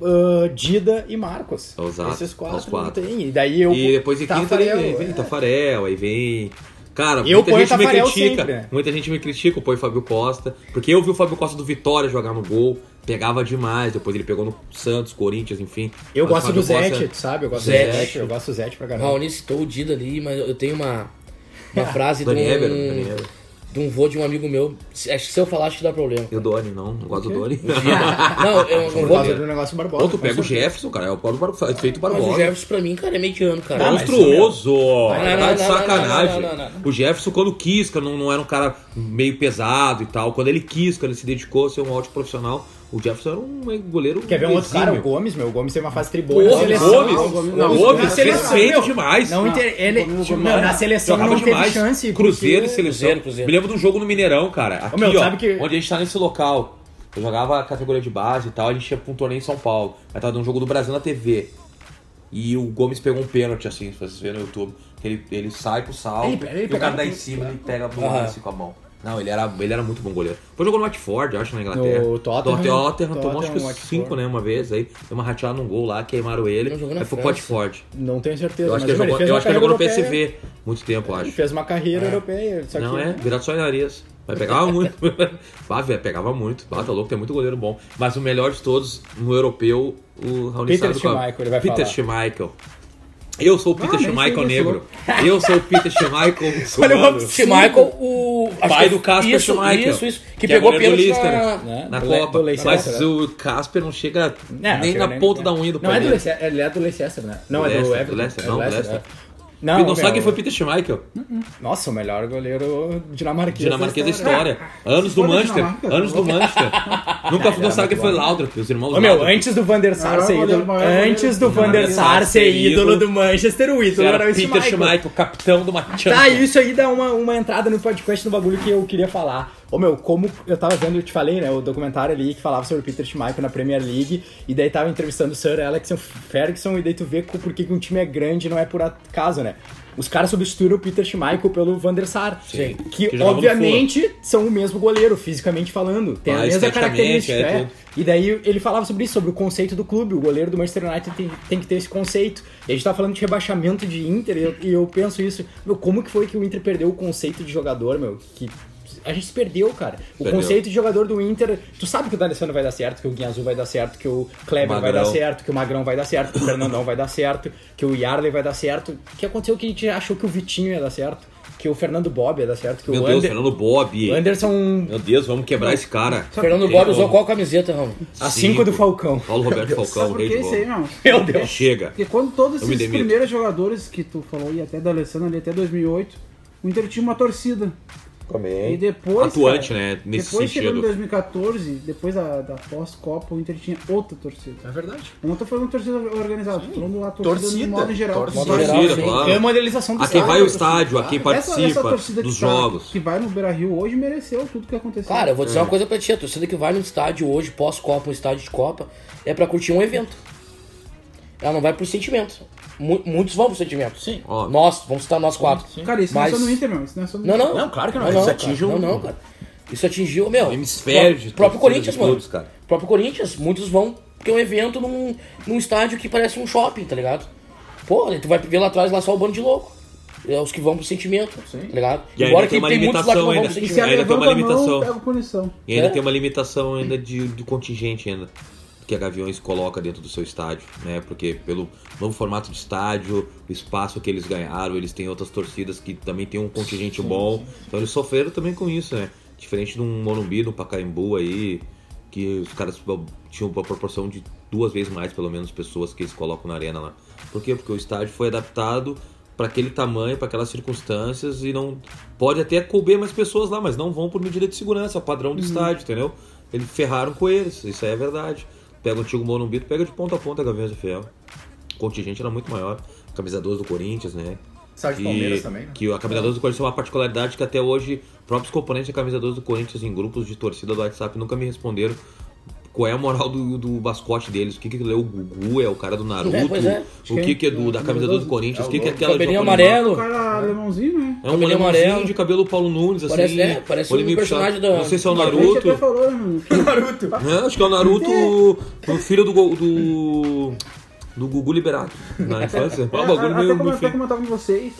[SPEAKER 4] ah, Dida e Marcos.
[SPEAKER 2] Exato.
[SPEAKER 4] Esses quatro,
[SPEAKER 2] Os quatro.
[SPEAKER 4] tem. E daí eu.
[SPEAKER 2] E depois em quinta
[SPEAKER 4] Tafarel,
[SPEAKER 2] aí vem
[SPEAKER 4] é.
[SPEAKER 2] Tafarel, aí vem. Cara,
[SPEAKER 4] Eu
[SPEAKER 2] muita
[SPEAKER 4] ponho
[SPEAKER 2] gente me
[SPEAKER 4] Tafarel
[SPEAKER 2] critica.
[SPEAKER 4] sempre, né?
[SPEAKER 2] Muita gente me critica, põe Fábio Costa. Porque eu vi o Fábio Costa do Vitória jogar no gol. pegava demais. Depois ele pegou no Santos, Corinthians, enfim.
[SPEAKER 4] Eu
[SPEAKER 2] Mas
[SPEAKER 4] gosto
[SPEAKER 2] Fábio
[SPEAKER 4] do Zete,
[SPEAKER 2] Costa-
[SPEAKER 4] tu sabe? Eu gosto
[SPEAKER 3] Zete.
[SPEAKER 4] do Zete, eu gosto do Zete pra
[SPEAKER 3] O
[SPEAKER 4] caramba.
[SPEAKER 3] Raoni citou o Dida ali, mas eu tenho uma,
[SPEAKER 4] [laughs]
[SPEAKER 3] uma frase de um,
[SPEAKER 2] Doni Ebero, Doni Ebero.
[SPEAKER 3] de um vô de um amigo meu. Se- Acho que se eu falar, acho que dá
[SPEAKER 2] [laughs]
[SPEAKER 3] problema.
[SPEAKER 2] E o Doni, não. Não gosto do
[SPEAKER 4] [laughs]
[SPEAKER 2] Doni.
[SPEAKER 3] Não, é um, um
[SPEAKER 4] Por
[SPEAKER 3] vô.
[SPEAKER 4] causa do negócio do Barbosa.
[SPEAKER 2] Ou tu pega o Jefferson, cara. É o Paulo Barbosa. Feito
[SPEAKER 3] Mas o
[SPEAKER 2] Barbosa.
[SPEAKER 3] Jefferson pra mim, cara, é mediano, cara.
[SPEAKER 4] Ah, mas-
[SPEAKER 2] Monstruoso!
[SPEAKER 3] não,
[SPEAKER 2] Tá de
[SPEAKER 3] não, não,
[SPEAKER 2] sacanagem.
[SPEAKER 3] não, não, não,
[SPEAKER 2] O Jefferson, quando quis, cara, não, não era um cara meio pesado e tal. Quando ele quis, quando ele se dedicou a ser um ótimo profissional, o Jefferson era um goleiro.
[SPEAKER 4] Quer ver um outro cara? O
[SPEAKER 2] exímio.
[SPEAKER 4] Gomes, meu. O Gomes teve uma fase
[SPEAKER 2] Pô,
[SPEAKER 4] triboa.
[SPEAKER 2] o
[SPEAKER 4] na seleção.
[SPEAKER 2] Gomes,
[SPEAKER 4] Não,
[SPEAKER 2] o
[SPEAKER 4] o
[SPEAKER 2] Gomes,
[SPEAKER 4] não,
[SPEAKER 1] na
[SPEAKER 4] seleção,
[SPEAKER 2] perfeito
[SPEAKER 4] meu.
[SPEAKER 2] demais.
[SPEAKER 4] Não, inter... ele...
[SPEAKER 1] Gomes,
[SPEAKER 4] tipo,
[SPEAKER 1] Gomes,
[SPEAKER 4] meu, na
[SPEAKER 1] Gomes.
[SPEAKER 4] seleção
[SPEAKER 2] Jogava
[SPEAKER 4] não teve
[SPEAKER 2] demais.
[SPEAKER 4] chance.
[SPEAKER 2] Cruzeiro e
[SPEAKER 4] porque-
[SPEAKER 2] seleção.
[SPEAKER 3] Cruzeiro, Cruzeiro.
[SPEAKER 2] Me lembro de um jogo no Mineirão, cara. Aqui,
[SPEAKER 4] Ô, meu,
[SPEAKER 2] ó,
[SPEAKER 4] sabe que-
[SPEAKER 2] Onde a gente tá nesse local. Eu jogava a categoria de base e tal, a gente ia pra um torneio em São Paulo. Aí tava dando um jogo do Brasil na TV. E o Gomes pegou um pênalti, assim, se vocês verem no YouTube. que Ele, ele sai pro salto,
[SPEAKER 4] Ele- ele
[SPEAKER 2] e o cara
[SPEAKER 4] pegava
[SPEAKER 2] dá em
[SPEAKER 4] tudo, né?
[SPEAKER 2] cima e pega a
[SPEAKER 3] Aham.
[SPEAKER 2] bola assim com a mão. Não, ele era, ele era muito bom goleiro. Depois jogou no Watford, eu acho, na Inglaterra.
[SPEAKER 4] No Tottenham.
[SPEAKER 2] Tottenham, tomou acho que
[SPEAKER 4] Tottenham,
[SPEAKER 2] cinco,
[SPEAKER 4] Watford.
[SPEAKER 2] né, uma vez. Aí deu uma rateada num gol lá, queimaram ele.
[SPEAKER 3] Não jogou na
[SPEAKER 2] Aí foi pro
[SPEAKER 3] França.
[SPEAKER 2] Watford.
[SPEAKER 4] Não tenho certeza.
[SPEAKER 2] Eu
[SPEAKER 4] mas
[SPEAKER 2] acho que ele
[SPEAKER 4] meu,
[SPEAKER 2] jogou,
[SPEAKER 4] fez
[SPEAKER 2] eu
[SPEAKER 4] uma
[SPEAKER 2] acho que ele jogou
[SPEAKER 4] carreira
[SPEAKER 2] no
[SPEAKER 4] europeia.
[SPEAKER 2] PSV muito tempo, eu
[SPEAKER 4] Ele
[SPEAKER 2] acho.
[SPEAKER 4] fez uma carreira europeia. Só
[SPEAKER 2] Não
[SPEAKER 4] que...
[SPEAKER 2] é, virado só em nariz. Mas pegava [laughs] muito. Bah, velho, pegava muito. Bah, tá louco, tem muito goleiro bom. Mas o melhor de todos, no europeu, o Raoni
[SPEAKER 4] Peter
[SPEAKER 2] sabe qual é.
[SPEAKER 4] Schmeichel, ele vai
[SPEAKER 2] Peter
[SPEAKER 4] falar.
[SPEAKER 2] Schmeichel. Eu sou o Peter
[SPEAKER 1] Ah, nem
[SPEAKER 2] Schmeichel
[SPEAKER 1] sei quem é esse
[SPEAKER 2] negro. Eu sou o Peter
[SPEAKER 4] [laughs]
[SPEAKER 2] Schmeichel
[SPEAKER 4] Olha o
[SPEAKER 2] muçulmano.
[SPEAKER 4] absurdo.
[SPEAKER 3] Schmeichel, o. acho
[SPEAKER 2] Pai
[SPEAKER 3] que-
[SPEAKER 2] do Casper
[SPEAKER 3] isso,
[SPEAKER 2] Schmeichel.
[SPEAKER 3] Isso, isso. Que,
[SPEAKER 2] é
[SPEAKER 3] pegou
[SPEAKER 2] goleiro do
[SPEAKER 3] pênalti
[SPEAKER 2] Leicester,
[SPEAKER 3] na...
[SPEAKER 4] né?
[SPEAKER 2] na
[SPEAKER 4] Do Le-
[SPEAKER 2] Copa.
[SPEAKER 4] do Leicester,
[SPEAKER 2] Mas
[SPEAKER 4] né?
[SPEAKER 2] o Casper não chega
[SPEAKER 4] Não,
[SPEAKER 2] nem
[SPEAKER 4] chega
[SPEAKER 2] na
[SPEAKER 4] nem-
[SPEAKER 2] ponta
[SPEAKER 4] é.
[SPEAKER 2] da unha do
[SPEAKER 4] Não é do
[SPEAKER 2] Palmeiras.
[SPEAKER 4] Leicester, ele é do Leicester, né? Não,
[SPEAKER 2] Do
[SPEAKER 4] é do
[SPEAKER 2] Leicester,
[SPEAKER 4] Everton.
[SPEAKER 2] do Leicester,
[SPEAKER 4] é
[SPEAKER 2] não, do
[SPEAKER 4] né?
[SPEAKER 2] Leicester.
[SPEAKER 4] Não,
[SPEAKER 2] E não sabe
[SPEAKER 4] meu,
[SPEAKER 2] quem foi Peter Schmeichel?
[SPEAKER 4] Nossa, o melhor goleiro dinamarquês.
[SPEAKER 2] Dinamarquês é da história. Anos
[SPEAKER 1] Se
[SPEAKER 2] do
[SPEAKER 1] for da
[SPEAKER 2] Manchester.
[SPEAKER 1] Dinamarca,
[SPEAKER 2] Anos do Manchester. Nunca não sabe quem foi Laudrup, os irmãos
[SPEAKER 4] é Ô, meu,
[SPEAKER 2] Laudrup.
[SPEAKER 4] antes do Van der Sar
[SPEAKER 1] Maior
[SPEAKER 4] ser
[SPEAKER 1] goleiro,
[SPEAKER 4] ídolo,
[SPEAKER 1] maior goleiro.
[SPEAKER 4] antes do Van
[SPEAKER 2] Maior
[SPEAKER 4] der Sar
[SPEAKER 2] goleiro.
[SPEAKER 4] ser ídolo
[SPEAKER 2] é Ídolo.
[SPEAKER 4] do Manchester, o ídolo
[SPEAKER 2] Era
[SPEAKER 4] era o
[SPEAKER 2] Peter
[SPEAKER 4] Schmeichel.
[SPEAKER 2] Schmeichel, capitão do Champions.
[SPEAKER 4] Tá, isso aí dá uma, uma entrada no podcast no bagulho que eu queria falar. Ô meu, como eu tava vendo, eu te falei, né, o documentário ali que falava sobre o Peter Schmeichel na Premier League, e daí tava entrevistando o Sir Alex Ferguson, e daí tu vê co- por que que um time é grande não é por acaso, né? Os caras substituíram o Peter Schmeichel pelo Van der Sar,
[SPEAKER 2] Sim.
[SPEAKER 4] que,
[SPEAKER 2] Que jogava no
[SPEAKER 4] obviamente são o mesmo goleiro, fisicamente falando, tem a
[SPEAKER 2] Ah,
[SPEAKER 4] mesma
[SPEAKER 2] esteticamente,
[SPEAKER 4] característica,
[SPEAKER 2] é,
[SPEAKER 4] é.
[SPEAKER 2] tudo.
[SPEAKER 4] E daí ele falava sobre isso, sobre o conceito do clube. O goleiro do Manchester United tem, tem que ter esse conceito. E a gente tá falando de rebaixamento de Inter e eu, e eu penso isso. Meu, como que foi que o Inter perdeu o conceito de jogador, meu? Que a gente se perdeu, cara. O
[SPEAKER 2] Perdeu.
[SPEAKER 4] conceito de jogador do Inter. Tu sabe que o D'Alessandro vai dar certo, que o Guinha Azul vai dar certo, que o Kleber vai
[SPEAKER 2] Magrão.
[SPEAKER 4] dar certo, que o Magrão vai dar certo, que o Fernandão vai dar certo, que o Yarley vai dar certo. O que aconteceu que a gente achou que o Vitinho ia dar certo, que o Fernando Bob ia dar certo, que
[SPEAKER 2] Meu
[SPEAKER 4] o
[SPEAKER 2] Deus,
[SPEAKER 4] Ander-
[SPEAKER 2] Fernando Bob.
[SPEAKER 4] Anderson.
[SPEAKER 2] Meu Deus, vamos quebrar esse cara.
[SPEAKER 4] É.
[SPEAKER 3] Fernando
[SPEAKER 2] Tem
[SPEAKER 3] Bob usou
[SPEAKER 2] como.
[SPEAKER 3] qual camiseta, Ramon?
[SPEAKER 4] A cinco do Falcão. [laughs]
[SPEAKER 2] Paulo Roberto Falcão,
[SPEAKER 1] Sabe por
[SPEAKER 2] rei
[SPEAKER 1] que
[SPEAKER 2] de
[SPEAKER 1] isso aí,
[SPEAKER 2] bola.
[SPEAKER 1] meu?
[SPEAKER 4] Meu
[SPEAKER 2] é
[SPEAKER 4] Deus.
[SPEAKER 2] Chega.
[SPEAKER 1] Porque quando todos
[SPEAKER 2] Eu me
[SPEAKER 1] esses
[SPEAKER 2] demito.
[SPEAKER 1] primeiros jogadores que tu falou, e até da Alessandra ali até 2008, o Inter tinha uma torcida. E depois.
[SPEAKER 2] Atuante,
[SPEAKER 1] cara,
[SPEAKER 2] né, nesse
[SPEAKER 1] depois chegando em
[SPEAKER 2] sentido.
[SPEAKER 1] 2014, depois da, da pós-Copa, o Inter tinha outra torcida.
[SPEAKER 4] É verdade.
[SPEAKER 1] Eu não tô falando torcida organizada, tô falando a torcida,
[SPEAKER 4] Torcida.
[SPEAKER 1] no modo geral.
[SPEAKER 4] Torcida.
[SPEAKER 1] Vai-
[SPEAKER 3] Modo
[SPEAKER 2] Torcida,
[SPEAKER 3] Sim.
[SPEAKER 2] claro.
[SPEAKER 4] É a modelização do
[SPEAKER 2] A quem
[SPEAKER 4] estádio.
[SPEAKER 2] vai ao estádio, a quem
[SPEAKER 1] Essa, essa
[SPEAKER 2] participa
[SPEAKER 1] torcida que
[SPEAKER 2] dos
[SPEAKER 1] tá-
[SPEAKER 2] jogos.
[SPEAKER 1] que vai no Beira Rio hoje mereceu tudo que aconteceu.
[SPEAKER 3] Cara, eu vou
[SPEAKER 2] É.
[SPEAKER 3] dizer uma coisa pra ti. A torcida que vai no estádio hoje, pós-Copa, um estádio de Copa, é pra curtir um evento. Ela não vai por sentimento. Mu- muitos vão por sentimento. Sim.
[SPEAKER 2] Ó.
[SPEAKER 3] Nós, vamos citar nós quatro.
[SPEAKER 1] Cara, isso
[SPEAKER 3] Mas-
[SPEAKER 1] não é só no Inter, meu. Isso não é só no
[SPEAKER 3] Não, não.
[SPEAKER 2] Não, claro que não.
[SPEAKER 3] Não,
[SPEAKER 2] Isso
[SPEAKER 3] cara.
[SPEAKER 2] atinge um-
[SPEAKER 3] Não, não, cara. Isso atingiu, meu.
[SPEAKER 2] Um hemisfério de
[SPEAKER 3] pró- próprio
[SPEAKER 2] torcidas
[SPEAKER 3] Corinthians,
[SPEAKER 2] de
[SPEAKER 3] mano.
[SPEAKER 2] clubes, cara.
[SPEAKER 3] Próprio Corinthians, muitos vão porque é um evento num, num estádio que parece um shopping, tá ligado? Pô, aí tu vai ver lá atrás lá só o bando de louco. É os que vão pro sentimento, tá ligado?
[SPEAKER 2] E ainda tem uma limitação ainda.
[SPEAKER 1] E se a
[SPEAKER 2] Ainda
[SPEAKER 1] levanta
[SPEAKER 2] tem uma
[SPEAKER 1] a mão,
[SPEAKER 2] limitação.
[SPEAKER 1] pega punição.
[SPEAKER 2] E ainda
[SPEAKER 3] É.
[SPEAKER 2] tem uma limitação ainda de, de contingente ainda que a Gaviões coloca dentro do seu estádio, né? Porque pelo novo formato de estádio, o espaço que eles ganharam, eles têm outras torcidas que também tem um contingente bom. Então eles sofreram também com isso, né? Diferente de um Morumbi, de um Pacaembu aí, que os caras tinham uma proporção de duas vezes mais, pelo menos, pessoas que eles colocam na arena lá. Por quê? Porque o estádio foi adaptado para aquele tamanho, para aquelas circunstâncias e não pode até couber mais pessoas lá, mas não vão por medida de segurança, é o padrão
[SPEAKER 4] Uhum.
[SPEAKER 2] do estádio, entendeu? Eles ferraram com eles, isso aí é verdade. Pega o antigo Morumbi, tu pega de ponta a ponta a Gaviões do Fiel. O contingente era muito maior, camisa 12 do Corinthians, né?
[SPEAKER 4] Sabe de Palmeiras também, né?
[SPEAKER 2] que a camisa 12 do Corinthians é uma particularidade que até hoje próprios componentes da camisa 12 do Corinthians em grupos de torcida do WhatsApp nunca me responderam qual é a moral do, do mascote deles, o que que é o Gugu, é o cara do Naruto,
[SPEAKER 3] É, pois é.
[SPEAKER 2] o que que é do, da camisa 12 do Corinthians, o que que é aquela de
[SPEAKER 3] Cabelinho
[SPEAKER 2] Japão-
[SPEAKER 1] O
[SPEAKER 3] amarelo.
[SPEAKER 1] cara é alemãozinho, né?
[SPEAKER 2] é um
[SPEAKER 3] Cabelinho
[SPEAKER 2] leãozinho
[SPEAKER 3] amarelo.
[SPEAKER 2] de cabelo Paulo Nunes, assim.
[SPEAKER 3] Parece- é, parece
[SPEAKER 2] olho
[SPEAKER 3] um
[SPEAKER 2] meio puxado.
[SPEAKER 3] personagem da-
[SPEAKER 2] Não sei se é o
[SPEAKER 3] da
[SPEAKER 1] A gente até
[SPEAKER 3] [laughs]
[SPEAKER 2] Naruto.
[SPEAKER 1] falou, né, meu, que
[SPEAKER 4] Naruto.
[SPEAKER 2] É, acho que é o Naruto, o o filho do, go- do, do Gugu Liberato, na
[SPEAKER 1] É,
[SPEAKER 2] infância. É um bagulho
[SPEAKER 1] até
[SPEAKER 2] meio,
[SPEAKER 1] como,
[SPEAKER 2] meio
[SPEAKER 1] até
[SPEAKER 2] feio.
[SPEAKER 1] comentava com vocês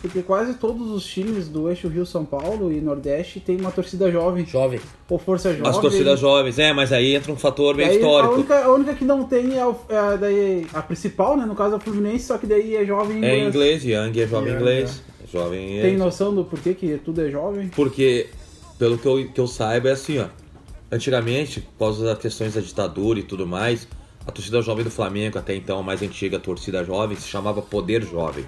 [SPEAKER 1] porque quase todos os times do eixo Rio-São Paulo e Nordeste tem uma torcida jovem,
[SPEAKER 3] Jovem.
[SPEAKER 1] ou força jovem.
[SPEAKER 2] As torcidas jovens, é, mas aí entra um fator meio
[SPEAKER 1] Daí, a,
[SPEAKER 2] histórico.
[SPEAKER 1] única, a única que não tem é, o- é a, daí, a principal, né? No caso é o Fluminense, só que daí é jovem
[SPEAKER 2] É
[SPEAKER 1] inglês.
[SPEAKER 2] em inglês, Young é jovem
[SPEAKER 4] Young,
[SPEAKER 2] inglês. Jovem
[SPEAKER 1] Tem
[SPEAKER 2] é-
[SPEAKER 1] noção do porquê que tudo é jovem?
[SPEAKER 2] Porque, pelo que eu, que eu saiba, é assim, ó. Antigamente, por causa das questões da ditadura e tudo mais, a torcida jovem do Flamengo, até então a mais antiga torcida jovem, se chamava Poder Jovem.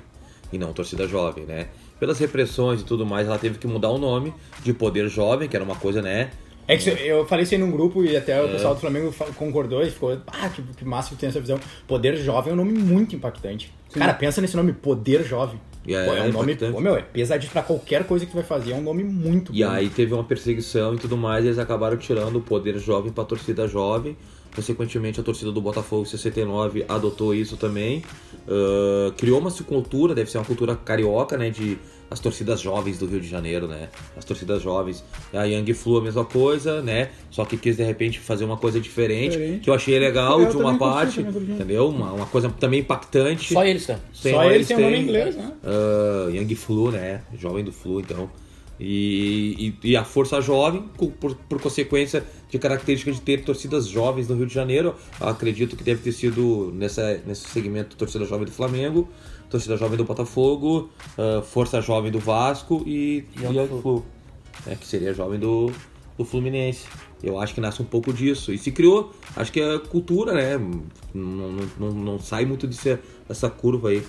[SPEAKER 2] E não torcida jovem, né? Pelas repressões e tudo mais, ela teve que mudar o nome de Poder Jovem, que era uma coisa, né?
[SPEAKER 4] É que eu falei isso aí num grupo e até
[SPEAKER 2] É.
[SPEAKER 4] o pessoal do Flamengo fa- concordou e ficou, ah, que, que massa que tem essa visão. Poder Jovem é um nome muito impactante. Cara, pensa nesse nome, Poder Jovem.
[SPEAKER 2] E é
[SPEAKER 4] Pô, um nome,
[SPEAKER 2] impactante.
[SPEAKER 4] pô, meu, é pesadíssimo pra qualquer coisa que tu vai fazer, é um nome muito
[SPEAKER 2] E
[SPEAKER 4] bom.
[SPEAKER 2] aí teve uma perseguição e tudo mais, e eles acabaram tirando o poder jovem pra torcida jovem. Consequentemente, a torcida do Botafogo 69 adotou isso também. Ah, criou uma cultura, deve ser uma cultura carioca, né? De as torcidas jovens do Rio de Janeiro, né? As torcidas jovens. A Young Flu, a mesma coisa, né? Só que quis de repente fazer uma coisa diferente,
[SPEAKER 1] Diferente.
[SPEAKER 2] que eu achei legal
[SPEAKER 1] Eu
[SPEAKER 2] de uma
[SPEAKER 1] também curti,
[SPEAKER 2] parte,
[SPEAKER 1] também curti.
[SPEAKER 2] entendeu? Uma, uma coisa também impactante.
[SPEAKER 3] Só eles, cara.
[SPEAKER 2] Sem
[SPEAKER 4] Só
[SPEAKER 2] mais
[SPEAKER 4] eles têm o nome
[SPEAKER 2] tem,
[SPEAKER 4] em inglês, né?
[SPEAKER 2] ah, Young Flu, né? Jovem do Flu, então. E, e- e a Força Jovem, co- por, por consequência de característica de ter torcidas jovens no Rio de Janeiro, acredito que deve ter sido nessa, nesse segmento torcida jovem do Flamengo, torcida jovem do Botafogo, ah, Força Jovem do Vasco e
[SPEAKER 3] Young
[SPEAKER 2] Young, Flu, né? que seria jovem do, do Fluminense. Eu acho que nasce um pouco disso. E se criou, acho que é cultura, né? Não, não- não- não sai muito desse, dessa curva aí.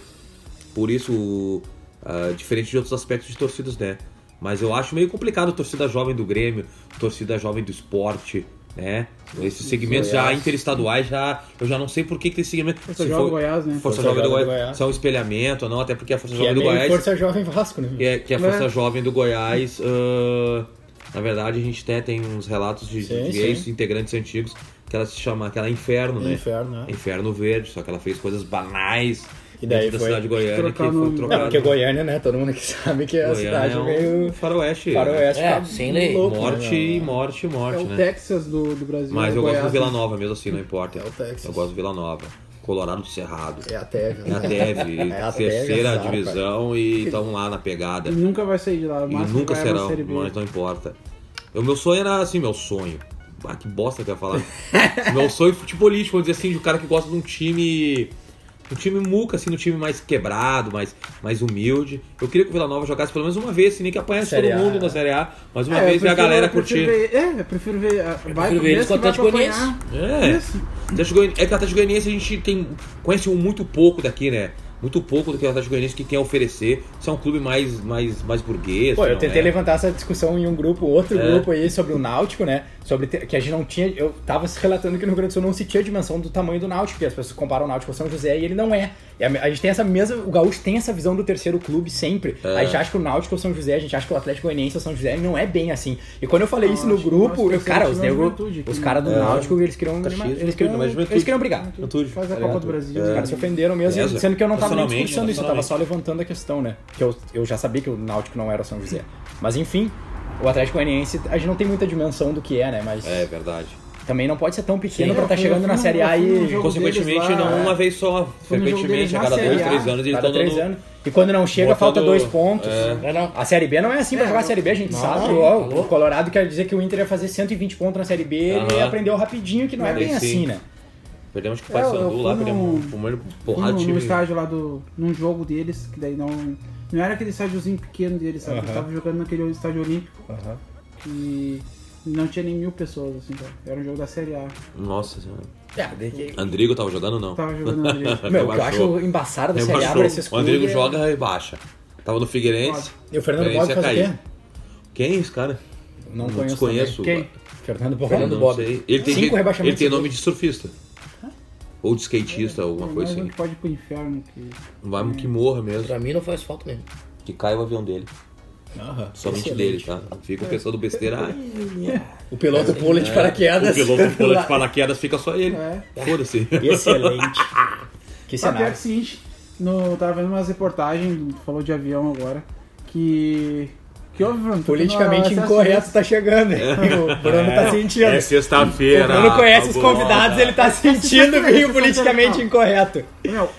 [SPEAKER 2] Por isso, o- ah, diferente de outros aspectos de torcidas, né? Mas eu acho meio complicado a torcida jovem do Grêmio, torcida jovem do esporte, né? Esses segmentos já
[SPEAKER 4] Goiás.
[SPEAKER 2] interestaduais, já, eu já não sei por que, que esse segmento.
[SPEAKER 1] Força
[SPEAKER 2] se
[SPEAKER 1] Jovem
[SPEAKER 2] for-
[SPEAKER 1] Goiás, né?
[SPEAKER 2] Força, Jovem do Goiás.
[SPEAKER 4] Goiás.
[SPEAKER 2] Se é um espelhamento ou não, até porque a Força
[SPEAKER 4] Que é
[SPEAKER 2] Jovem do
[SPEAKER 4] meio
[SPEAKER 2] Goiás.
[SPEAKER 4] Força Jovem Vasco, né?
[SPEAKER 2] Que é, que é a Força
[SPEAKER 1] É.
[SPEAKER 2] Jovem do Goiás. ah, na verdade, a gente até tem uns relatos de,
[SPEAKER 4] Sim,
[SPEAKER 2] de ex-integrantes antigos que ela se chama aquela Inferno, né?
[SPEAKER 4] Inferno, né?
[SPEAKER 2] Inferno Verde, só que ela fez coisas banais
[SPEAKER 4] E daí
[SPEAKER 2] dentro da
[SPEAKER 4] foi
[SPEAKER 2] cidade de Goiânia que
[SPEAKER 1] trocar
[SPEAKER 2] foi
[SPEAKER 1] no- Não,
[SPEAKER 4] Não,
[SPEAKER 2] trocada.
[SPEAKER 4] porque Goiânia, né? Todo mundo que [laughs] sabe que é a
[SPEAKER 2] Goiânia
[SPEAKER 4] cidade
[SPEAKER 2] é um
[SPEAKER 4] meio
[SPEAKER 2] faroeste. né?
[SPEAKER 4] faroeste.
[SPEAKER 3] É,
[SPEAKER 4] fica
[SPEAKER 3] sem lei.
[SPEAKER 4] louco, né,
[SPEAKER 2] Morte,
[SPEAKER 4] meu?
[SPEAKER 2] e morte,
[SPEAKER 1] É
[SPEAKER 2] morte,
[SPEAKER 1] o
[SPEAKER 2] né?
[SPEAKER 1] Texas do, do Brasil.
[SPEAKER 2] Mas
[SPEAKER 1] é
[SPEAKER 2] eu
[SPEAKER 1] Goiás,
[SPEAKER 2] gosto do Vila
[SPEAKER 1] né?
[SPEAKER 2] Nova mesmo assim, não importa.
[SPEAKER 4] É o Texas.
[SPEAKER 2] Eu gosto do Vila Nova. Colorado do Cerrado.
[SPEAKER 4] É a Teve.
[SPEAKER 2] É a
[SPEAKER 4] né?
[SPEAKER 2] Teve,
[SPEAKER 4] [laughs] É a Teve,
[SPEAKER 2] terceira
[SPEAKER 4] azar,
[SPEAKER 2] divisão e estão lá na pegada.
[SPEAKER 1] E nunca vai sair de lá.
[SPEAKER 2] E
[SPEAKER 1] Mas
[SPEAKER 2] nunca
[SPEAKER 1] vai
[SPEAKER 2] serão,
[SPEAKER 1] pra Série B. É,
[SPEAKER 2] mas não importa. O meu sonho era assim, meu sonho. Ah, que bosta que eu
[SPEAKER 1] [laughs]
[SPEAKER 2] ia falar. meu sonho futebolístico, vamos dizer assim, de um cara que gosta de um time. Um time muca, assim, um time mais quebrado, mais, mais humilde. Eu queria que o Vila Nova jogasse pelo menos uma vez, assim, nem que apanhasse
[SPEAKER 4] Série
[SPEAKER 2] todo
[SPEAKER 4] A,
[SPEAKER 2] mundo
[SPEAKER 4] né?
[SPEAKER 2] na Série A. Mais uma
[SPEAKER 1] É, eu
[SPEAKER 2] vez ver a
[SPEAKER 1] prefiro-
[SPEAKER 2] galera
[SPEAKER 1] eu prefiro
[SPEAKER 2] curtir.
[SPEAKER 1] ver- é, eu prefiro ver. ah, vai
[SPEAKER 3] prefiro ver eles
[SPEAKER 1] mesmo que vai
[SPEAKER 3] contra o Atlético
[SPEAKER 1] acompanhar.
[SPEAKER 2] É.
[SPEAKER 1] Isso.
[SPEAKER 2] Atlético Goianiense- É que o Atlético Goianiense a gente tem, conhece um muito pouco daqui, né? Muito pouco do que o Atlético Goianiense que tem a oferecer. Isso é um clube mais, mais, mais burguês.
[SPEAKER 4] Pô, eu
[SPEAKER 2] não
[SPEAKER 4] tentei
[SPEAKER 2] é?
[SPEAKER 4] levantar essa discussão em um grupo, outro
[SPEAKER 2] É.
[SPEAKER 4] grupo aí, sobre o Náutico, né? Sobre te- que a gente não tinha. Eu tava se relatando que no Rio Grande do Sul não se tinha a dimensão do tamanho do Náutico, porque as pessoas comparam o Náutico ao São José e ele não é. E a, a gente tem essa mesma. O Gaúcho tem essa visão do terceiro clube sempre. A gente acha que o Náutico é o São José, a gente acha que o Atlético Goianiense é o São José, e não é bem assim. E quando eu falei
[SPEAKER 1] Não,
[SPEAKER 4] isso no
[SPEAKER 1] acho que nós
[SPEAKER 4] grupo, eu,
[SPEAKER 1] pensamos
[SPEAKER 4] cara,
[SPEAKER 1] que
[SPEAKER 4] os
[SPEAKER 1] não é
[SPEAKER 4] negros.
[SPEAKER 1] juventude,
[SPEAKER 4] Os
[SPEAKER 1] que
[SPEAKER 4] caras do
[SPEAKER 1] não-
[SPEAKER 4] Náutico, eles queriam.
[SPEAKER 2] É. Caxias,
[SPEAKER 4] Eles
[SPEAKER 2] eles
[SPEAKER 4] queriam.
[SPEAKER 2] queriam- mas
[SPEAKER 4] Eles
[SPEAKER 2] juventude.
[SPEAKER 4] queriam brigar.
[SPEAKER 2] Juventude.
[SPEAKER 1] Faz a
[SPEAKER 2] Tá
[SPEAKER 1] Copa
[SPEAKER 2] ligado?
[SPEAKER 1] do Brasil.
[SPEAKER 4] Os
[SPEAKER 1] né?
[SPEAKER 4] caras se ofenderam mesmo,
[SPEAKER 2] Beleza.
[SPEAKER 4] sendo que eu não tava nem
[SPEAKER 2] Racionalmente,
[SPEAKER 4] discutindo isso, eu tava
[SPEAKER 2] racionalmente.
[SPEAKER 4] só levantando a questão, né? Que eu, eu já sabia que o Náutico não era o São José. Mas enfim, o Atlético Goianiense, a gente não tem muita dimensão do que é, né? Mas
[SPEAKER 2] É verdade.
[SPEAKER 4] também não pode ser tão pequeno
[SPEAKER 1] Sim,
[SPEAKER 4] pra
[SPEAKER 1] eu
[SPEAKER 4] estar
[SPEAKER 1] fui-
[SPEAKER 4] chegando
[SPEAKER 1] eu
[SPEAKER 4] na
[SPEAKER 1] fui
[SPEAKER 4] Série
[SPEAKER 1] num-
[SPEAKER 4] A
[SPEAKER 1] eu fui num
[SPEAKER 4] e.
[SPEAKER 1] jogo
[SPEAKER 2] Consequentemente,
[SPEAKER 1] deles lá,
[SPEAKER 2] não
[SPEAKER 1] é.
[SPEAKER 2] uma vez só.
[SPEAKER 1] Foi no jogo deles
[SPEAKER 2] Frequentemente,
[SPEAKER 1] na
[SPEAKER 2] a cada dois,
[SPEAKER 1] Série A,
[SPEAKER 2] três anos, então, eles
[SPEAKER 4] Cada
[SPEAKER 2] estão
[SPEAKER 4] três
[SPEAKER 2] dando.
[SPEAKER 4] anos. E quando não chega,
[SPEAKER 2] Botando-
[SPEAKER 4] falta dois pontos.
[SPEAKER 3] Não é não.
[SPEAKER 4] A Série B não é assim pra
[SPEAKER 1] É,
[SPEAKER 4] jogar a
[SPEAKER 1] não.
[SPEAKER 4] Série B, a gente
[SPEAKER 3] Não,
[SPEAKER 4] sabe.
[SPEAKER 3] não,
[SPEAKER 4] Ó,
[SPEAKER 3] tá
[SPEAKER 4] o
[SPEAKER 3] louco.
[SPEAKER 4] Colorado quer dizer que o Inter ia fazer 120 pontos na Série B, ele
[SPEAKER 2] Aham.
[SPEAKER 4] aprendeu rapidinho que não é
[SPEAKER 2] Mas
[SPEAKER 4] bem
[SPEAKER 2] sim.
[SPEAKER 4] assim, né?
[SPEAKER 2] Perdemos que o
[SPEAKER 1] É, eu
[SPEAKER 2] Paysandu
[SPEAKER 1] fui
[SPEAKER 2] lá,
[SPEAKER 1] num-
[SPEAKER 2] perdemos um primeiro
[SPEAKER 1] Fui
[SPEAKER 2] porrada
[SPEAKER 1] no,
[SPEAKER 2] de
[SPEAKER 1] no
[SPEAKER 2] time.
[SPEAKER 1] estádio lá do. num jogo deles, que daí não. Não era aquele estádiozinho pequeno deles, sabe? Eles
[SPEAKER 4] Aham.
[SPEAKER 1] estavam jogando naquele estádio olímpico
[SPEAKER 4] Aham.
[SPEAKER 1] e não tinha nem mil pessoas, assim, cara. Era um jogo da Série A.
[SPEAKER 2] Nossa senhora.
[SPEAKER 4] É, daí que-
[SPEAKER 2] Andrigo tava jogando ou não?
[SPEAKER 1] Tava jogando na
[SPEAKER 2] [laughs]
[SPEAKER 1] direita.
[SPEAKER 4] Meu, o que eu
[SPEAKER 2] Rebaixou.
[SPEAKER 4] acho embaçado da Série A pra
[SPEAKER 2] Rebaixou.
[SPEAKER 4] esses
[SPEAKER 2] O
[SPEAKER 4] clubes.
[SPEAKER 2] Andrigo
[SPEAKER 4] é-
[SPEAKER 1] né?
[SPEAKER 2] joga e baixa. Tava no Figueirense.
[SPEAKER 4] E o Fernando
[SPEAKER 2] Figueirense
[SPEAKER 4] Bob
[SPEAKER 2] ia
[SPEAKER 4] faz o quê?
[SPEAKER 2] cair. Quem é esse cara?
[SPEAKER 4] Não
[SPEAKER 2] Não
[SPEAKER 4] conheço.
[SPEAKER 2] desconheço.
[SPEAKER 1] Quem?
[SPEAKER 4] também. Fernando Bob.
[SPEAKER 2] Não
[SPEAKER 3] Fernando Bob.
[SPEAKER 2] sei. Ele tem,
[SPEAKER 4] Cinco
[SPEAKER 2] jeito-
[SPEAKER 4] rebaixamentos
[SPEAKER 2] ele tem
[SPEAKER 4] seguidos.
[SPEAKER 2] nome de surfista. Ou de skatista, alguma coisa
[SPEAKER 1] Mas a
[SPEAKER 2] assim.
[SPEAKER 1] gente pode ir pro inferno que.
[SPEAKER 2] Vai que morra mesmo.
[SPEAKER 3] Pra mim não faz falta mesmo.
[SPEAKER 2] Que caia o avião dele.
[SPEAKER 4] Aham.
[SPEAKER 2] Somente dele,
[SPEAKER 4] Excelente.
[SPEAKER 2] tá? Ficam pensando besteira. Ai,
[SPEAKER 4] O piloto pula de paraquedas.
[SPEAKER 2] é, o
[SPEAKER 4] [laughs]
[SPEAKER 2] piloto pula de paraquedas, fica só ele.
[SPEAKER 1] É.
[SPEAKER 2] Foda-se. [laughs]
[SPEAKER 4] Excelente.
[SPEAKER 1] Só que é
[SPEAKER 4] Que
[SPEAKER 1] o
[SPEAKER 4] cenário.
[SPEAKER 1] seguinte, no, tava vendo umas reportagens, falou de avião agora, que. Que houve, Bruno? Tá tendo
[SPEAKER 4] Politicamente
[SPEAKER 1] acesso
[SPEAKER 4] incorreto tá chegando. hein? O Bruno tá sentindo.
[SPEAKER 2] É sexta-feira.
[SPEAKER 4] o Bruno conhece os
[SPEAKER 2] Tá bom.
[SPEAKER 4] convidados, ele tá sentindo
[SPEAKER 1] Isso, isso,
[SPEAKER 4] meio politicamente
[SPEAKER 1] isso.
[SPEAKER 4] incorreto.
[SPEAKER 1] Meu,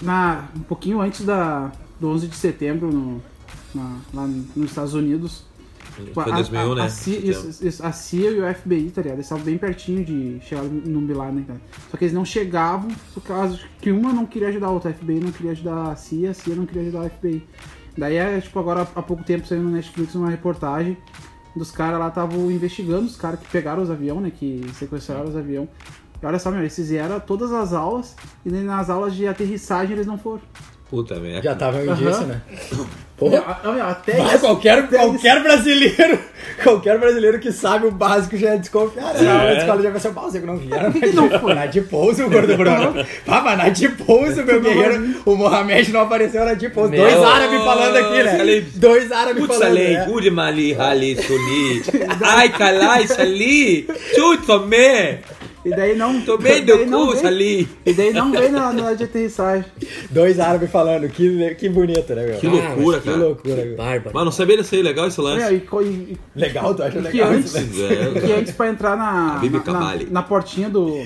[SPEAKER 1] na, um pouquinho antes da, do 11 de setembro, no, na- lá nos Estados Unidos. Tipo,
[SPEAKER 2] Foi 2001, né?
[SPEAKER 1] A CIA, isso, isso, a CIA e o FBI, tá ligado? Eles estavam bem pertinho de chegar no Bin Laden, né, cara. Só que eles não chegavam por causa que uma não queria ajudar a outra. A FBI não queria ajudar a CIA, a CIA não queria ajudar a FBI. Daí, é, tipo, agora há pouco tempo saiu no Netflix uma reportagem dos caras lá estavam investigando os caras que pegaram os aviões, né? Que sequestraram os aviões. E olha só, meu, eles fizeram todas as aulas e nem nas aulas de aterrissagem eles não foram.
[SPEAKER 2] Puta merda.
[SPEAKER 4] Já tava em
[SPEAKER 1] Aham.
[SPEAKER 4] indício, né? Porra.
[SPEAKER 1] Ah, meu, até
[SPEAKER 4] Mas qualquer, qualquer brasileiro, [laughs] qualquer brasileiro que sabe o básico já é desconfiado. Na hora da escola já vai ser o básico,
[SPEAKER 1] [laughs]
[SPEAKER 4] não vieram.
[SPEAKER 1] Por que que não foi?
[SPEAKER 4] Na de pouso, gordo Bruno. Pá, mas na de pouso, meu guerreiro. O Mohamed não apareceu na de pouso.
[SPEAKER 2] Meu,
[SPEAKER 4] Dois árabes falando aqui, né?
[SPEAKER 2] Salei.
[SPEAKER 4] Dois árabes
[SPEAKER 2] Putz,
[SPEAKER 4] falando.
[SPEAKER 2] ali,
[SPEAKER 4] né?
[SPEAKER 2] good mali, ali, soli. Ai, calai, sali. Chut, tomé.
[SPEAKER 1] E daí não.
[SPEAKER 2] Tomei
[SPEAKER 1] daí
[SPEAKER 2] do
[SPEAKER 1] não
[SPEAKER 2] cu,
[SPEAKER 1] veio-
[SPEAKER 2] sali.
[SPEAKER 1] E daí não veio na na hora de aterrissagem.
[SPEAKER 4] Dois árabes falando. Que, le- que bonito, né, meu?
[SPEAKER 2] Que
[SPEAKER 3] Ah,
[SPEAKER 2] loucura,
[SPEAKER 3] mas
[SPEAKER 4] Que
[SPEAKER 2] cara.
[SPEAKER 4] loucura, É meu.
[SPEAKER 3] Bárbaro.
[SPEAKER 2] Mas não sabia disso aí, legal esse
[SPEAKER 1] Meu,
[SPEAKER 2] lance.
[SPEAKER 1] e co- e- e
[SPEAKER 4] Legal, tu acha
[SPEAKER 1] Que
[SPEAKER 4] legal
[SPEAKER 1] antes-
[SPEAKER 4] isso, né?
[SPEAKER 2] É,
[SPEAKER 4] [laughs]
[SPEAKER 1] E antes pra entrar na,
[SPEAKER 2] Bibi
[SPEAKER 1] na- na,
[SPEAKER 2] Cavalli.
[SPEAKER 1] na portinha do.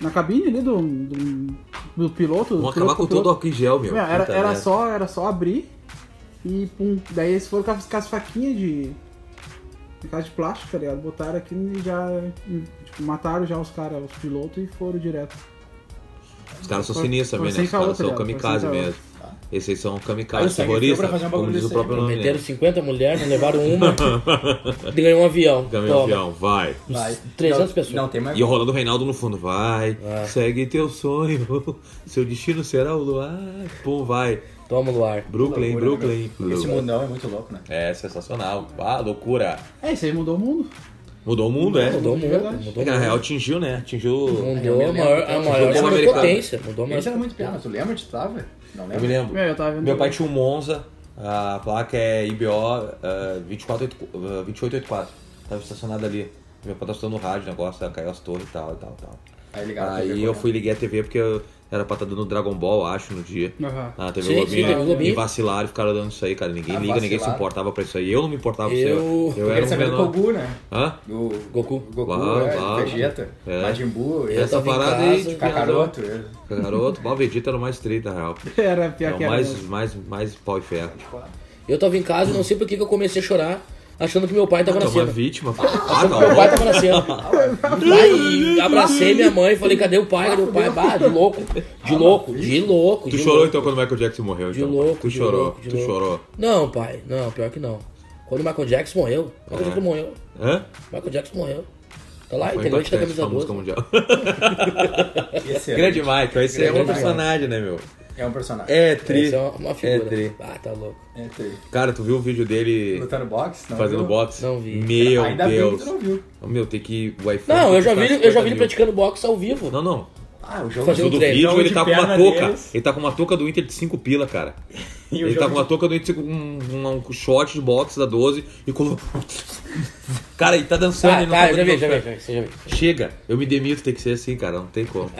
[SPEAKER 1] Na cabine ali do. do, do piloto. do
[SPEAKER 2] Vamos
[SPEAKER 1] piloto
[SPEAKER 2] acabar
[SPEAKER 1] pro
[SPEAKER 2] com todo o
[SPEAKER 1] piloto.
[SPEAKER 2] álcool em gel, meu.
[SPEAKER 1] Meu, era,
[SPEAKER 2] Puta
[SPEAKER 1] era,
[SPEAKER 2] merda.
[SPEAKER 1] só, era só abrir e pum. Daí eles foram com as, com as faquinhas de. de Casa de plástico, tá ligado? Botaram aqui e já. Tipo, mataram já os caras, os pilotos e foram direto.
[SPEAKER 2] Os caras são
[SPEAKER 1] Foi-
[SPEAKER 2] sinistros
[SPEAKER 1] foi
[SPEAKER 2] também, né?
[SPEAKER 1] sem
[SPEAKER 2] Os caras
[SPEAKER 1] caô,
[SPEAKER 2] são
[SPEAKER 1] tá ligado? Foi
[SPEAKER 2] kamikaze
[SPEAKER 1] sem caô.
[SPEAKER 2] mesmo. Esses aí são
[SPEAKER 4] Aí o
[SPEAKER 2] kamikaze,
[SPEAKER 4] sangue frio pra
[SPEAKER 2] terroristas,
[SPEAKER 4] fazer um
[SPEAKER 2] como
[SPEAKER 4] bagulho
[SPEAKER 2] diz o
[SPEAKER 4] desse
[SPEAKER 2] próprio
[SPEAKER 4] aí,
[SPEAKER 2] nome,
[SPEAKER 3] Meteram
[SPEAKER 2] né?
[SPEAKER 3] 50 mulheres, não levaram
[SPEAKER 2] [laughs]
[SPEAKER 3] uma. ganhou um avião.
[SPEAKER 2] Caminhão
[SPEAKER 3] Toma.
[SPEAKER 2] avião, vai.
[SPEAKER 4] Vai.
[SPEAKER 3] 300
[SPEAKER 4] Não-
[SPEAKER 3] pessoas.
[SPEAKER 4] Não, tem mais.
[SPEAKER 2] E o Rolando Reinaldo no fundo, vai, segue teu sonho, [laughs] seu destino será o luar. Pum, vai.
[SPEAKER 3] Toma, Luar.
[SPEAKER 2] Brooklyn,
[SPEAKER 4] Loucura, né,
[SPEAKER 2] Brooklyn.
[SPEAKER 4] meu? Esse mundão é muito louco, né?
[SPEAKER 2] É sensacional. Ah, loucura.
[SPEAKER 1] É, isso aí mudou o mundo.
[SPEAKER 2] Mudou o mundo, é.
[SPEAKER 3] Mudou o
[SPEAKER 1] de
[SPEAKER 3] mundo,
[SPEAKER 1] verdade.
[SPEAKER 2] É
[SPEAKER 3] mudou o
[SPEAKER 2] que na real
[SPEAKER 3] mundo.
[SPEAKER 2] atingiu, né? Atingiu.
[SPEAKER 4] Eu me
[SPEAKER 3] Mudou a
[SPEAKER 4] lembro,
[SPEAKER 3] maior,
[SPEAKER 4] eu
[SPEAKER 3] a
[SPEAKER 4] me
[SPEAKER 3] maior
[SPEAKER 2] lembro.
[SPEAKER 3] superpotência. Mudou a maior
[SPEAKER 4] Eles eram muito pequeno, tu lembra onde tu tava? Não
[SPEAKER 2] Eu me
[SPEAKER 4] lembro.
[SPEAKER 2] lembro.
[SPEAKER 1] Meu, É, eu tava vendo.
[SPEAKER 2] Meu pai tinha um Monza, a placa é IBO eh, 24, oito- eh, 2884. Tava estacionado ali. Meu pai tava escutando no rádio, o negócio, caiu as torres e tal, e tal, e tal.
[SPEAKER 4] Aí ligaram.
[SPEAKER 2] Aí eu fui liguei a TV porque eu era pra estar dando Dragon Ball, acho, no dia.
[SPEAKER 1] Aham.
[SPEAKER 2] Ah, teve
[SPEAKER 3] Sim,
[SPEAKER 2] o
[SPEAKER 3] sim, teve o
[SPEAKER 2] Globinho.
[SPEAKER 3] Globinho.
[SPEAKER 2] E vacilaram e ficaram dando isso aí, cara. Ninguém
[SPEAKER 4] Ah,
[SPEAKER 2] liga, ninguém se
[SPEAKER 4] vacilaram.
[SPEAKER 2] importava pra isso aí. Eu não me importava pra
[SPEAKER 3] Eu-
[SPEAKER 2] isso aí. Eu
[SPEAKER 4] queria
[SPEAKER 2] era um
[SPEAKER 4] saber do
[SPEAKER 2] menor.
[SPEAKER 4] Goku, né?
[SPEAKER 2] Hã?
[SPEAKER 4] Do
[SPEAKER 3] Goku.
[SPEAKER 4] Goku,
[SPEAKER 2] Claro,
[SPEAKER 4] é,
[SPEAKER 2] claro.
[SPEAKER 4] Vegeta,
[SPEAKER 2] É.
[SPEAKER 4] Majin Buu,
[SPEAKER 3] Eu
[SPEAKER 2] Essa é
[SPEAKER 3] tava em
[SPEAKER 2] parada
[SPEAKER 3] casa,
[SPEAKER 2] aí de
[SPEAKER 4] Kakaroto.
[SPEAKER 2] Garoto, mal Vegeta era o mais treta, na real.
[SPEAKER 1] [laughs] Era pior
[SPEAKER 2] Era o
[SPEAKER 1] que era. né?
[SPEAKER 2] mais,
[SPEAKER 3] né?
[SPEAKER 1] mesmo.
[SPEAKER 2] mais, mais pau e ferro.
[SPEAKER 3] Eu tava em casa e não sei por que que eu comecei a chorar, achando que meu pai tava
[SPEAKER 2] Então, uma
[SPEAKER 3] nascendo. [laughs]
[SPEAKER 2] vítima. pô. Ah,
[SPEAKER 3] Achando que meu
[SPEAKER 2] não.
[SPEAKER 3] pai tava
[SPEAKER 2] [laughs]
[SPEAKER 3] nascendo. Aí abracei minha mãe e falei, cadê o pai? Cadê o pai? Bah, de louco, de louco, de louco.
[SPEAKER 2] Tu
[SPEAKER 3] de
[SPEAKER 2] chorou
[SPEAKER 3] louco.
[SPEAKER 2] então quando o Michael Jackson morreu,
[SPEAKER 3] De
[SPEAKER 2] então.
[SPEAKER 3] louco,
[SPEAKER 2] tu
[SPEAKER 3] de
[SPEAKER 2] chorou,
[SPEAKER 3] louco, de
[SPEAKER 2] tu
[SPEAKER 3] louco.
[SPEAKER 2] chorou.
[SPEAKER 3] Não, pai, não, pior que não. Quando o Michael Jackson morreu, Michael Jackson morreu,
[SPEAKER 2] Hã?
[SPEAKER 3] Michael Jackson morreu. Tá lá,
[SPEAKER 2] É. Foi
[SPEAKER 3] integrante da
[SPEAKER 2] impactante
[SPEAKER 3] camisa
[SPEAKER 2] pra música
[SPEAKER 3] 12.
[SPEAKER 2] mundial.
[SPEAKER 4] Grande
[SPEAKER 2] [laughs] Grande Michael, esse é um
[SPEAKER 3] Grande
[SPEAKER 2] personagem, né, meu?
[SPEAKER 4] É um personagem.
[SPEAKER 2] É tri.
[SPEAKER 3] Essa é uma, uma figura.
[SPEAKER 2] É tri.
[SPEAKER 3] Ah, tá louco.
[SPEAKER 4] É tri.
[SPEAKER 2] Cara, tu viu o vídeo dele
[SPEAKER 4] Lutando boxe? Não
[SPEAKER 2] fazendo
[SPEAKER 4] viu?
[SPEAKER 2] boxe?
[SPEAKER 3] tá Não vi.
[SPEAKER 2] Meu
[SPEAKER 4] Ainda bem
[SPEAKER 2] Deus.
[SPEAKER 4] que tu não viu.
[SPEAKER 2] Ô, Meu, tem que. O iPhone
[SPEAKER 3] Não,
[SPEAKER 2] tem
[SPEAKER 3] eu
[SPEAKER 2] que
[SPEAKER 3] já vi,
[SPEAKER 2] custar
[SPEAKER 3] ele- eu
[SPEAKER 2] 50
[SPEAKER 3] já vi ele
[SPEAKER 2] mil.
[SPEAKER 3] praticando boxe ao vivo.
[SPEAKER 2] Não, não.
[SPEAKER 4] Ah, o jogo...
[SPEAKER 3] Fazendo
[SPEAKER 2] No do
[SPEAKER 3] treino.
[SPEAKER 2] vídeo
[SPEAKER 4] Jogo
[SPEAKER 2] ele
[SPEAKER 4] de
[SPEAKER 2] tá com uma
[SPEAKER 4] perna
[SPEAKER 2] touca.
[SPEAKER 4] deles.
[SPEAKER 2] Ele tá com uma touca do Inter de 5 pila, cara.
[SPEAKER 4] E o
[SPEAKER 2] ele
[SPEAKER 4] jogo
[SPEAKER 2] tá com uma
[SPEAKER 4] de-
[SPEAKER 2] touca do Inter com um, um, um short de boxe da 12 e colocou. [laughs] cara, ele tá dançando.
[SPEAKER 3] Ah,
[SPEAKER 2] ele não
[SPEAKER 3] tá,
[SPEAKER 2] tá
[SPEAKER 3] eu já vi,
[SPEAKER 2] podendo
[SPEAKER 3] já vi,
[SPEAKER 2] dançar.
[SPEAKER 3] já vi, já vi.
[SPEAKER 2] Chega, eu me demito, tem que ser assim, cara, não tem
[SPEAKER 3] [laughs]
[SPEAKER 2] como.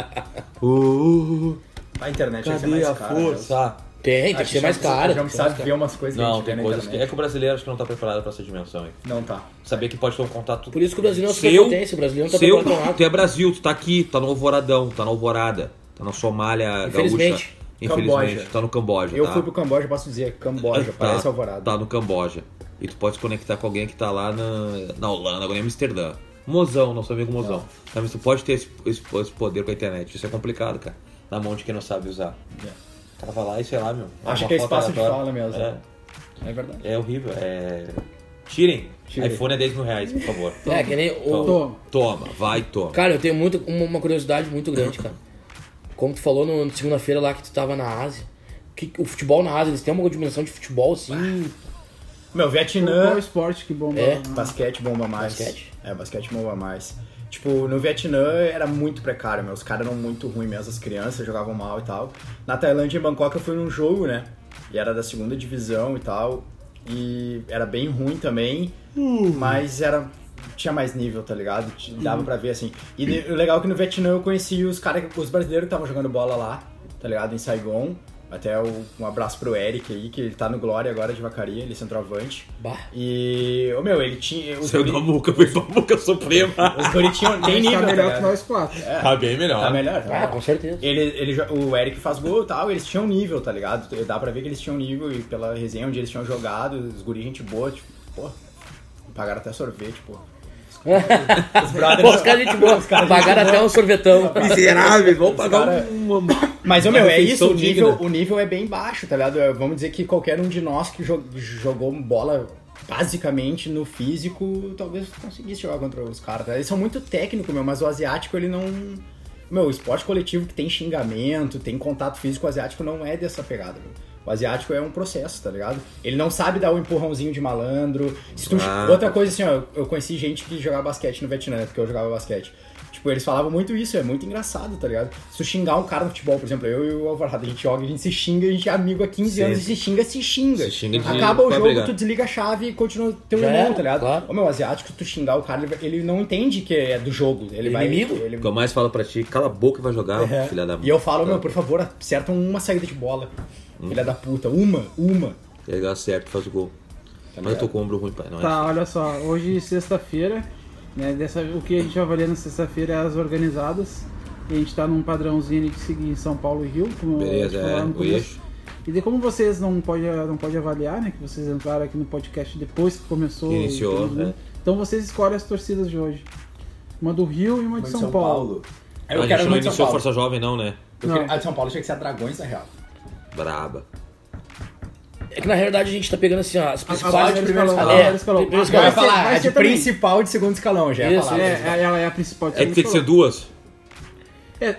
[SPEAKER 2] Uh,
[SPEAKER 4] A internet vai ser
[SPEAKER 2] cadê
[SPEAKER 4] é mais
[SPEAKER 2] a
[SPEAKER 4] cara.
[SPEAKER 2] força?
[SPEAKER 3] Tem,
[SPEAKER 4] né?
[SPEAKER 3] tem que ser mais cara.
[SPEAKER 4] Já não
[SPEAKER 3] tem que ser mais
[SPEAKER 4] sabe ver umas coisas que a
[SPEAKER 2] Não,
[SPEAKER 4] gente vê
[SPEAKER 2] tem
[SPEAKER 4] na
[SPEAKER 2] coisas que. É
[SPEAKER 4] internet.
[SPEAKER 2] que o brasileiro acho que não tá preparado pra essa dimensão, hein?
[SPEAKER 4] Não tá.
[SPEAKER 2] Saber que pode ter um contato.
[SPEAKER 3] Por isso que o Brasil não é uma
[SPEAKER 2] Seu-
[SPEAKER 3] superpotência, o Brasil não tá
[SPEAKER 2] Seu,
[SPEAKER 3] preparado
[SPEAKER 2] [laughs]
[SPEAKER 3] pra nada.
[SPEAKER 2] tu é Brasil, tu tá aqui, tá no Alvoradão, tá na Alvorada, tá na Somália Gaúcha.
[SPEAKER 3] Infelizmente.
[SPEAKER 2] Infelizmente,
[SPEAKER 4] Camboja.
[SPEAKER 2] tá no Camboja.
[SPEAKER 4] Eu
[SPEAKER 2] tá.
[SPEAKER 4] fui pro Camboja, posso dizer, Camboja, parece Alvorada.
[SPEAKER 2] Tá no Camboja. E tu pode se conectar com alguém que tá lá na, na Holanda, agora em Amsterdã. Mozão, nosso amigo Mozão. Tá, mas tu pode ter esse, esse, esse poder com a internet. Isso é complicado, cara. Na mão de quem não sabe usar. O cara vai lá e sei lá, meu.
[SPEAKER 4] É. Acha
[SPEAKER 2] uma
[SPEAKER 4] que é
[SPEAKER 2] foto
[SPEAKER 4] espaço de
[SPEAKER 2] aleatória.
[SPEAKER 4] fala mesmo.
[SPEAKER 2] É,
[SPEAKER 4] É verdade.
[SPEAKER 2] é horrível. É... Tirem.
[SPEAKER 4] Tirem.
[SPEAKER 2] iPhone é 10 mil reais, por favor.
[SPEAKER 3] É, que nem o,
[SPEAKER 1] Tô.
[SPEAKER 2] Toma, vai, toma.
[SPEAKER 3] Cara, eu tenho muito, uma, uma curiosidade muito grande, cara. Como tu falou no, na segunda-feira lá que tu tava na Ásia, que o futebol na Ásia, eles têm uma dimensão de futebol assim.
[SPEAKER 4] Meu,
[SPEAKER 1] Qual
[SPEAKER 4] Vietnã...
[SPEAKER 1] o esporte que bomba?
[SPEAKER 3] É.
[SPEAKER 1] né?
[SPEAKER 4] Basquete bomba mais.
[SPEAKER 3] Basquete?
[SPEAKER 4] É, basquete bomba mais. Tipo, no Vietnã era muito precário, meu. Os caras eram muito ruins mesmo, as crianças jogavam mal e tal. Na Tailândia, em Bangkok, eu fui num jogo, né? E era da segunda divisão e tal. E era bem ruim também, mas era. Tinha mais nível, tá ligado? T- Dava pra ver assim. E de- o legal é que no Vietnã eu conheci os caras, os brasileiros que estavam jogando bola lá, tá ligado? Em Saigon. Até o- um abraço pro Eric aí, que ele tá no Glória agora de Vacaria, ele é centroavante.
[SPEAKER 3] Bah.
[SPEAKER 4] E, ô meu, ele tinha. Os
[SPEAKER 2] Saiu
[SPEAKER 4] guri,
[SPEAKER 2] da Muca, foi pra Muca Suprema.
[SPEAKER 4] os
[SPEAKER 1] [laughs]
[SPEAKER 4] guri tinham. Tem
[SPEAKER 1] Tá
[SPEAKER 4] nível, tá
[SPEAKER 1] melhor que
[SPEAKER 4] ligado?
[SPEAKER 1] nós quatro.
[SPEAKER 2] Tá bem melhor.
[SPEAKER 4] Tá melhor. tá
[SPEAKER 3] Ah, com certeza.
[SPEAKER 4] ele, ele, jo- o Eric faz gol e tal, eles tinham nível, tá ligado? Dá pra ver que eles tinham nível e pela resenha onde eles tinham jogado, os guri gente boa, tipo, pô, pagaram até sorvete, pô. Os
[SPEAKER 3] [laughs]
[SPEAKER 4] brothers-
[SPEAKER 3] Pô, os caras é gente boa.
[SPEAKER 4] Os caras gente
[SPEAKER 3] Pagaram até um sorvetão.
[SPEAKER 2] Miseráveis, vamos pagar
[SPEAKER 4] cara-
[SPEAKER 2] um... uma-
[SPEAKER 4] Mas, ô, meu,
[SPEAKER 2] uma
[SPEAKER 4] é isso,
[SPEAKER 2] refeição
[SPEAKER 4] o nível,
[SPEAKER 2] digna.
[SPEAKER 4] o nível é bem baixo, tá ligado? É, Vamos dizer que qualquer um de nós que jo- jogou bola basicamente no físico, talvez conseguisse jogar contra os caras. tá? Eles são muito técnicos, meu, mas o asiático, ele não... Meu, o esporte coletivo que tem xingamento, tem contato físico, o asiático não é dessa pegada, meu. O asiático é um processo, tá ligado? Ele não sabe dar o empurrãozinho de malandro. Se tu-
[SPEAKER 2] Ah,
[SPEAKER 4] Outra coisa assim, ó, eu conheci gente que jogava basquete no Vietnã, né, porque eu jogava basquete. Tipo, eles falavam muito isso, é muito engraçado, tá ligado? Se tu xingar um cara no futebol, por exemplo, eu e o Alvarado, a gente joga, a gente se xinga, a gente é amigo há 15
[SPEAKER 2] Sim.
[SPEAKER 4] anos, e se xinga, se xinga.
[SPEAKER 2] Se xinga de-
[SPEAKER 4] Acaba o
[SPEAKER 2] pra
[SPEAKER 4] jogo,
[SPEAKER 2] brigar.
[SPEAKER 4] tu desliga a chave e continua teu
[SPEAKER 3] Já
[SPEAKER 4] irmão,
[SPEAKER 3] era,
[SPEAKER 4] tá ligado?
[SPEAKER 3] claro.
[SPEAKER 4] Ô meu, asiático, tu xingar o cara, ele vai- ele não entende que é do jogo. Ele vai.
[SPEAKER 3] Inimigo?
[SPEAKER 4] Ele...
[SPEAKER 2] O que eu mais falo pra ti, cala a boca e vai jogar,
[SPEAKER 4] É.
[SPEAKER 2] filha da
[SPEAKER 4] E eu falo, meu, por favor, acerta uma saída de bola.
[SPEAKER 2] Hum.
[SPEAKER 4] Filha da puta, uma, uma.
[SPEAKER 2] Ele acerta e faz o gol.
[SPEAKER 3] Tá
[SPEAKER 2] Mas eu tô com o ombro ruim, pai. Não é.
[SPEAKER 1] Tá, olha só, hoje sexta-feira, né, dessa, o que a gente avalia na sexta-feira é as organizadas. E a gente tá num padrãozinho ali de seguir em São Paulo e Rio, como
[SPEAKER 2] Beleza,
[SPEAKER 1] eu te falava
[SPEAKER 2] é,
[SPEAKER 1] no
[SPEAKER 2] o
[SPEAKER 1] começo.
[SPEAKER 2] eixo.
[SPEAKER 1] E de como vocês não podem não pode avaliar, né? Que vocês entraram aqui no podcast depois que começou.
[SPEAKER 2] Que iniciou,
[SPEAKER 1] todo mundo.
[SPEAKER 2] né?
[SPEAKER 1] Então vocês escolhem as torcidas de hoje. Uma do Rio e uma de São, Paulo.
[SPEAKER 4] Eu
[SPEAKER 3] é
[SPEAKER 2] a
[SPEAKER 4] quero
[SPEAKER 2] gente não
[SPEAKER 4] muito São
[SPEAKER 2] iniciou
[SPEAKER 4] Paulo.
[SPEAKER 2] Força Jovem, não, né?
[SPEAKER 4] Eu queria-
[SPEAKER 1] Não.
[SPEAKER 4] A de São Paulo tinha que ser a Dragões, na real.
[SPEAKER 2] Braba.
[SPEAKER 3] É que na realidade a gente tá pegando assim, ó, as
[SPEAKER 1] A- a
[SPEAKER 3] principais.
[SPEAKER 1] de
[SPEAKER 4] primeiro escalão.
[SPEAKER 1] a primeiro
[SPEAKER 3] É,
[SPEAKER 1] escalão.
[SPEAKER 3] primeiro
[SPEAKER 1] Ah,
[SPEAKER 3] escalão.
[SPEAKER 1] vai
[SPEAKER 4] Vai
[SPEAKER 1] ser-
[SPEAKER 4] falar,
[SPEAKER 1] vai
[SPEAKER 4] a de
[SPEAKER 1] ser também.
[SPEAKER 4] principal de segundo escalão, já ia
[SPEAKER 3] Isso,
[SPEAKER 4] falar.
[SPEAKER 1] É, ela é a principal. de
[SPEAKER 2] É que tem que ser
[SPEAKER 1] segundo
[SPEAKER 2] duas.
[SPEAKER 1] escalão.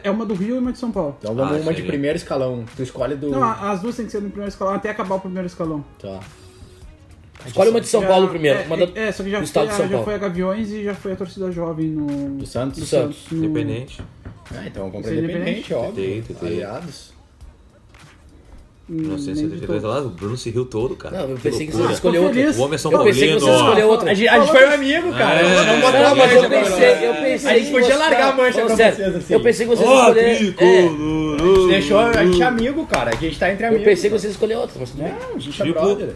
[SPEAKER 1] É, é uma do Rio e uma de São Paulo.
[SPEAKER 4] Então vamos
[SPEAKER 2] Ah,
[SPEAKER 4] uma de
[SPEAKER 2] entendi.
[SPEAKER 4] primeiro escalão. Tu escolhe do.
[SPEAKER 1] Não, a- as duas tem que ser no primeiro escalão, até acabar o primeiro escalão.
[SPEAKER 4] Tá.
[SPEAKER 3] Escolhe uma de São
[SPEAKER 1] Já-
[SPEAKER 3] Paulo primeiro.
[SPEAKER 1] É,
[SPEAKER 3] Uma da-
[SPEAKER 1] é, só que já,
[SPEAKER 3] do
[SPEAKER 1] foi,
[SPEAKER 3] estado de
[SPEAKER 1] a,
[SPEAKER 3] São
[SPEAKER 1] já
[SPEAKER 3] Paulo.
[SPEAKER 1] foi a Gaviões e já foi a torcida jovem no.
[SPEAKER 4] Do Santos?
[SPEAKER 3] Do Santos.
[SPEAKER 1] no-
[SPEAKER 2] Independente.
[SPEAKER 4] Ah, então vamos pra
[SPEAKER 1] Isso é Independente.
[SPEAKER 4] Independente, óbvio.
[SPEAKER 2] TT.
[SPEAKER 4] Aliados.
[SPEAKER 1] no-
[SPEAKER 3] hum,
[SPEAKER 1] nem
[SPEAKER 2] 1972,
[SPEAKER 1] de
[SPEAKER 2] lá, é o Bruno se riu todo, cara.
[SPEAKER 3] Não, eu pensei que você
[SPEAKER 2] loucura.
[SPEAKER 3] escolheu
[SPEAKER 1] tô
[SPEAKER 3] outra.
[SPEAKER 1] feliz.
[SPEAKER 2] O homem é São
[SPEAKER 3] Eu pensei que
[SPEAKER 2] Paulino.
[SPEAKER 3] você escolheu outra.
[SPEAKER 4] A gente, a gente foi um amigo, cara.
[SPEAKER 2] É.
[SPEAKER 4] Não
[SPEAKER 2] Não,
[SPEAKER 4] botou a
[SPEAKER 3] Não, mas
[SPEAKER 4] mancha
[SPEAKER 3] eu
[SPEAKER 4] pra
[SPEAKER 3] pensei,
[SPEAKER 4] você.
[SPEAKER 3] eu pensei.
[SPEAKER 4] A gente
[SPEAKER 3] em
[SPEAKER 4] podia
[SPEAKER 3] mostrar-
[SPEAKER 4] largar a mancha
[SPEAKER 3] Falando
[SPEAKER 4] pra
[SPEAKER 3] sério,
[SPEAKER 4] vocês, assim.
[SPEAKER 3] Eu pensei que vocês
[SPEAKER 2] Ó,
[SPEAKER 3] escolheram. É,
[SPEAKER 2] tricolorou.
[SPEAKER 4] Deixou a
[SPEAKER 3] né?
[SPEAKER 4] gente é amigo, cara. A gente tá entre
[SPEAKER 3] eu
[SPEAKER 4] amigos.
[SPEAKER 3] pensei que vocês escolheram outra, mas tudo bem.
[SPEAKER 4] Não, a gente é
[SPEAKER 2] Tipo-
[SPEAKER 4] brother.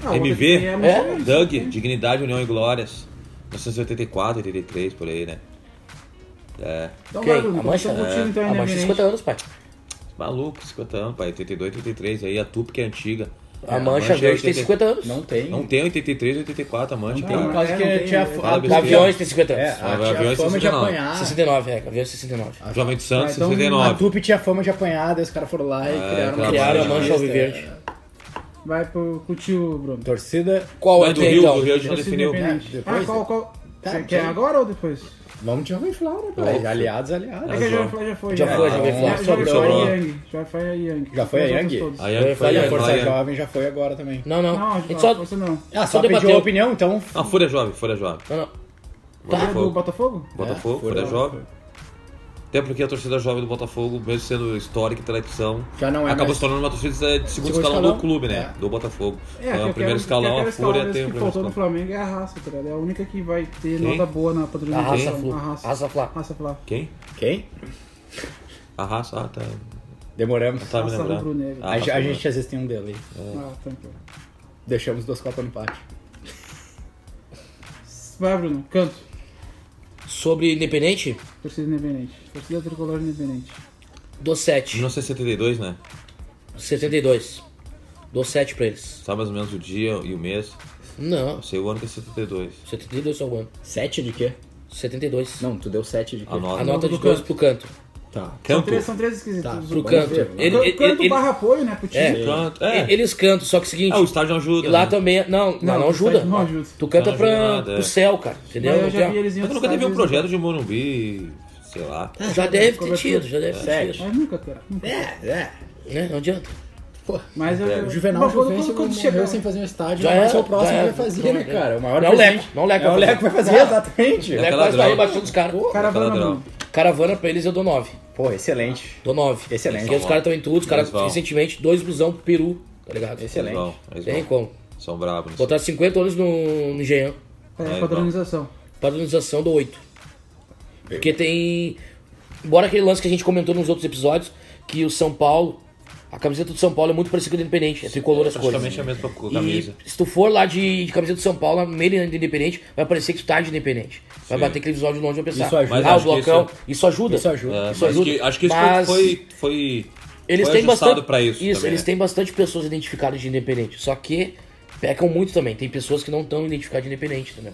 [SPEAKER 1] Ah, outra
[SPEAKER 2] MV?
[SPEAKER 1] que tem a
[SPEAKER 3] É?
[SPEAKER 1] Mercedes.
[SPEAKER 2] Doug, Dignidade, União e Glórias. 1984, 83, por aí, né? É.
[SPEAKER 1] Então
[SPEAKER 3] Quem?
[SPEAKER 1] vai,
[SPEAKER 3] A
[SPEAKER 1] Bruno,
[SPEAKER 3] mancha? é,
[SPEAKER 1] começa contigo,
[SPEAKER 4] né,
[SPEAKER 1] então,
[SPEAKER 3] A mancha tem
[SPEAKER 1] Independente.
[SPEAKER 3] 50 anos, pai.
[SPEAKER 2] Maluco, 50 anos, pai. 82, 83. Aí a Tupi que é antiga. é
[SPEAKER 3] A mancha verde tem 50 anos.
[SPEAKER 4] Não tem.
[SPEAKER 2] Não tem 83, 84 a mancha,
[SPEAKER 1] tem,
[SPEAKER 2] cara.
[SPEAKER 1] cara.
[SPEAKER 4] Quase
[SPEAKER 1] É,
[SPEAKER 4] que
[SPEAKER 1] não tem,
[SPEAKER 4] tinha
[SPEAKER 1] é.
[SPEAKER 4] a- a-
[SPEAKER 2] Aviões
[SPEAKER 3] Gaviões tem 50
[SPEAKER 4] É, ah.
[SPEAKER 3] anos.
[SPEAKER 4] a, tinha
[SPEAKER 2] Aviões
[SPEAKER 4] fama de
[SPEAKER 2] 69.
[SPEAKER 4] apanhar.
[SPEAKER 3] 69, é, Gaviões 69.
[SPEAKER 2] Jovem de Santos,
[SPEAKER 1] Ah, então,
[SPEAKER 2] 69.
[SPEAKER 4] A Tupi tinha fama de apanhar, daí os caras foram lá e criaram uma
[SPEAKER 2] criaram a
[SPEAKER 3] mancha alviverde.
[SPEAKER 4] É.
[SPEAKER 1] Vai pro contigo, Bruno.
[SPEAKER 4] Torcida.
[SPEAKER 3] Qual é
[SPEAKER 2] Mas
[SPEAKER 3] o
[SPEAKER 2] do
[SPEAKER 3] teu,
[SPEAKER 2] Rio,
[SPEAKER 3] então?
[SPEAKER 2] do Rio a gente não
[SPEAKER 1] Torcida
[SPEAKER 2] definiu.
[SPEAKER 1] Independente.
[SPEAKER 4] É, depois,
[SPEAKER 1] ah, qual, qual?
[SPEAKER 4] Tá,
[SPEAKER 1] Você
[SPEAKER 4] tá
[SPEAKER 1] quer
[SPEAKER 4] aí.
[SPEAKER 1] agora ou depois?
[SPEAKER 4] Vamos de Jovem Flá, né, pai?
[SPEAKER 2] Óbvio.
[SPEAKER 4] Aliados,
[SPEAKER 1] É
[SPEAKER 4] aliados.
[SPEAKER 1] que a
[SPEAKER 2] João.
[SPEAKER 1] já foi, já foi.
[SPEAKER 3] Já foi, já
[SPEAKER 1] já
[SPEAKER 3] foi,
[SPEAKER 1] Já
[SPEAKER 3] Flávio.
[SPEAKER 1] já foi
[SPEAKER 2] Sobrou.
[SPEAKER 1] a Yang. Já foi a Yang.
[SPEAKER 4] Já foi a
[SPEAKER 1] Os outros
[SPEAKER 4] Yang?
[SPEAKER 1] todos.
[SPEAKER 2] Aí é.
[SPEAKER 3] Eu ia
[SPEAKER 2] a foi
[SPEAKER 3] falar
[SPEAKER 2] a
[SPEAKER 4] A Força
[SPEAKER 2] Fúria Jovem.
[SPEAKER 4] Jovem já foi agora também.
[SPEAKER 3] Não, não.
[SPEAKER 1] Não,
[SPEAKER 3] A
[SPEAKER 1] a
[SPEAKER 3] gente
[SPEAKER 1] gente
[SPEAKER 3] só.
[SPEAKER 1] Força não.
[SPEAKER 3] Só
[SPEAKER 4] Ah, só pediu
[SPEAKER 3] debateu.
[SPEAKER 4] a opinião, então.
[SPEAKER 2] Ah, Fúria Jovem, Fúria Jovem.
[SPEAKER 3] Não, não.
[SPEAKER 1] É Do
[SPEAKER 2] Botafogo.
[SPEAKER 1] Botafogo?
[SPEAKER 2] Botafogo,
[SPEAKER 4] É,
[SPEAKER 2] Fúria
[SPEAKER 4] Fúria
[SPEAKER 2] Jovem. Até porque a torcida jovem do Botafogo, mesmo sendo histórica e tradição,
[SPEAKER 4] Já não é
[SPEAKER 2] acabou
[SPEAKER 4] mais-
[SPEAKER 2] se tornando uma torcida de segundo,
[SPEAKER 4] Segundo
[SPEAKER 2] escalão,
[SPEAKER 4] escalão.
[SPEAKER 2] do clube, né?
[SPEAKER 4] É.
[SPEAKER 2] Do Botafogo.
[SPEAKER 1] É,
[SPEAKER 2] então,
[SPEAKER 1] que
[SPEAKER 2] o
[SPEAKER 1] eu quero-
[SPEAKER 2] primeiro escalão,
[SPEAKER 1] que eu
[SPEAKER 2] a
[SPEAKER 1] quero
[SPEAKER 2] Fúria
[SPEAKER 1] escalar
[SPEAKER 2] tem
[SPEAKER 1] mesmo
[SPEAKER 2] o
[SPEAKER 1] que
[SPEAKER 2] primeiro
[SPEAKER 1] faltou
[SPEAKER 2] escalão.
[SPEAKER 1] do Flamengo é a raça, tá ligado? É a única que vai ter
[SPEAKER 2] Quem?
[SPEAKER 1] nota boa na
[SPEAKER 3] A
[SPEAKER 1] patrulha.
[SPEAKER 3] raça
[SPEAKER 2] Quem?
[SPEAKER 3] flu.
[SPEAKER 1] A
[SPEAKER 3] A
[SPEAKER 1] raça.
[SPEAKER 3] raça flá.
[SPEAKER 1] Raça Flá.
[SPEAKER 2] Quem?
[SPEAKER 4] Quem?
[SPEAKER 2] A raça, ah, tá.
[SPEAKER 4] Demoramos.
[SPEAKER 2] Não sabe
[SPEAKER 1] Raça
[SPEAKER 2] lembrar.
[SPEAKER 1] rubro-negra.
[SPEAKER 2] Ah,
[SPEAKER 4] A, gente- a
[SPEAKER 2] raça
[SPEAKER 4] gente às vezes tem um delay.
[SPEAKER 1] Ah, tranquilo.
[SPEAKER 4] Deixamos duas copas no pátio.
[SPEAKER 1] Vai, Bruno. Canto.
[SPEAKER 3] Sobre Independente,
[SPEAKER 1] Torcida independente. Torcida tricolor independente.
[SPEAKER 3] dou 7.
[SPEAKER 2] 1972, né?
[SPEAKER 3] 72. Dou 7 pra eles.
[SPEAKER 2] Sabe mais ou menos o dia e o mês.
[SPEAKER 3] Não.
[SPEAKER 2] Eu sei o ano que é 72.
[SPEAKER 3] 72 só o ano.
[SPEAKER 4] Sete de quê?
[SPEAKER 3] 72.
[SPEAKER 4] Não, tu deu sete de quê?
[SPEAKER 2] A nota.
[SPEAKER 3] A nota
[SPEAKER 1] do
[SPEAKER 3] de 2
[SPEAKER 1] canto.
[SPEAKER 3] pro canto.
[SPEAKER 4] Tá.
[SPEAKER 1] São
[SPEAKER 2] Campo.
[SPEAKER 1] três, são três esquisitos.
[SPEAKER 3] Pro
[SPEAKER 4] Vamos
[SPEAKER 3] canto.
[SPEAKER 4] ver,
[SPEAKER 3] Ele-
[SPEAKER 1] Can-
[SPEAKER 3] ele-
[SPEAKER 1] canto
[SPEAKER 3] ele-
[SPEAKER 1] barra apoio, né, pro time.
[SPEAKER 3] É.
[SPEAKER 2] Canto, é.
[SPEAKER 3] E- Eles cantam, só que é o seguinte.
[SPEAKER 2] Ah, o estádio não ajuda.
[SPEAKER 3] E lá
[SPEAKER 2] né?
[SPEAKER 3] também. é- Não, não, não,
[SPEAKER 1] Não,
[SPEAKER 3] ajuda.
[SPEAKER 1] não ajuda.
[SPEAKER 3] Tu canta
[SPEAKER 2] Não
[SPEAKER 3] pra,
[SPEAKER 2] ajuda nada,
[SPEAKER 3] pro
[SPEAKER 2] é.
[SPEAKER 3] céu, cara. Entendeu?
[SPEAKER 1] Mas eu
[SPEAKER 3] Não
[SPEAKER 1] já vi
[SPEAKER 3] tem-
[SPEAKER 1] eles em
[SPEAKER 2] Mas
[SPEAKER 1] outros
[SPEAKER 2] nunca teve um
[SPEAKER 1] estádios,
[SPEAKER 2] projeto de Morumbi, sei lá. É
[SPEAKER 3] Já deve ter
[SPEAKER 1] Cobertura.
[SPEAKER 3] tido, já deve ter
[SPEAKER 4] Sete.
[SPEAKER 3] tido.
[SPEAKER 1] Mas nunca, cara. Nunca.
[SPEAKER 4] É, é.
[SPEAKER 3] Né? Não adianta.
[SPEAKER 4] Pô.
[SPEAKER 1] Mas eu,
[SPEAKER 4] O Juvenal
[SPEAKER 1] Mas quando-
[SPEAKER 4] Juvencio
[SPEAKER 1] quando- quando
[SPEAKER 4] morreu
[SPEAKER 1] chegar-
[SPEAKER 4] sem fazer um estádio,
[SPEAKER 3] Já
[SPEAKER 4] já vai
[SPEAKER 3] era,
[SPEAKER 4] ser o próximo
[SPEAKER 3] já
[SPEAKER 4] que
[SPEAKER 3] era.
[SPEAKER 4] vai fazer, né, cara? O maior
[SPEAKER 3] Não, é o
[SPEAKER 4] presente-
[SPEAKER 3] Leco. Não, o Leco
[SPEAKER 4] É o
[SPEAKER 3] vai fazer.
[SPEAKER 4] Leco vai fazer,
[SPEAKER 3] Ah.
[SPEAKER 4] exatamente.
[SPEAKER 3] Leco
[SPEAKER 2] aquela
[SPEAKER 3] quase vai
[SPEAKER 2] droga.
[SPEAKER 3] rebaixando os caras.
[SPEAKER 1] Caravana,
[SPEAKER 2] Aquela
[SPEAKER 1] Bruno.
[SPEAKER 3] Caravana pra eles eu dou 9.
[SPEAKER 4] Pô, excelente.
[SPEAKER 3] Dou 9.
[SPEAKER 4] Excelente.
[SPEAKER 3] Porque os caras estão em tudo, os caras
[SPEAKER 2] Eles vão.
[SPEAKER 3] recentemente, dois busão pro Peru, tá ligado?
[SPEAKER 4] Excelente.
[SPEAKER 2] Não, eles
[SPEAKER 3] Tem
[SPEAKER 2] vão.
[SPEAKER 3] como.
[SPEAKER 2] é São bravos. né?
[SPEAKER 3] Botar 50 anos no, no Engenhão.
[SPEAKER 1] É,
[SPEAKER 2] É,
[SPEAKER 1] padronização.
[SPEAKER 3] Padronização do 8. Porque tem. Embora aquele lance que a gente comentou nos outros episódios, que o São Paulo A camiseta do São Paulo é muito parecida com a do Independente, é tricolor as cores.
[SPEAKER 2] Praticamente a mesma co- camisa.
[SPEAKER 3] E se tu for lá de, de camiseta do São Paulo, meio do Independente, vai parecer que tu tá de Independente. Vai
[SPEAKER 2] Sim.
[SPEAKER 3] bater aquele visual de longe e vai pensar.
[SPEAKER 4] Isso ajuda. Mas
[SPEAKER 3] Ah, o
[SPEAKER 2] acho que
[SPEAKER 3] blocão. Isso... ajuda.
[SPEAKER 4] Isso ajuda.
[SPEAKER 2] É,
[SPEAKER 3] Isso
[SPEAKER 2] mas
[SPEAKER 3] ajuda.
[SPEAKER 2] que- acho que isso
[SPEAKER 3] Mas
[SPEAKER 2] foi, foi,
[SPEAKER 3] Eles
[SPEAKER 2] foi
[SPEAKER 3] têm
[SPEAKER 2] ajustado
[SPEAKER 3] bastante.
[SPEAKER 2] pra isso.
[SPEAKER 3] Isso,
[SPEAKER 2] também,
[SPEAKER 3] eles
[SPEAKER 2] né?
[SPEAKER 3] têm bastante pessoas identificadas de Independente. Só que pecam muito também. Tem pessoas que não estão identificadas de Independente, entendeu?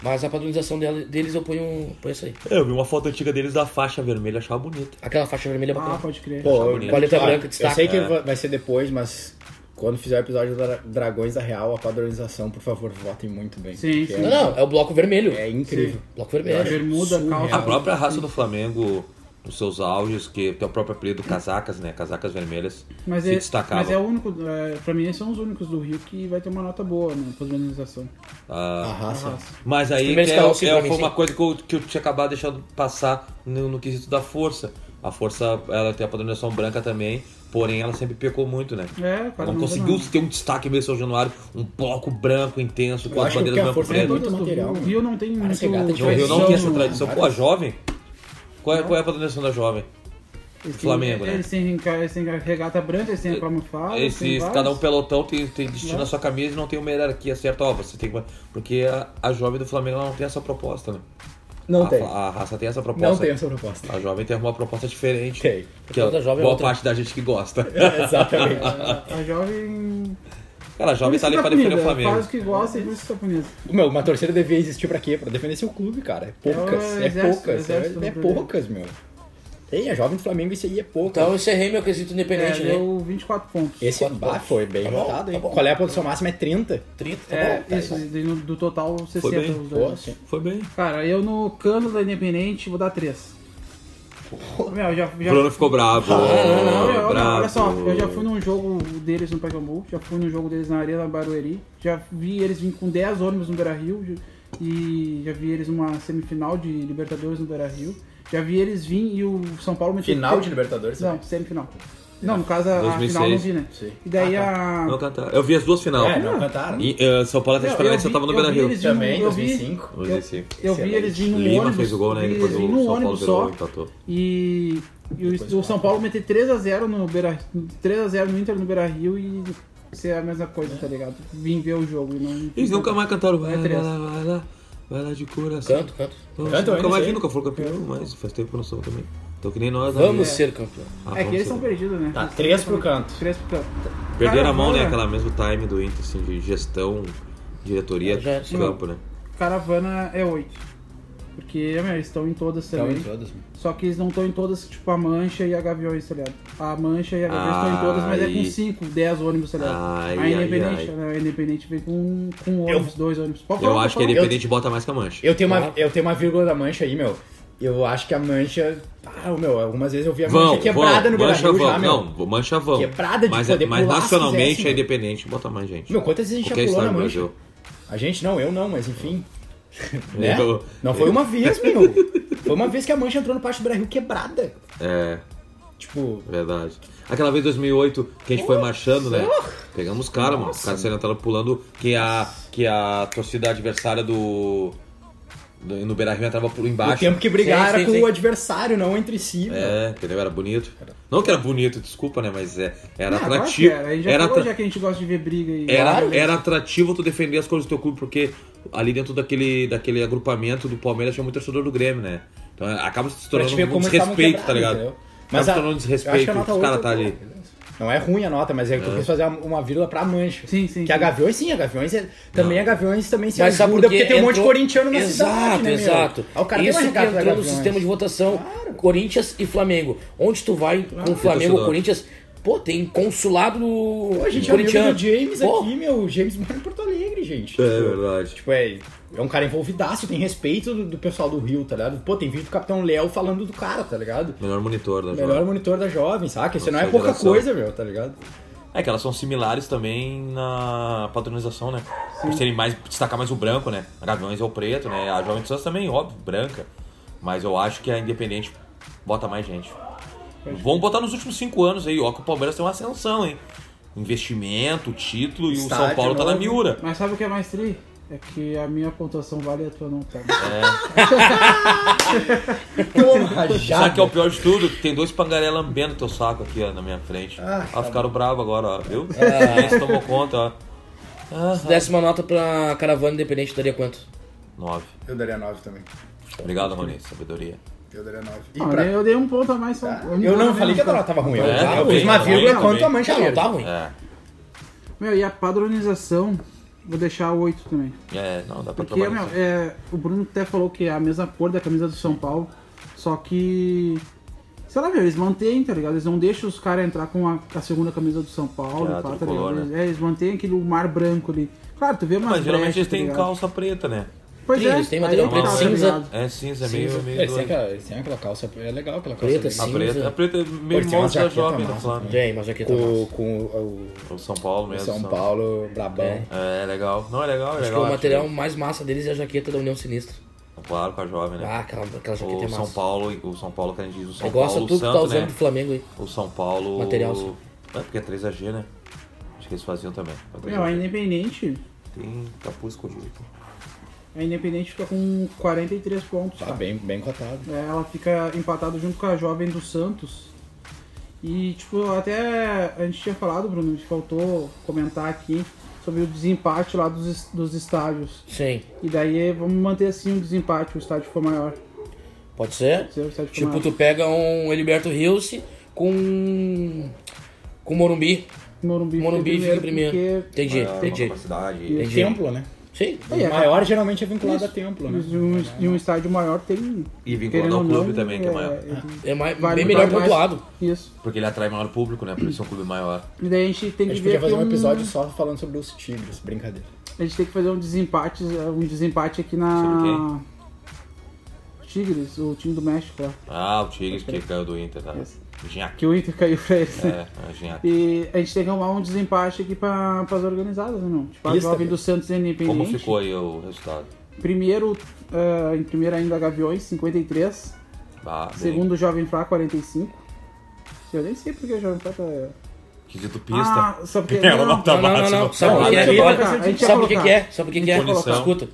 [SPEAKER 3] Mas a padronização dela- deles eu ponho, ponho isso aí.
[SPEAKER 2] É, Eu vi uma foto antiga deles da faixa vermelha, achava bonita.
[SPEAKER 3] Aquela faixa vermelha é bacana.
[SPEAKER 1] Ah, pode crer.
[SPEAKER 4] Pô,
[SPEAKER 2] bonito.
[SPEAKER 4] eu-
[SPEAKER 3] Paleta
[SPEAKER 4] ah,
[SPEAKER 3] branca, destaque.
[SPEAKER 4] Eu sei que va- vai ser depois, mas quando fizer o episódio da Dragões da Real, a padronização, por favor, votem muito bem.
[SPEAKER 1] Sim,
[SPEAKER 4] porque
[SPEAKER 1] sim. É.
[SPEAKER 3] Não,
[SPEAKER 4] É,
[SPEAKER 3] não, é o bloco vermelho.
[SPEAKER 4] é incrível.
[SPEAKER 3] Bloco vermelho.
[SPEAKER 1] Bermuda, calça.
[SPEAKER 2] É, A própria raça do Flamengo, nos seus auges, que tem o próprio apelido casacas, né? Casacas vermelhas,
[SPEAKER 1] Mas
[SPEAKER 2] se
[SPEAKER 1] é,
[SPEAKER 2] destacavam.
[SPEAKER 1] mas é o único, é, pra mim, esses são os únicos do Rio que vai ter uma nota boa né, na padronização.
[SPEAKER 2] Ah,
[SPEAKER 4] A
[SPEAKER 1] A
[SPEAKER 4] raça.
[SPEAKER 1] raça.
[SPEAKER 2] Mas aí
[SPEAKER 3] Primeiro
[SPEAKER 2] que é-
[SPEAKER 3] escalão, sim,
[SPEAKER 2] é-
[SPEAKER 4] né,
[SPEAKER 3] pra mim,
[SPEAKER 2] foi
[SPEAKER 3] sim.
[SPEAKER 2] uma coisa que eu, que eu tinha acabado deixando passar no, no quesito da força. A força, ela tem a padronização branca também, porém ela sempre pecou muito, né?
[SPEAKER 1] É,
[SPEAKER 2] Ela
[SPEAKER 1] cara.
[SPEAKER 2] não conseguiu ter um destaque mesmo São Januário, um bloco branco intenso, com
[SPEAKER 4] Eu
[SPEAKER 2] as
[SPEAKER 4] acho que
[SPEAKER 2] bandeiras
[SPEAKER 4] a
[SPEAKER 2] branco e
[SPEAKER 4] força é
[SPEAKER 1] É,
[SPEAKER 2] preto.
[SPEAKER 1] todas
[SPEAKER 4] muito né,
[SPEAKER 1] do
[SPEAKER 4] material,
[SPEAKER 1] Rio. O
[SPEAKER 4] né?
[SPEAKER 1] Rio não tem muito
[SPEAKER 3] que gata de
[SPEAKER 2] O Rio não tem essa
[SPEAKER 1] no-
[SPEAKER 2] tradição. Pô, a jovem? Qual é, qual é a padronização da jovem?
[SPEAKER 1] Eles têm-
[SPEAKER 2] Flamengo, né?
[SPEAKER 1] Eles têm, ca- eles têm a regata branca, eles têm a camuflagem.
[SPEAKER 2] Esse,
[SPEAKER 1] tem vários.
[SPEAKER 2] cada um pelotão tem, tem destino à sua camisa e não tem uma hierarquia certa. Ó, você tem que- Porque a, a jovem do Flamengo ela não tem essa proposta, né?
[SPEAKER 4] Não
[SPEAKER 2] a,
[SPEAKER 4] tem.
[SPEAKER 2] A raça tem essa proposta. é
[SPEAKER 4] Não tem
[SPEAKER 2] [laughs]
[SPEAKER 4] essa proposta.
[SPEAKER 2] A jovem tem uma proposta diferente.
[SPEAKER 4] Ok.
[SPEAKER 2] Que é
[SPEAKER 3] Toda jovem é
[SPEAKER 2] boa
[SPEAKER 3] outra.
[SPEAKER 2] parte da gente que gosta.
[SPEAKER 4] É, Exatamente.
[SPEAKER 1] É, A
[SPEAKER 2] [laughs]
[SPEAKER 1] jovem.
[SPEAKER 2] Cara, a
[SPEAKER 1] Por
[SPEAKER 2] jovem
[SPEAKER 1] isso é
[SPEAKER 2] tá ali
[SPEAKER 1] que
[SPEAKER 2] pra defender o
[SPEAKER 1] punida, Faz
[SPEAKER 2] Flamengo.
[SPEAKER 1] o que gosta e por isso que tá punido.
[SPEAKER 4] Meu, uma torcida devia existir pra quê? Pra defender seu clube, cara. É poucas,
[SPEAKER 1] É o
[SPEAKER 4] é,
[SPEAKER 1] exército,
[SPEAKER 4] poucas,
[SPEAKER 1] exército
[SPEAKER 4] é, é
[SPEAKER 1] do
[SPEAKER 4] poucas, meu. Tem, a jovem do Flamengo, isso aí é pouco.
[SPEAKER 3] Então eu encerrei meu quesito independente,
[SPEAKER 1] É,
[SPEAKER 3] né?
[SPEAKER 1] deu 24 pontos.
[SPEAKER 4] Esse
[SPEAKER 3] Quatro
[SPEAKER 4] bah,
[SPEAKER 3] pontos.
[SPEAKER 4] foi bem
[SPEAKER 3] Tá bom,
[SPEAKER 4] rotado, hein?
[SPEAKER 3] tá bom.
[SPEAKER 4] Qual é a produção máxima? É 30?
[SPEAKER 3] 30, tá
[SPEAKER 1] É,
[SPEAKER 3] bom. tá
[SPEAKER 1] isso,
[SPEAKER 3] aí.
[SPEAKER 1] de- no- do total 60
[SPEAKER 2] bem?
[SPEAKER 1] os
[SPEAKER 4] Pô,
[SPEAKER 1] dois.
[SPEAKER 4] assim.
[SPEAKER 2] Foi bem.
[SPEAKER 1] Cara, eu no cano da Independente vou dar 3. Meu, já, já, Ah,
[SPEAKER 2] Bruno ficou bravo.
[SPEAKER 1] Não, é um não, eu-
[SPEAKER 2] bravo.
[SPEAKER 1] olha só, assim, eu já fui num jogo deles no Pacaembu, já fui num jogo deles na Arena Barueri, já vi eles vir com 10 ônibus no Beira-Rio já- e já vi eles numa semifinal de Libertadores no Beira-Rio, já vi eles vir e o São Paulo meteu
[SPEAKER 4] Final de Libertadores
[SPEAKER 1] Não,
[SPEAKER 2] né?
[SPEAKER 4] também.
[SPEAKER 1] semifinal. Não, no caso a
[SPEAKER 2] 2006.
[SPEAKER 1] final não vi, né?
[SPEAKER 4] Sim.
[SPEAKER 1] E daí
[SPEAKER 2] ah, tá. Não
[SPEAKER 1] a
[SPEAKER 2] cantar. Eu vi as duas final.
[SPEAKER 4] É, não cantaram.
[SPEAKER 2] E, eh, São Paulo até
[SPEAKER 1] Não,
[SPEAKER 2] de Paranaense
[SPEAKER 1] eu
[SPEAKER 2] eu
[SPEAKER 1] vi-
[SPEAKER 2] tava no
[SPEAKER 1] eu vi
[SPEAKER 2] Beira Rio.
[SPEAKER 1] eles-
[SPEAKER 4] Também,
[SPEAKER 1] eu vi-
[SPEAKER 4] 2005.
[SPEAKER 1] eu- eu vi eles vir num
[SPEAKER 2] Lima
[SPEAKER 1] ônibus,
[SPEAKER 2] fez o gol, né?
[SPEAKER 1] vi
[SPEAKER 2] Depois
[SPEAKER 1] eles vir
[SPEAKER 2] o
[SPEAKER 1] num
[SPEAKER 2] São Paulo
[SPEAKER 1] ônibus
[SPEAKER 2] virou
[SPEAKER 1] só.
[SPEAKER 2] e empatou.
[SPEAKER 1] E, e o, o São Paulo meter 3x0 no Beira 3x0 no Inter no Beira Rio e ser a mesma coisa, tá ligado? Vim ver o jogo e não.
[SPEAKER 2] Eles nunca mais cantaram.
[SPEAKER 1] Vai
[SPEAKER 2] Vai,
[SPEAKER 1] três.
[SPEAKER 2] lá, vai lá. Vai lá de coração.
[SPEAKER 3] Canto, canto.
[SPEAKER 2] Não,
[SPEAKER 4] Canto,
[SPEAKER 2] nunca
[SPEAKER 4] eu
[SPEAKER 2] mais
[SPEAKER 4] sei.
[SPEAKER 2] vi, nunca foram campeão, mas faz tempo que não sou também. Então que nem nós. né?
[SPEAKER 3] Vamos ser campeão.
[SPEAKER 2] Ah,
[SPEAKER 1] É que
[SPEAKER 2] vamos
[SPEAKER 1] eles
[SPEAKER 2] ser.
[SPEAKER 1] são perdidos, né?
[SPEAKER 4] Tá,
[SPEAKER 1] Eles
[SPEAKER 4] três
[SPEAKER 1] são-
[SPEAKER 4] pro canto.
[SPEAKER 1] Três pro canto.
[SPEAKER 2] Perderam a mão, né?
[SPEAKER 1] Caravana-
[SPEAKER 2] Aquela mesmo time do Inter, assim, de gestão, diretoria,
[SPEAKER 4] É,
[SPEAKER 3] Já era.
[SPEAKER 2] de campo, né?
[SPEAKER 1] Caravana é 8. Porque, meu, eles estão em todas
[SPEAKER 4] Então,
[SPEAKER 1] também.
[SPEAKER 4] em todas, mano.
[SPEAKER 1] Só que eles não estão em todas, tipo a Mancha e a Gaviões, tá ligado? A Mancha e a Gaviões
[SPEAKER 2] Ah,
[SPEAKER 1] estão em todas, mas é
[SPEAKER 2] aí.
[SPEAKER 1] com 5, 10 ônibus, tá ligado?
[SPEAKER 2] Ai,
[SPEAKER 1] a
[SPEAKER 2] ai,
[SPEAKER 1] Independente,
[SPEAKER 2] ai.
[SPEAKER 1] né? a Independente vem com, com um ônibus, dois ônibus. Pode
[SPEAKER 2] Eu
[SPEAKER 1] falar,
[SPEAKER 2] acho que
[SPEAKER 1] pode
[SPEAKER 2] a
[SPEAKER 1] falar.
[SPEAKER 2] Independente bota mais que a mancha.
[SPEAKER 4] Eu tenho, uma,
[SPEAKER 3] Claro.
[SPEAKER 4] eu tenho uma vírgula da mancha aí, meu. Eu acho que a mancha. Ah, meu, algumas vezes eu vi a mancha
[SPEAKER 2] Vão,
[SPEAKER 4] quebrada
[SPEAKER 2] vão,
[SPEAKER 4] no Beira
[SPEAKER 2] mancha
[SPEAKER 4] Rio já,
[SPEAKER 2] vão,
[SPEAKER 4] meu.
[SPEAKER 2] não, mancha vão.
[SPEAKER 4] Quebrada de
[SPEAKER 2] mas, é,
[SPEAKER 4] poder
[SPEAKER 2] mas
[SPEAKER 4] pular, se
[SPEAKER 2] nacionalmente
[SPEAKER 4] quisesse,
[SPEAKER 2] a
[SPEAKER 4] meu.
[SPEAKER 2] Independente bota mais gente.
[SPEAKER 4] Meu, quantas vezes a gente
[SPEAKER 2] Qualquer
[SPEAKER 4] já pulou
[SPEAKER 2] estado
[SPEAKER 4] na
[SPEAKER 2] do
[SPEAKER 4] mancha?
[SPEAKER 2] Brasil.
[SPEAKER 4] A gente não, eu não,
[SPEAKER 3] [laughs]
[SPEAKER 4] mas enfim. Né?
[SPEAKER 2] Eu-
[SPEAKER 4] Não foi uma vez, meu. Foi uma vez que a mancha entrou no pátio do Beira Rio quebrada.
[SPEAKER 2] É,
[SPEAKER 4] Tipo,
[SPEAKER 2] verdade. Aquela vez em 2008 que a gente foi marchando, né? Pegamos os caras, mano. Os caras saíram entraram pulando que a, que a torcida adversária do. do no Beira Rio entrava por
[SPEAKER 4] o
[SPEAKER 2] embaixo.
[SPEAKER 4] tempo que brigar
[SPEAKER 3] Sim,
[SPEAKER 4] era
[SPEAKER 3] sim,
[SPEAKER 4] com
[SPEAKER 3] sim.
[SPEAKER 4] o adversário, não entre si, meu.
[SPEAKER 2] É, entendeu? Era bonito. Não que era bonito, desculpa, né? Mas é, era
[SPEAKER 1] Ah, claro que
[SPEAKER 2] atrativo.
[SPEAKER 1] era. A gente já
[SPEAKER 2] Era,
[SPEAKER 1] falou
[SPEAKER 2] atra-
[SPEAKER 1] já que a gente gosta de ver briga e.
[SPEAKER 2] era, era atrativo tu defender as cores do teu clube, porque ali dentro daquele, daquele agrupamento do Palmeiras tinha muito torcedor do Grêmio, né? Então é, acaba se
[SPEAKER 4] Pra
[SPEAKER 2] tornando
[SPEAKER 4] te ver
[SPEAKER 2] um
[SPEAKER 4] como eles estavam
[SPEAKER 2] desrespeito, tá ligado?
[SPEAKER 4] quebrados, entendeu?
[SPEAKER 2] Mas
[SPEAKER 4] a-
[SPEAKER 2] tá tornando
[SPEAKER 3] um
[SPEAKER 4] eu acho que a
[SPEAKER 2] desrespeito
[SPEAKER 4] nota
[SPEAKER 2] os caras
[SPEAKER 4] oito,
[SPEAKER 2] tá ali.
[SPEAKER 4] beleza. Não é ruim a nota, mas é que eu quis fazer uma, uma vírgula pra mancha.
[SPEAKER 1] Sim, sim,
[SPEAKER 4] Que a
[SPEAKER 1] sim.
[SPEAKER 4] Gaviões, sim, a Gaviões é- também a Gaviões também se
[SPEAKER 3] Mas sabe por
[SPEAKER 4] ajuda,
[SPEAKER 3] quê?
[SPEAKER 4] porque tem um monte de
[SPEAKER 3] Entrou-
[SPEAKER 4] corintiano na
[SPEAKER 3] exato,
[SPEAKER 4] cidade, né, meu?
[SPEAKER 3] Exato,
[SPEAKER 4] Aí o cara
[SPEAKER 3] Isso
[SPEAKER 4] tem
[SPEAKER 3] que é
[SPEAKER 4] uma regata da
[SPEAKER 3] entrou no
[SPEAKER 4] Gaviões.
[SPEAKER 3] sistema de votação Corinthians e Flamengo. Onde tu vai com Flamengo ou
[SPEAKER 2] Torcedor.
[SPEAKER 3] Corinthians, pô, tem consulado
[SPEAKER 4] Pô, a gente é amigo
[SPEAKER 3] corintiano.
[SPEAKER 4] do James
[SPEAKER 3] Pô,
[SPEAKER 4] aqui, meu. O James mora em Porto Alegre, gente.
[SPEAKER 2] É verdade.
[SPEAKER 4] Tipo, é, é um cara envolvidaço, tem respeito do, do pessoal do Rio, tá ligado? Pô, tem vídeo do Capitão Léo falando do cara, tá ligado?
[SPEAKER 2] Melhor monitor né, da
[SPEAKER 4] Melhor
[SPEAKER 2] jogada.
[SPEAKER 4] monitor da jovem, saca? Isso não é
[SPEAKER 2] Nossa
[SPEAKER 4] pouca
[SPEAKER 2] geração.
[SPEAKER 4] coisa, meu, tá ligado?
[SPEAKER 2] É que elas são similares também na padronização, né? Por serem mais. destacar mais o branco, né? A Gaviões é o preto, né? A Jovem de Santos também, óbvio, branca. Mas eu acho que a Independente bota mais gente. Vamos botar nos últimos cinco anos aí, ó, que o Palmeiras tem uma ascensão, hein? Investimento, título e o
[SPEAKER 4] Estádio
[SPEAKER 2] São Paulo tá na
[SPEAKER 4] novo.
[SPEAKER 2] miura.
[SPEAKER 1] Mas sabe o que é mais tri? É que a minha pontuação vale e a tua não tá.
[SPEAKER 4] Toma,
[SPEAKER 2] Sabe
[SPEAKER 4] rajada.
[SPEAKER 2] que é o pior de tudo? Tem dois pangaré lambendo teu saco aqui, ó, na minha frente.
[SPEAKER 4] Ah,
[SPEAKER 2] Ah,
[SPEAKER 4] tá
[SPEAKER 2] ficaram bravos agora, ó, viu? Ah. Esse tomou conta, ó.
[SPEAKER 3] Se desse uma nota pra caravana independente, daria quanto?
[SPEAKER 2] Nove.
[SPEAKER 4] Eu daria 9 também.
[SPEAKER 2] Obrigado, Rony. Sabedoria.
[SPEAKER 4] Eu daria 9. E
[SPEAKER 1] Ah,
[SPEAKER 4] pra...
[SPEAKER 1] Eu dei um ponto a mais só.
[SPEAKER 4] Ah,
[SPEAKER 1] um
[SPEAKER 4] Eu
[SPEAKER 1] ponto a
[SPEAKER 4] não
[SPEAKER 1] menos,
[SPEAKER 4] falei que a
[SPEAKER 1] tá?
[SPEAKER 4] nota tava ruim. Eu
[SPEAKER 2] É,
[SPEAKER 4] eu
[SPEAKER 2] tá
[SPEAKER 4] fiz uma
[SPEAKER 2] bem,
[SPEAKER 4] vírgula
[SPEAKER 2] tá
[SPEAKER 4] quanto
[SPEAKER 2] bem.
[SPEAKER 4] a mancha
[SPEAKER 3] Ah, não, tá ruim.
[SPEAKER 2] É,
[SPEAKER 1] Meu, e a padronização, vou deixar o 8 também.
[SPEAKER 2] é não, dá pra
[SPEAKER 1] Porque,
[SPEAKER 2] trabalhar.
[SPEAKER 1] meu,
[SPEAKER 2] isso.
[SPEAKER 1] é, o Bruno até falou que é a mesma cor da camisa do São Paulo, só que. Sei lá, meu, eles mantêm, tá ligado? Eles não deixam os caras entrar com a, a segunda camisa do São Paulo,
[SPEAKER 2] Que é a
[SPEAKER 1] pá, tá
[SPEAKER 2] tricolor,
[SPEAKER 1] ligado?
[SPEAKER 2] né?
[SPEAKER 1] É, eles mantêm aquele mar branco ali. Claro, tu vê umas
[SPEAKER 2] Mas geralmente
[SPEAKER 1] brechas,
[SPEAKER 2] eles
[SPEAKER 1] tá
[SPEAKER 2] têm
[SPEAKER 1] ligado?
[SPEAKER 2] calça preta, né?
[SPEAKER 1] Pois
[SPEAKER 3] Sim,
[SPEAKER 1] é,
[SPEAKER 3] eles têm
[SPEAKER 1] aí
[SPEAKER 3] madeira
[SPEAKER 1] é que
[SPEAKER 2] preta,
[SPEAKER 1] tá, tá
[SPEAKER 3] cinza.
[SPEAKER 1] ligado?
[SPEAKER 2] É cinza, é
[SPEAKER 4] Cinza.
[SPEAKER 2] meio, meio
[SPEAKER 4] Eles têm
[SPEAKER 2] doido.
[SPEAKER 4] aquela- eles têm aquela calça. É legal aquela calça.
[SPEAKER 3] Preta,
[SPEAKER 4] dele.
[SPEAKER 3] sim.
[SPEAKER 2] A
[SPEAKER 3] cinza.
[SPEAKER 2] preta, a preta é meio
[SPEAKER 4] Pode ser uma
[SPEAKER 2] molde da
[SPEAKER 4] jaqueta
[SPEAKER 2] jovem do
[SPEAKER 4] massa
[SPEAKER 2] Flamengo.
[SPEAKER 3] Tem, mas aqui tá
[SPEAKER 4] Com,
[SPEAKER 3] massa.
[SPEAKER 4] com o,
[SPEAKER 2] O São Paulo
[SPEAKER 4] o
[SPEAKER 2] mesmo.
[SPEAKER 4] São Paulo, Brabão.
[SPEAKER 3] É.
[SPEAKER 2] É, é legal. Não, é legal, é
[SPEAKER 3] Acho que
[SPEAKER 2] legal.
[SPEAKER 3] o material mais massa deles é a jaqueta da União Sinistra.
[SPEAKER 2] que- Claro, com a jovem, né?
[SPEAKER 3] Ah, aquela, aquela jaqueta é
[SPEAKER 2] O
[SPEAKER 3] massa.
[SPEAKER 2] São Paulo, o São Paulo que a gente diz, o São
[SPEAKER 3] Eu gosto
[SPEAKER 2] Paulo,
[SPEAKER 3] de
[SPEAKER 2] o
[SPEAKER 3] tudo que tá
[SPEAKER 2] Santos,
[SPEAKER 3] usando
[SPEAKER 2] né?
[SPEAKER 3] do Flamengo aí.
[SPEAKER 2] O São Paulo.
[SPEAKER 3] Material, sim.
[SPEAKER 2] É porque é 3AG, né? Acho que eles faziam também.
[SPEAKER 1] Meu,
[SPEAKER 3] é.
[SPEAKER 1] a Independente,
[SPEAKER 2] Tem capuz escondido aqui.
[SPEAKER 1] a Independente fica com 43 pontos.
[SPEAKER 4] Tá
[SPEAKER 1] cara.
[SPEAKER 4] bem, bem cotado.
[SPEAKER 1] É, ela fica empatada junto com a jovem do Santos. E, tipo, até a gente tinha falado, Bruno, que faltou comentar aqui sobre o desempate lá dos, es- dos estádios.
[SPEAKER 3] Sim.
[SPEAKER 1] E daí vamos manter assim o desempate, o estádio for maior.
[SPEAKER 3] Pode ser?
[SPEAKER 1] Se o estádio for
[SPEAKER 3] Tipo,
[SPEAKER 1] maior.
[SPEAKER 3] tu pega um Heliberto Rios com. com Morumbi.
[SPEAKER 1] O Morumbi,
[SPEAKER 3] Morumbi fica primeiro.
[SPEAKER 1] Porque...
[SPEAKER 3] Entendi, entendi.
[SPEAKER 2] capacidade.
[SPEAKER 3] Entendi.
[SPEAKER 4] Templo, né?
[SPEAKER 3] Sim.
[SPEAKER 1] Aí,
[SPEAKER 4] O
[SPEAKER 1] é,
[SPEAKER 4] maior geralmente é vinculado a
[SPEAKER 1] Isso.
[SPEAKER 4] templo, né?
[SPEAKER 1] de um, de um estádio maior tem.
[SPEAKER 2] E vinculado
[SPEAKER 1] querendo
[SPEAKER 2] ao
[SPEAKER 1] ou
[SPEAKER 2] clube
[SPEAKER 1] não,
[SPEAKER 2] também, que é maior.
[SPEAKER 3] É mais,
[SPEAKER 1] vale
[SPEAKER 3] bem
[SPEAKER 1] muito
[SPEAKER 3] melhor
[SPEAKER 1] mais.
[SPEAKER 3] pontuado.
[SPEAKER 1] Isso.
[SPEAKER 2] Porque ele atrai maior público, né? Por isso é um clube maior.
[SPEAKER 1] E daí a gente tem
[SPEAKER 4] A
[SPEAKER 1] que
[SPEAKER 4] gente
[SPEAKER 1] ver.
[SPEAKER 4] podia fazer
[SPEAKER 1] aqui
[SPEAKER 4] um episódio só falando sobre os tigres, brincadeira.
[SPEAKER 1] A gente tem que fazer um desempate, um desempate aqui na.
[SPEAKER 2] Sobre
[SPEAKER 1] Tigres, o time do México lá.
[SPEAKER 2] Ah, o Tigres que caiu do Inter, tá?
[SPEAKER 1] Isso.
[SPEAKER 2] Ginhaque.
[SPEAKER 1] Que o Inter caiu pra eles, né?
[SPEAKER 2] É, é Ginhaque.
[SPEAKER 1] E a gente tem que arrumar um desempate aqui pra, pras organizadas, né, meu? Tipo, a
[SPEAKER 4] Isso,
[SPEAKER 1] jovem
[SPEAKER 4] cara.
[SPEAKER 1] do Santos e Independente.
[SPEAKER 2] Como ficou aí o resultado?
[SPEAKER 1] Primeiro, ah, em primeiro ainda a Gaviões, 53.
[SPEAKER 2] Ah, bem.
[SPEAKER 1] Segundo, Jovem Flá, 45. Eu nem sei porque o Jovem Flá tá...
[SPEAKER 2] Quesito pista.
[SPEAKER 1] Ah, só porque...
[SPEAKER 2] [laughs] Ela
[SPEAKER 1] não,
[SPEAKER 2] não tá
[SPEAKER 3] Não, não, não, não. Sabe
[SPEAKER 1] Não,
[SPEAKER 3] por que
[SPEAKER 1] a gente
[SPEAKER 3] é?
[SPEAKER 1] ia
[SPEAKER 3] Olha,
[SPEAKER 1] colocar, a gente ia
[SPEAKER 3] Sabe por que que é?
[SPEAKER 1] colocar.
[SPEAKER 3] Sabe por que que é?
[SPEAKER 2] Punição.
[SPEAKER 3] Escuta.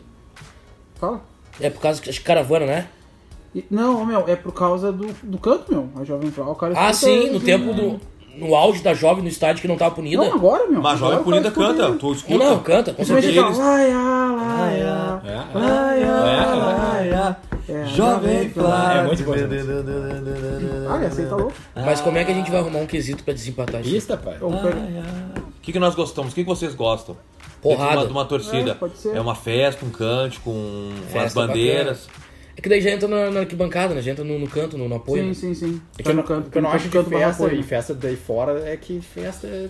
[SPEAKER 1] Fala.
[SPEAKER 3] É por causa que- acho que caravana, né?
[SPEAKER 1] E- Não, meu, é por causa do, do canto, meu. A Jovem Flá, o cara...
[SPEAKER 3] Ah,
[SPEAKER 1] escuta-
[SPEAKER 3] sim, no tempo do. No auge da jovem no estádio que não tava punida.
[SPEAKER 1] Não, agora, meu.
[SPEAKER 2] Mas
[SPEAKER 1] Agora
[SPEAKER 2] jovem
[SPEAKER 1] o cara
[SPEAKER 2] punida
[SPEAKER 1] escuta
[SPEAKER 2] canta.
[SPEAKER 1] ele.
[SPEAKER 2] Tu
[SPEAKER 3] Não,
[SPEAKER 2] escuta.
[SPEAKER 3] não, canta, com
[SPEAKER 1] Você É vai ah, chegar,
[SPEAKER 3] certeza.
[SPEAKER 2] Eles-
[SPEAKER 1] laia, laia,
[SPEAKER 4] ah.
[SPEAKER 2] É,
[SPEAKER 1] laia, laia. ah. É, Jovem Flá.
[SPEAKER 4] É muito bom.
[SPEAKER 1] Ah, essa aí tá louco. É
[SPEAKER 3] Mas como é que a gente vai arrumar um quesito pra desempatar isso?
[SPEAKER 4] Pista, pai.
[SPEAKER 1] Ou pega-
[SPEAKER 2] O que, que nós gostamos? O que, que vocês gostam?
[SPEAKER 3] Porrada.
[SPEAKER 2] De uma, de uma torcida.
[SPEAKER 1] É, pode ser.
[SPEAKER 2] É uma festa, um cântico, um, umas
[SPEAKER 3] Festa
[SPEAKER 2] bandeiras.
[SPEAKER 3] É que daí já entra na, na arquibancada, né? Já entra no, no canto, no, no apoio.
[SPEAKER 1] Sim, sim,
[SPEAKER 3] né?
[SPEAKER 1] sim.
[SPEAKER 4] É que
[SPEAKER 1] Tá
[SPEAKER 4] eu
[SPEAKER 1] no
[SPEAKER 4] não,
[SPEAKER 1] canto,
[SPEAKER 4] que eu não
[SPEAKER 1] no
[SPEAKER 4] acho que
[SPEAKER 1] canto barra
[SPEAKER 4] festa
[SPEAKER 1] apoio,
[SPEAKER 4] e
[SPEAKER 1] né?
[SPEAKER 4] festa daí fora é que festa é-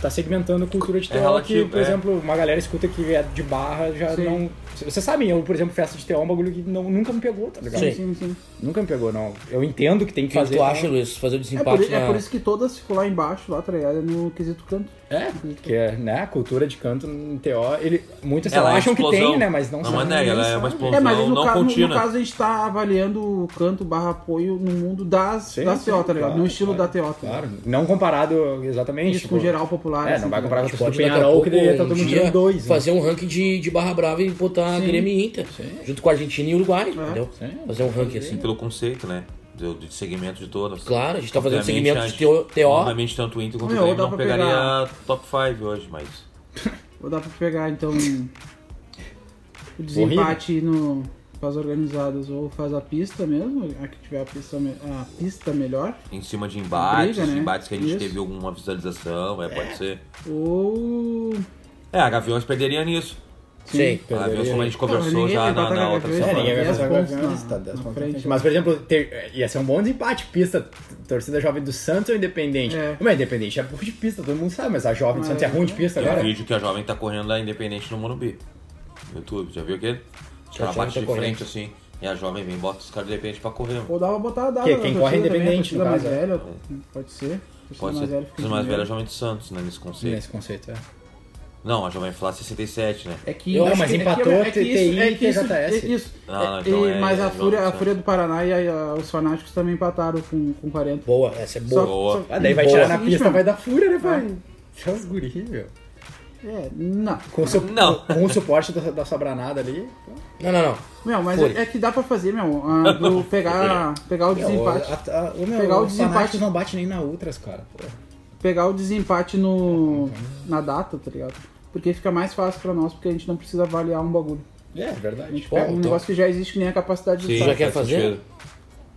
[SPEAKER 4] tá segmentando a cultura de teó
[SPEAKER 2] relativo,
[SPEAKER 4] que, por
[SPEAKER 2] é.
[SPEAKER 4] exemplo, uma galera escuta que é de barra já
[SPEAKER 1] Sim.
[SPEAKER 4] não... Vocês sabem, eu, por exemplo, festa de teó é um bagulho que não, nunca me pegou, tá ligado?
[SPEAKER 3] Sim.
[SPEAKER 1] Sim, sim.
[SPEAKER 4] Nunca me pegou, não. Eu entendo que tem
[SPEAKER 3] O
[SPEAKER 4] que
[SPEAKER 3] que
[SPEAKER 4] fazer...
[SPEAKER 3] tu
[SPEAKER 4] né?
[SPEAKER 3] acha, Luiz? Fazer
[SPEAKER 1] É
[SPEAKER 3] o
[SPEAKER 1] por,
[SPEAKER 3] desempate
[SPEAKER 1] i- é
[SPEAKER 3] na-
[SPEAKER 1] por isso que todas ficam lá embaixo, lá, tá ligado? É no quesito canto.
[SPEAKER 4] É, porque né, a cultura de canto no teó, ele, muitos
[SPEAKER 2] Ela é
[SPEAKER 4] acham que
[SPEAKER 2] explosão.
[SPEAKER 4] tem, né? Mas não,
[SPEAKER 2] Não,
[SPEAKER 4] sabem,
[SPEAKER 2] mas né,
[SPEAKER 4] ninguém
[SPEAKER 2] ela é
[SPEAKER 4] sabe.
[SPEAKER 2] uma explosão
[SPEAKER 1] É, mas no,
[SPEAKER 2] não
[SPEAKER 1] ca- no- no
[SPEAKER 2] contínua.
[SPEAKER 1] caso a gente tá avaliando o canto barra apoio no mundo das,
[SPEAKER 4] Sim,
[SPEAKER 1] da
[SPEAKER 4] sim,
[SPEAKER 1] TO, tá ligado?
[SPEAKER 4] claro,
[SPEAKER 1] no estilo
[SPEAKER 4] claro,
[SPEAKER 1] da TO. tá ligado?
[SPEAKER 4] Claro, não comparado exatamente.
[SPEAKER 1] Isso com geral popular.
[SPEAKER 4] É,
[SPEAKER 1] assim,
[SPEAKER 4] não vai
[SPEAKER 1] tá
[SPEAKER 4] comparar
[SPEAKER 1] ligado?
[SPEAKER 4] com
[SPEAKER 3] gente
[SPEAKER 4] o
[SPEAKER 3] pode daqui a
[SPEAKER 4] Penharol,
[SPEAKER 3] pouco
[SPEAKER 4] que daí tá todo
[SPEAKER 3] um
[SPEAKER 4] mundo
[SPEAKER 3] dia
[SPEAKER 4] tirando dois. né?
[SPEAKER 3] fazer um ranking de, de Barra Brava e botar Grêmio e Inter. Junto com a Argentina e Uruguai, entendeu?
[SPEAKER 4] Sim.
[SPEAKER 3] Fazer um ranking assim.
[SPEAKER 2] Pelo conceito, né? Do, do segmento de todas.
[SPEAKER 3] Claro, a gente tá fazendo
[SPEAKER 2] Obviamente,
[SPEAKER 3] segmento
[SPEAKER 2] a
[SPEAKER 3] de
[SPEAKER 2] gente-
[SPEAKER 3] TO. TO.
[SPEAKER 2] Obviamente, tanto o Inter quanto
[SPEAKER 1] Meu,
[SPEAKER 2] o Grêmio
[SPEAKER 1] dá
[SPEAKER 2] não
[SPEAKER 1] pra
[SPEAKER 2] pegaria
[SPEAKER 1] pegar-
[SPEAKER 2] top 5 hoje, mas...
[SPEAKER 1] Vou dar pra pegar,
[SPEAKER 4] [laughs]
[SPEAKER 1] então, o desempate no, pras organizadas ou faz a pista mesmo, a que tiver a pista, me- a pista melhor,
[SPEAKER 2] Em cima de embates,
[SPEAKER 1] Briga, né?
[SPEAKER 2] embates que a gente
[SPEAKER 1] Isso.
[SPEAKER 2] teve alguma visualização, é, pode ser.
[SPEAKER 1] ou...
[SPEAKER 2] É, a Gaviões perderia nisso.
[SPEAKER 3] Sim.
[SPEAKER 2] A Gaviões,
[SPEAKER 4] Perderia.
[SPEAKER 2] como a gente
[SPEAKER 1] Não,
[SPEAKER 2] conversou
[SPEAKER 1] ninguém
[SPEAKER 2] já
[SPEAKER 1] vai
[SPEAKER 2] na,
[SPEAKER 1] botar
[SPEAKER 2] na
[SPEAKER 1] a
[SPEAKER 2] outra
[SPEAKER 1] Gaviões,
[SPEAKER 4] É,
[SPEAKER 2] semana.
[SPEAKER 4] ninguém vai
[SPEAKER 1] Dez
[SPEAKER 4] fazer
[SPEAKER 1] pontos
[SPEAKER 4] agora,
[SPEAKER 1] na-
[SPEAKER 4] tá, dez
[SPEAKER 1] na
[SPEAKER 4] pontos na
[SPEAKER 1] frente.
[SPEAKER 4] frente. Mas, por exemplo, ter- ia ser um bom desempate, pista, torcida jovem do Santos ou Independente?
[SPEAKER 1] É.
[SPEAKER 4] Mas Independente é ruim de pista, todo mundo sabe, mas a jovem do
[SPEAKER 1] Mas-
[SPEAKER 4] Santos é ruim de pista
[SPEAKER 2] Tem um
[SPEAKER 4] agora.
[SPEAKER 2] vídeo que a jovem tá correndo lá independente no Morumbi. No YouTube, já viu aquele? Os
[SPEAKER 3] a
[SPEAKER 2] caras
[SPEAKER 3] jovem tá
[SPEAKER 2] batem de
[SPEAKER 3] correndo.
[SPEAKER 2] frente assim, e a jovem vem e bota os caras de repente pra correr. mano.
[SPEAKER 1] Ou dá pra botar a data
[SPEAKER 4] Que- é
[SPEAKER 1] da
[SPEAKER 4] quem
[SPEAKER 1] torcida
[SPEAKER 4] corre
[SPEAKER 1] também, a
[SPEAKER 4] independente,
[SPEAKER 1] torcida
[SPEAKER 4] no
[SPEAKER 1] mais
[SPEAKER 4] caso, é.
[SPEAKER 1] velha, pode ser. Torcida
[SPEAKER 2] Pode ser.
[SPEAKER 1] mais velha fica
[SPEAKER 2] Torcida
[SPEAKER 1] em
[SPEAKER 2] mais velha é a
[SPEAKER 1] primeiro.
[SPEAKER 2] Jovem de Santos, né? Nesse conceito.
[SPEAKER 4] Nesse conceito, é.
[SPEAKER 2] Não, a Jovem Flá 67, né?
[SPEAKER 1] É que
[SPEAKER 3] Eu
[SPEAKER 1] acho que-
[SPEAKER 3] acho mas
[SPEAKER 1] é que-
[SPEAKER 4] empatou
[SPEAKER 1] é que isso-
[SPEAKER 4] TI
[SPEAKER 1] é
[SPEAKER 4] e
[SPEAKER 1] que isso-
[SPEAKER 4] TJS.
[SPEAKER 1] é isso.
[SPEAKER 2] Ah, não,
[SPEAKER 1] É-
[SPEAKER 2] então
[SPEAKER 1] e-
[SPEAKER 2] é
[SPEAKER 1] mas a
[SPEAKER 2] Jovem
[SPEAKER 1] Fúria, a
[SPEAKER 2] Santos.
[SPEAKER 1] Fúria do Paraná e a- a- os Fanáticos também empataram com, com 40.
[SPEAKER 3] Boa, essa é
[SPEAKER 1] Só-
[SPEAKER 3] boa.
[SPEAKER 2] Boa.
[SPEAKER 1] só-
[SPEAKER 4] Ah, daí vai
[SPEAKER 3] Boa.
[SPEAKER 4] tirar na
[SPEAKER 1] Seguinte,
[SPEAKER 4] pista,
[SPEAKER 1] mano.
[SPEAKER 4] vai dar fúria, né, pai? São os guris, meu.
[SPEAKER 1] É, não.
[SPEAKER 4] Com o, seu,
[SPEAKER 2] Não.
[SPEAKER 4] com o suporte da, da Sobranada ali.
[SPEAKER 3] Não, não, não.
[SPEAKER 1] Meu, mas
[SPEAKER 3] Foi.
[SPEAKER 1] é, é que dá pra fazer, meu. ah,
[SPEAKER 2] [laughs]
[SPEAKER 1] do pegar,
[SPEAKER 4] É,
[SPEAKER 1] pegar o desempate.
[SPEAKER 4] Meu, a- a- o meu,
[SPEAKER 1] Pegar o
[SPEAKER 4] o
[SPEAKER 1] desempate.
[SPEAKER 4] Fanatic não bate nem na Ultras, cara. Pô.
[SPEAKER 1] Pegar o desempate no, na data, tá ligado? Porque fica mais fácil pra nós, porque a gente não precisa avaliar um bagulho.
[SPEAKER 4] É,
[SPEAKER 1] A
[SPEAKER 4] verdade.
[SPEAKER 1] gente
[SPEAKER 3] Bom,
[SPEAKER 1] pega um
[SPEAKER 3] então.
[SPEAKER 1] negócio que já existe, que nem a capacidade de
[SPEAKER 2] Sim,
[SPEAKER 1] Estado,
[SPEAKER 3] já quer
[SPEAKER 2] faz
[SPEAKER 3] fazer?
[SPEAKER 2] sentido. É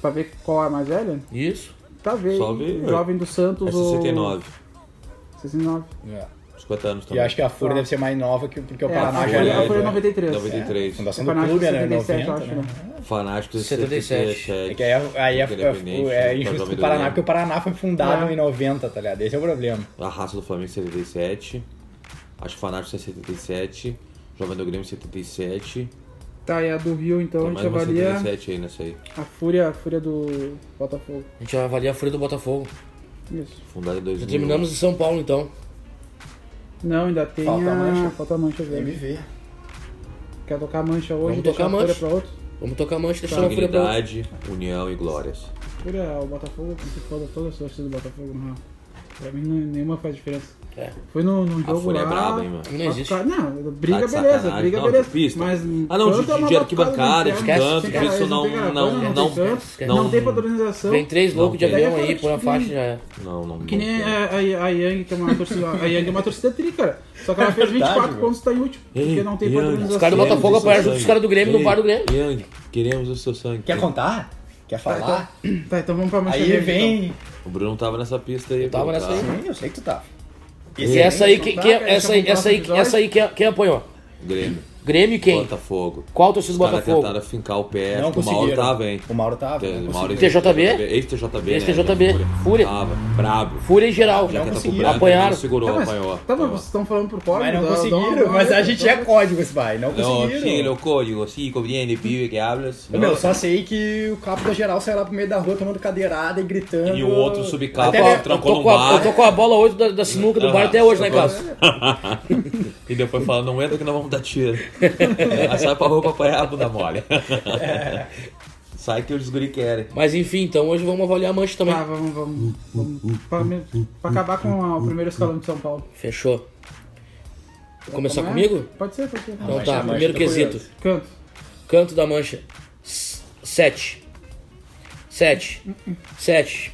[SPEAKER 1] pra ver qual é a mais velha.
[SPEAKER 3] Isso.
[SPEAKER 1] Pra ver,
[SPEAKER 2] Só ver,
[SPEAKER 1] o jovem do Santos
[SPEAKER 2] É
[SPEAKER 1] ou...
[SPEAKER 2] 69.
[SPEAKER 1] 69.
[SPEAKER 4] É.
[SPEAKER 2] 50 anos
[SPEAKER 4] E
[SPEAKER 2] também.
[SPEAKER 4] acho que a Fúria deve ser mais nova que porque o
[SPEAKER 1] Tá. É,
[SPEAKER 4] Paraná
[SPEAKER 1] a
[SPEAKER 4] já
[SPEAKER 1] Folha, a
[SPEAKER 4] é.
[SPEAKER 1] Folha é
[SPEAKER 4] né?
[SPEAKER 1] 93.
[SPEAKER 2] 93.
[SPEAKER 4] É, Fundação do
[SPEAKER 1] Fanático
[SPEAKER 4] clube era
[SPEAKER 1] 77,
[SPEAKER 4] 97,
[SPEAKER 1] eu acho,
[SPEAKER 4] 90, né?
[SPEAKER 1] né?
[SPEAKER 2] Fanáticos de
[SPEAKER 3] 77.
[SPEAKER 2] 77.
[SPEAKER 4] É que aí, aí é,
[SPEAKER 2] né? Independente,
[SPEAKER 4] é, é
[SPEAKER 2] né?
[SPEAKER 4] injusto
[SPEAKER 2] Jovem
[SPEAKER 4] pro
[SPEAKER 2] do
[SPEAKER 4] Paraná,
[SPEAKER 2] Grêmio.
[SPEAKER 4] porque o Paraná foi fundado
[SPEAKER 1] É.
[SPEAKER 4] em 90, tá ligado? Esse é o problema.
[SPEAKER 2] A raça do Flamengo 77. Acho que Fanáticos é 77. Jovem do Grêmio 77.
[SPEAKER 1] Tá, e a do Rio, então,
[SPEAKER 2] Tem
[SPEAKER 1] a
[SPEAKER 2] mais
[SPEAKER 1] gente
[SPEAKER 2] uma
[SPEAKER 1] avalia
[SPEAKER 2] 77 aí nessa aí.
[SPEAKER 1] a Fúria, a Fúria do Botafogo.
[SPEAKER 3] A gente vai avaliar a Folha do Botafogo.
[SPEAKER 1] Isso.
[SPEAKER 2] Fundada em
[SPEAKER 3] Já
[SPEAKER 2] 2000.
[SPEAKER 3] terminamos em São Paulo, então.
[SPEAKER 1] Não, ainda tem
[SPEAKER 4] Falta
[SPEAKER 1] a...
[SPEAKER 4] a mancha.
[SPEAKER 1] Falta a mancha verde.
[SPEAKER 4] MV.
[SPEAKER 1] Quer tocar a mancha hoje?
[SPEAKER 3] Vamos
[SPEAKER 1] deixar
[SPEAKER 3] tocar a mancha.
[SPEAKER 1] Fúria pra outro?
[SPEAKER 3] Vamos tocar a mancha e deixar a Folha então pra outra.
[SPEAKER 2] Dignidade, união e glórias.
[SPEAKER 1] Fúria, é o Botafogo, que se foda todas as torcidas do Botafogo, não. Pra mim, não- nenhuma faz diferença.
[SPEAKER 3] É.
[SPEAKER 1] Foi no, no
[SPEAKER 2] A
[SPEAKER 1] jogo
[SPEAKER 2] Folha
[SPEAKER 1] lá...
[SPEAKER 2] é braba, hein, mano.
[SPEAKER 1] Ah,
[SPEAKER 3] Não existe.
[SPEAKER 1] Cara, Não,
[SPEAKER 2] Tá
[SPEAKER 1] briga
[SPEAKER 2] de
[SPEAKER 1] beleza,
[SPEAKER 2] sacanagem.
[SPEAKER 1] briga
[SPEAKER 2] Não, de
[SPEAKER 1] beleza.
[SPEAKER 2] pista.
[SPEAKER 1] Mas
[SPEAKER 2] Ah, não, de-
[SPEAKER 1] quanto é uma
[SPEAKER 2] de arquibancada,
[SPEAKER 1] batucada do
[SPEAKER 2] de
[SPEAKER 1] inferno,
[SPEAKER 3] canto,
[SPEAKER 1] esses caras-
[SPEAKER 2] isso não-
[SPEAKER 1] esses caras
[SPEAKER 2] não-
[SPEAKER 1] apanham,
[SPEAKER 2] não-
[SPEAKER 1] tem canto,
[SPEAKER 3] esquece.
[SPEAKER 1] não tem
[SPEAKER 2] não-
[SPEAKER 1] patronização.
[SPEAKER 3] Vem três loucos de
[SPEAKER 2] tem.
[SPEAKER 3] avião
[SPEAKER 1] Daqui a
[SPEAKER 3] aí,
[SPEAKER 1] pouco
[SPEAKER 3] põe
[SPEAKER 1] a
[SPEAKER 3] a
[SPEAKER 1] gente
[SPEAKER 3] faixa
[SPEAKER 1] vem.
[SPEAKER 3] já era.
[SPEAKER 2] Não, não.
[SPEAKER 1] Que nem
[SPEAKER 2] não tem.
[SPEAKER 1] a, a, a Yang, que é uma torcida. A Yang é uma torcida tri, cara. Só que ela fez 24
[SPEAKER 4] meu.
[SPEAKER 1] pontos, tá em último. Porque
[SPEAKER 2] É Ei,
[SPEAKER 1] não tem
[SPEAKER 2] Yang,
[SPEAKER 1] patronização.
[SPEAKER 3] Os caras do
[SPEAKER 2] Queremos
[SPEAKER 3] Botafogo
[SPEAKER 2] o seu
[SPEAKER 3] apanharam junto com os
[SPEAKER 2] sangue.
[SPEAKER 3] caras do Grêmio no bar do Grêmio.
[SPEAKER 2] Yang, queremos o seu sangue.
[SPEAKER 4] Quer contar? Quer falar?
[SPEAKER 1] Tá, então vamos pra mancha então.
[SPEAKER 4] Aí então.
[SPEAKER 1] verde,
[SPEAKER 4] vem.
[SPEAKER 2] O Bruno tava nessa pista aí.
[SPEAKER 3] tava
[SPEAKER 2] pô,
[SPEAKER 3] nessa
[SPEAKER 2] tá?
[SPEAKER 3] aí.
[SPEAKER 4] Sim, eu sei que tu tá.
[SPEAKER 3] E essa aí, quem,
[SPEAKER 1] Tá,
[SPEAKER 3] quem-
[SPEAKER 1] cara,
[SPEAKER 3] essa aí,
[SPEAKER 1] acabou o
[SPEAKER 3] essa aí,
[SPEAKER 1] próximo
[SPEAKER 3] essa aí, é, quem, quem apanhou?
[SPEAKER 2] Grêmio,
[SPEAKER 3] Grêmio e quem?
[SPEAKER 2] Botafogo.
[SPEAKER 3] Qual torcida do
[SPEAKER 2] Os caras
[SPEAKER 3] Botafogo?
[SPEAKER 2] tentaram fincar o pé.
[SPEAKER 4] Não
[SPEAKER 2] acho que o Mauro
[SPEAKER 4] conseguiram.
[SPEAKER 2] tava, hein?
[SPEAKER 4] O Mauro tava. não
[SPEAKER 2] O Mauro-
[SPEAKER 4] conseguiu.
[SPEAKER 3] TJB?
[SPEAKER 2] Ex-TJB, né?
[SPEAKER 3] Ex-TJB. Fúria.
[SPEAKER 2] Tava, brabo.
[SPEAKER 3] Fúria em geral.
[SPEAKER 2] Já que tá
[SPEAKER 4] conseguiram.
[SPEAKER 2] com branco,
[SPEAKER 3] Apanharam.
[SPEAKER 2] não segurou,
[SPEAKER 1] Tá, mas,
[SPEAKER 2] apanhou.
[SPEAKER 1] tá, mas vocês estão falando por então, código.
[SPEAKER 4] Mas não
[SPEAKER 1] dá- dá uma-
[SPEAKER 4] conseguiram, mas a gente é códigos, pai. Não
[SPEAKER 2] No, sí,
[SPEAKER 4] conseguiram.
[SPEAKER 2] los códigos, sí, conviene, pibe, que hablas.
[SPEAKER 4] Ô, Meu, só sei que o capo da geral saiu lá pro meio da rua tomando cadeirada e gritando.
[SPEAKER 2] E o outro subcapa
[SPEAKER 4] Até
[SPEAKER 2] lá
[SPEAKER 4] minha-
[SPEAKER 2] atrás.
[SPEAKER 3] Eu
[SPEAKER 2] trancou
[SPEAKER 3] tô,
[SPEAKER 2] no
[SPEAKER 3] com a,
[SPEAKER 2] bar.
[SPEAKER 3] eu tô com a bola 8 da, da sinuca do bar até hoje né, lá em casa.
[SPEAKER 2] E depois fala, não entra que nós vamos dar tiro. [laughs] Aí sai pra roupa apanhar a bunda mole.
[SPEAKER 4] É.
[SPEAKER 2] Sai que os guri querem.
[SPEAKER 3] Mas enfim, então hoje vamos avaliar a
[SPEAKER 4] é-
[SPEAKER 3] mancha também.
[SPEAKER 1] Tá, vamos, vamos. vamos pra, me- pra acabar com a- o primeiro escalão de São Paulo.
[SPEAKER 3] Fechou. Vou começar
[SPEAKER 1] Como é?
[SPEAKER 3] comigo?
[SPEAKER 1] Pode ser, pode ser.
[SPEAKER 3] Então
[SPEAKER 4] mancha,
[SPEAKER 3] tá,
[SPEAKER 4] mancha,
[SPEAKER 3] primeiro
[SPEAKER 4] tô
[SPEAKER 3] quesito.
[SPEAKER 4] curioso.
[SPEAKER 1] Canto.
[SPEAKER 3] Canto da mancha. 7. 7. 7.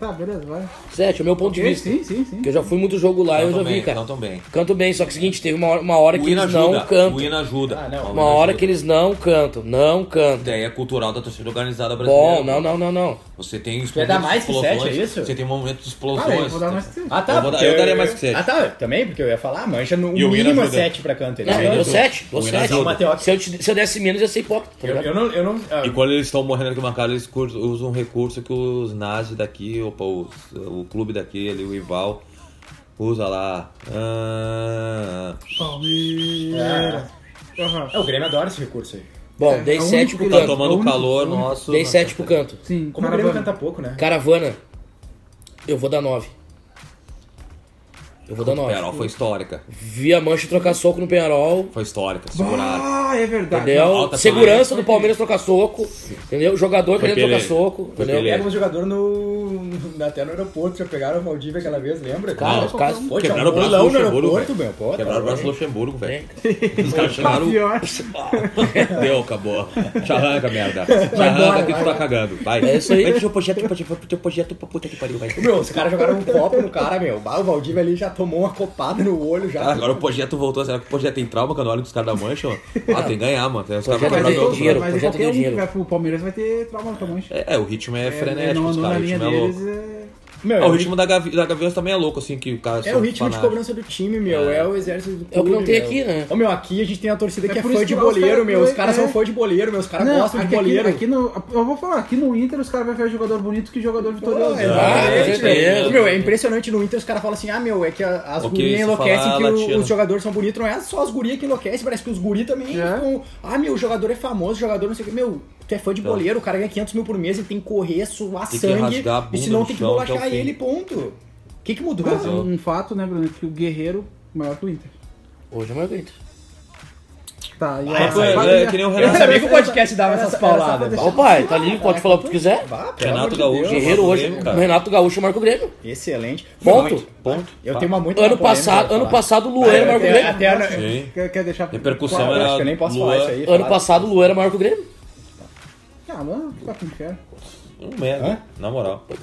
[SPEAKER 1] Tá, beleza, vai.
[SPEAKER 3] 7, é o meu ponto de
[SPEAKER 1] Sim,
[SPEAKER 3] vista.
[SPEAKER 1] sim, sim. sim.
[SPEAKER 3] Porque eu já fui muito jogo lá e eu já
[SPEAKER 2] Cantam
[SPEAKER 3] vi,
[SPEAKER 2] bem,
[SPEAKER 3] cara.
[SPEAKER 2] Cantam bem.
[SPEAKER 3] Canto bem, só que é o seguinte, teve uma hora, uma hora
[SPEAKER 2] então. O
[SPEAKER 3] que
[SPEAKER 2] hino
[SPEAKER 3] eles não
[SPEAKER 2] ajuda. O
[SPEAKER 3] cantam.
[SPEAKER 2] hino ajuda.
[SPEAKER 4] Ah, não.
[SPEAKER 2] O hino
[SPEAKER 3] Uma hora
[SPEAKER 2] ajuda.
[SPEAKER 3] que eles não cantam, não cantam.
[SPEAKER 2] Daí é cultural da torcida organizada brasileira.
[SPEAKER 3] Bom, não, não, não, não.
[SPEAKER 2] Você tem os
[SPEAKER 4] Quer dar
[SPEAKER 2] momentos
[SPEAKER 4] mais
[SPEAKER 2] de
[SPEAKER 4] que sete,
[SPEAKER 2] explosões,
[SPEAKER 4] é isso?
[SPEAKER 2] Você tem momentos de
[SPEAKER 1] Cara, eu
[SPEAKER 2] explosões.
[SPEAKER 1] vou dar mais que você.
[SPEAKER 4] Ah, tá.
[SPEAKER 2] Eu vou dar-
[SPEAKER 4] porque
[SPEAKER 2] eu daria mais que sete.
[SPEAKER 4] Ah, tá. Também, porque eu ia falar, mancha no
[SPEAKER 2] E o Ina
[SPEAKER 4] mínimo é
[SPEAKER 2] ajuda.
[SPEAKER 4] 7 pra canto. Ele
[SPEAKER 3] Não,
[SPEAKER 4] ajuda.
[SPEAKER 3] eu deu 7, deu
[SPEAKER 2] O
[SPEAKER 1] É,
[SPEAKER 2] hino
[SPEAKER 3] 7.
[SPEAKER 4] Então,
[SPEAKER 2] ajuda.
[SPEAKER 4] Mateox,
[SPEAKER 3] Se eu, te- se eu desse menos, ia ser hipócrita, tá
[SPEAKER 4] eu,
[SPEAKER 3] ligado?
[SPEAKER 4] eu não... Eu não ah,
[SPEAKER 2] E quando eles estão morrendo aqui marcado, eles cur- usam um recurso que os nazis daqui, opa, os- o clube daqui, ali, o Ival, usa lá. Ah,
[SPEAKER 1] Palmeiras. Aham.
[SPEAKER 4] é, o Grêmio adora esse recurso aí.
[SPEAKER 3] Bom, dei
[SPEAKER 1] é o
[SPEAKER 3] 7
[SPEAKER 1] único
[SPEAKER 3] pro
[SPEAKER 1] que ele
[SPEAKER 2] tá
[SPEAKER 3] canto.
[SPEAKER 1] toma.
[SPEAKER 2] tomando
[SPEAKER 1] Vamos,
[SPEAKER 2] calor
[SPEAKER 1] vamos.
[SPEAKER 2] nosso.
[SPEAKER 3] Dei 7 pro canto.
[SPEAKER 1] Sim,
[SPEAKER 4] Como o Grêmio
[SPEAKER 1] caravana.
[SPEAKER 4] canta pouco, né?
[SPEAKER 3] Caravana, eu vou dar 9. Eu vou dar 9.
[SPEAKER 2] Penharol foi histórica.
[SPEAKER 3] Vi a mancha trocar soco no Penharol.
[SPEAKER 2] Foi histórica, seguraram.
[SPEAKER 1] Ah, é verdade.
[SPEAKER 3] Entendeu?
[SPEAKER 2] alta
[SPEAKER 3] Segurança do Palmeiras trocar soco. Entendeu? Jogador
[SPEAKER 2] Foi
[SPEAKER 3] querendo trocar
[SPEAKER 2] peleja.
[SPEAKER 3] soco.
[SPEAKER 2] Foi
[SPEAKER 3] Entendeu? É
[SPEAKER 2] peleja.
[SPEAKER 4] Pega um jogador no... até no aeroporto, já pegaram o Valdívia aquela vez, lembra?
[SPEAKER 3] Cara,
[SPEAKER 2] Não,
[SPEAKER 3] os caras.
[SPEAKER 4] Pô, tinha um
[SPEAKER 2] Quebraram o braço do
[SPEAKER 4] bolão no
[SPEAKER 2] Luxemburgo,
[SPEAKER 4] aeroporto, meu.
[SPEAKER 2] velho.
[SPEAKER 4] Pô, tá
[SPEAKER 2] Quebraram o braço do
[SPEAKER 4] louco.
[SPEAKER 2] Luxemburgo, velho. Os caras
[SPEAKER 1] Ah,
[SPEAKER 2] chamaram.
[SPEAKER 1] pior.
[SPEAKER 2] [laughs] Deu, acabou. Já arranca, merda. Já arranca que tu tá cagando. Vai.
[SPEAKER 3] É isso aí.
[SPEAKER 2] Vai pro teu projeto, pro teu pro teu projeto, pra puta que pariu, vai.
[SPEAKER 4] Meu, os caras jogaram um copo no cara, meu. Bah, O Valdívia ali já tomou uma copada no olho já.
[SPEAKER 2] Cara, Ah, agora o projeto voltou. Será que o projeto tem trauma quando olha os caras da mancha? mano? Ah, tem que ganhar, mano. Tem- Os caras vão
[SPEAKER 4] é
[SPEAKER 2] quebrar
[SPEAKER 3] Projeto tem
[SPEAKER 2] meu
[SPEAKER 3] dinheiro.
[SPEAKER 2] dinheiro.
[SPEAKER 1] Mas
[SPEAKER 3] projeto
[SPEAKER 1] qualquer
[SPEAKER 3] deu
[SPEAKER 1] um que
[SPEAKER 3] dinheiro.
[SPEAKER 1] vai pro Palmeiras vai ter trauma no manche.
[SPEAKER 2] É, é, o ritmo é, frenético,
[SPEAKER 1] não
[SPEAKER 2] os
[SPEAKER 1] andou
[SPEAKER 2] caras.
[SPEAKER 1] na
[SPEAKER 2] O
[SPEAKER 1] linha
[SPEAKER 2] ritmo é louco.
[SPEAKER 1] deles, é...
[SPEAKER 4] Meu,
[SPEAKER 2] Ah, o ritmo da, gavi da Gaviões também é louco, assim, que o cara
[SPEAKER 4] É
[SPEAKER 2] só
[SPEAKER 4] o ritmo de
[SPEAKER 2] fanático.
[SPEAKER 4] cobrança do time, meu. É, o exército do
[SPEAKER 3] É
[SPEAKER 4] clube,
[SPEAKER 3] o que não tem
[SPEAKER 4] meu.
[SPEAKER 3] aqui, né?
[SPEAKER 4] Ô, meu, aqui a gente tem a torcida
[SPEAKER 1] É
[SPEAKER 4] que é,
[SPEAKER 1] por
[SPEAKER 4] fã
[SPEAKER 1] isso
[SPEAKER 4] de
[SPEAKER 1] que lá os
[SPEAKER 4] boleiro,
[SPEAKER 1] caras-
[SPEAKER 4] meu. Os caras
[SPEAKER 1] é.
[SPEAKER 4] são fã de boleiro, meu. Os caras gostam Ah, de
[SPEAKER 1] aqui, é
[SPEAKER 4] boleiro.
[SPEAKER 1] Aqui, aqui no, eu vou falar, aqui no Inter os caras vão ver jogador bonito que jogador
[SPEAKER 4] Pô, é
[SPEAKER 1] vitorioso. É
[SPEAKER 4] exatamente,
[SPEAKER 3] Ah,
[SPEAKER 4] meu.
[SPEAKER 3] é.
[SPEAKER 4] Meu, é impressionante no Inter os caras falam assim: ah, meu, é que a- as
[SPEAKER 2] Ok,
[SPEAKER 4] gurias
[SPEAKER 2] se
[SPEAKER 4] enlouquecem
[SPEAKER 2] falar
[SPEAKER 4] que o-
[SPEAKER 2] latino.
[SPEAKER 4] os jogadores são bonitos. Não é só as gurias que enlouquecem, parece que os guris também
[SPEAKER 1] É.
[SPEAKER 4] ficam. Ah, meu, o jogador é famoso, o jogador não sei o que. Meu, tu é fã de boleiro, o cara ganha 500 mil por mês, ele tem que correr, suar
[SPEAKER 2] Tá. Tem que
[SPEAKER 4] sangue.
[SPEAKER 2] rasgar a bunda
[SPEAKER 4] E se não
[SPEAKER 2] no
[SPEAKER 4] tem que
[SPEAKER 2] chão até
[SPEAKER 4] bolachar
[SPEAKER 2] o fim.
[SPEAKER 4] ele, ponto. O que, que mudou?
[SPEAKER 1] Mas é um fato, né, Bruno, que o Guerreiro é maior que o Inter.
[SPEAKER 3] Hoje é mais bonito.
[SPEAKER 1] Tá, e
[SPEAKER 2] Ah,
[SPEAKER 1] essa
[SPEAKER 2] foi,
[SPEAKER 1] palhinha-
[SPEAKER 2] é que nem o
[SPEAKER 4] Eu
[SPEAKER 2] Renato.
[SPEAKER 4] sabia que o
[SPEAKER 1] essa-
[SPEAKER 4] podcast dava
[SPEAKER 1] essa-
[SPEAKER 4] essas
[SPEAKER 1] essa-
[SPEAKER 4] pauladas.
[SPEAKER 1] essa-
[SPEAKER 3] Ó, pai, tá livre, pode falar o que tu quiser.
[SPEAKER 4] Ah, pelo
[SPEAKER 2] Renato
[SPEAKER 4] amor de
[SPEAKER 2] Gaúcho.
[SPEAKER 4] Deus.
[SPEAKER 3] Guerreiro hoje,
[SPEAKER 2] Grêmio, cara.
[SPEAKER 3] Renato Gaúcho marca o Grêmio.
[SPEAKER 4] Excelente.
[SPEAKER 3] Ponto.
[SPEAKER 4] Muito.
[SPEAKER 2] Ponto.
[SPEAKER 4] Eu tenho uma muito
[SPEAKER 3] Ano
[SPEAKER 4] polêmica
[SPEAKER 3] passado,
[SPEAKER 4] pra
[SPEAKER 3] ano
[SPEAKER 4] falar.
[SPEAKER 3] passado o Luera marca o
[SPEAKER 4] Até-
[SPEAKER 3] Grêmio.
[SPEAKER 4] até ano-
[SPEAKER 2] Sim.
[SPEAKER 1] Quer, quer deixar...
[SPEAKER 2] Repercussão
[SPEAKER 1] Qual-
[SPEAKER 2] era-
[SPEAKER 4] acho que eu nem posso
[SPEAKER 2] é Lua-
[SPEAKER 4] falar isso aí.
[SPEAKER 3] Ano
[SPEAKER 4] falar-
[SPEAKER 3] passado o Luera marca o Grêmio.
[SPEAKER 1] Ah, mano, tu tá com inferno.
[SPEAKER 2] Um merda,
[SPEAKER 4] Hã?
[SPEAKER 2] na moral.
[SPEAKER 4] Ô,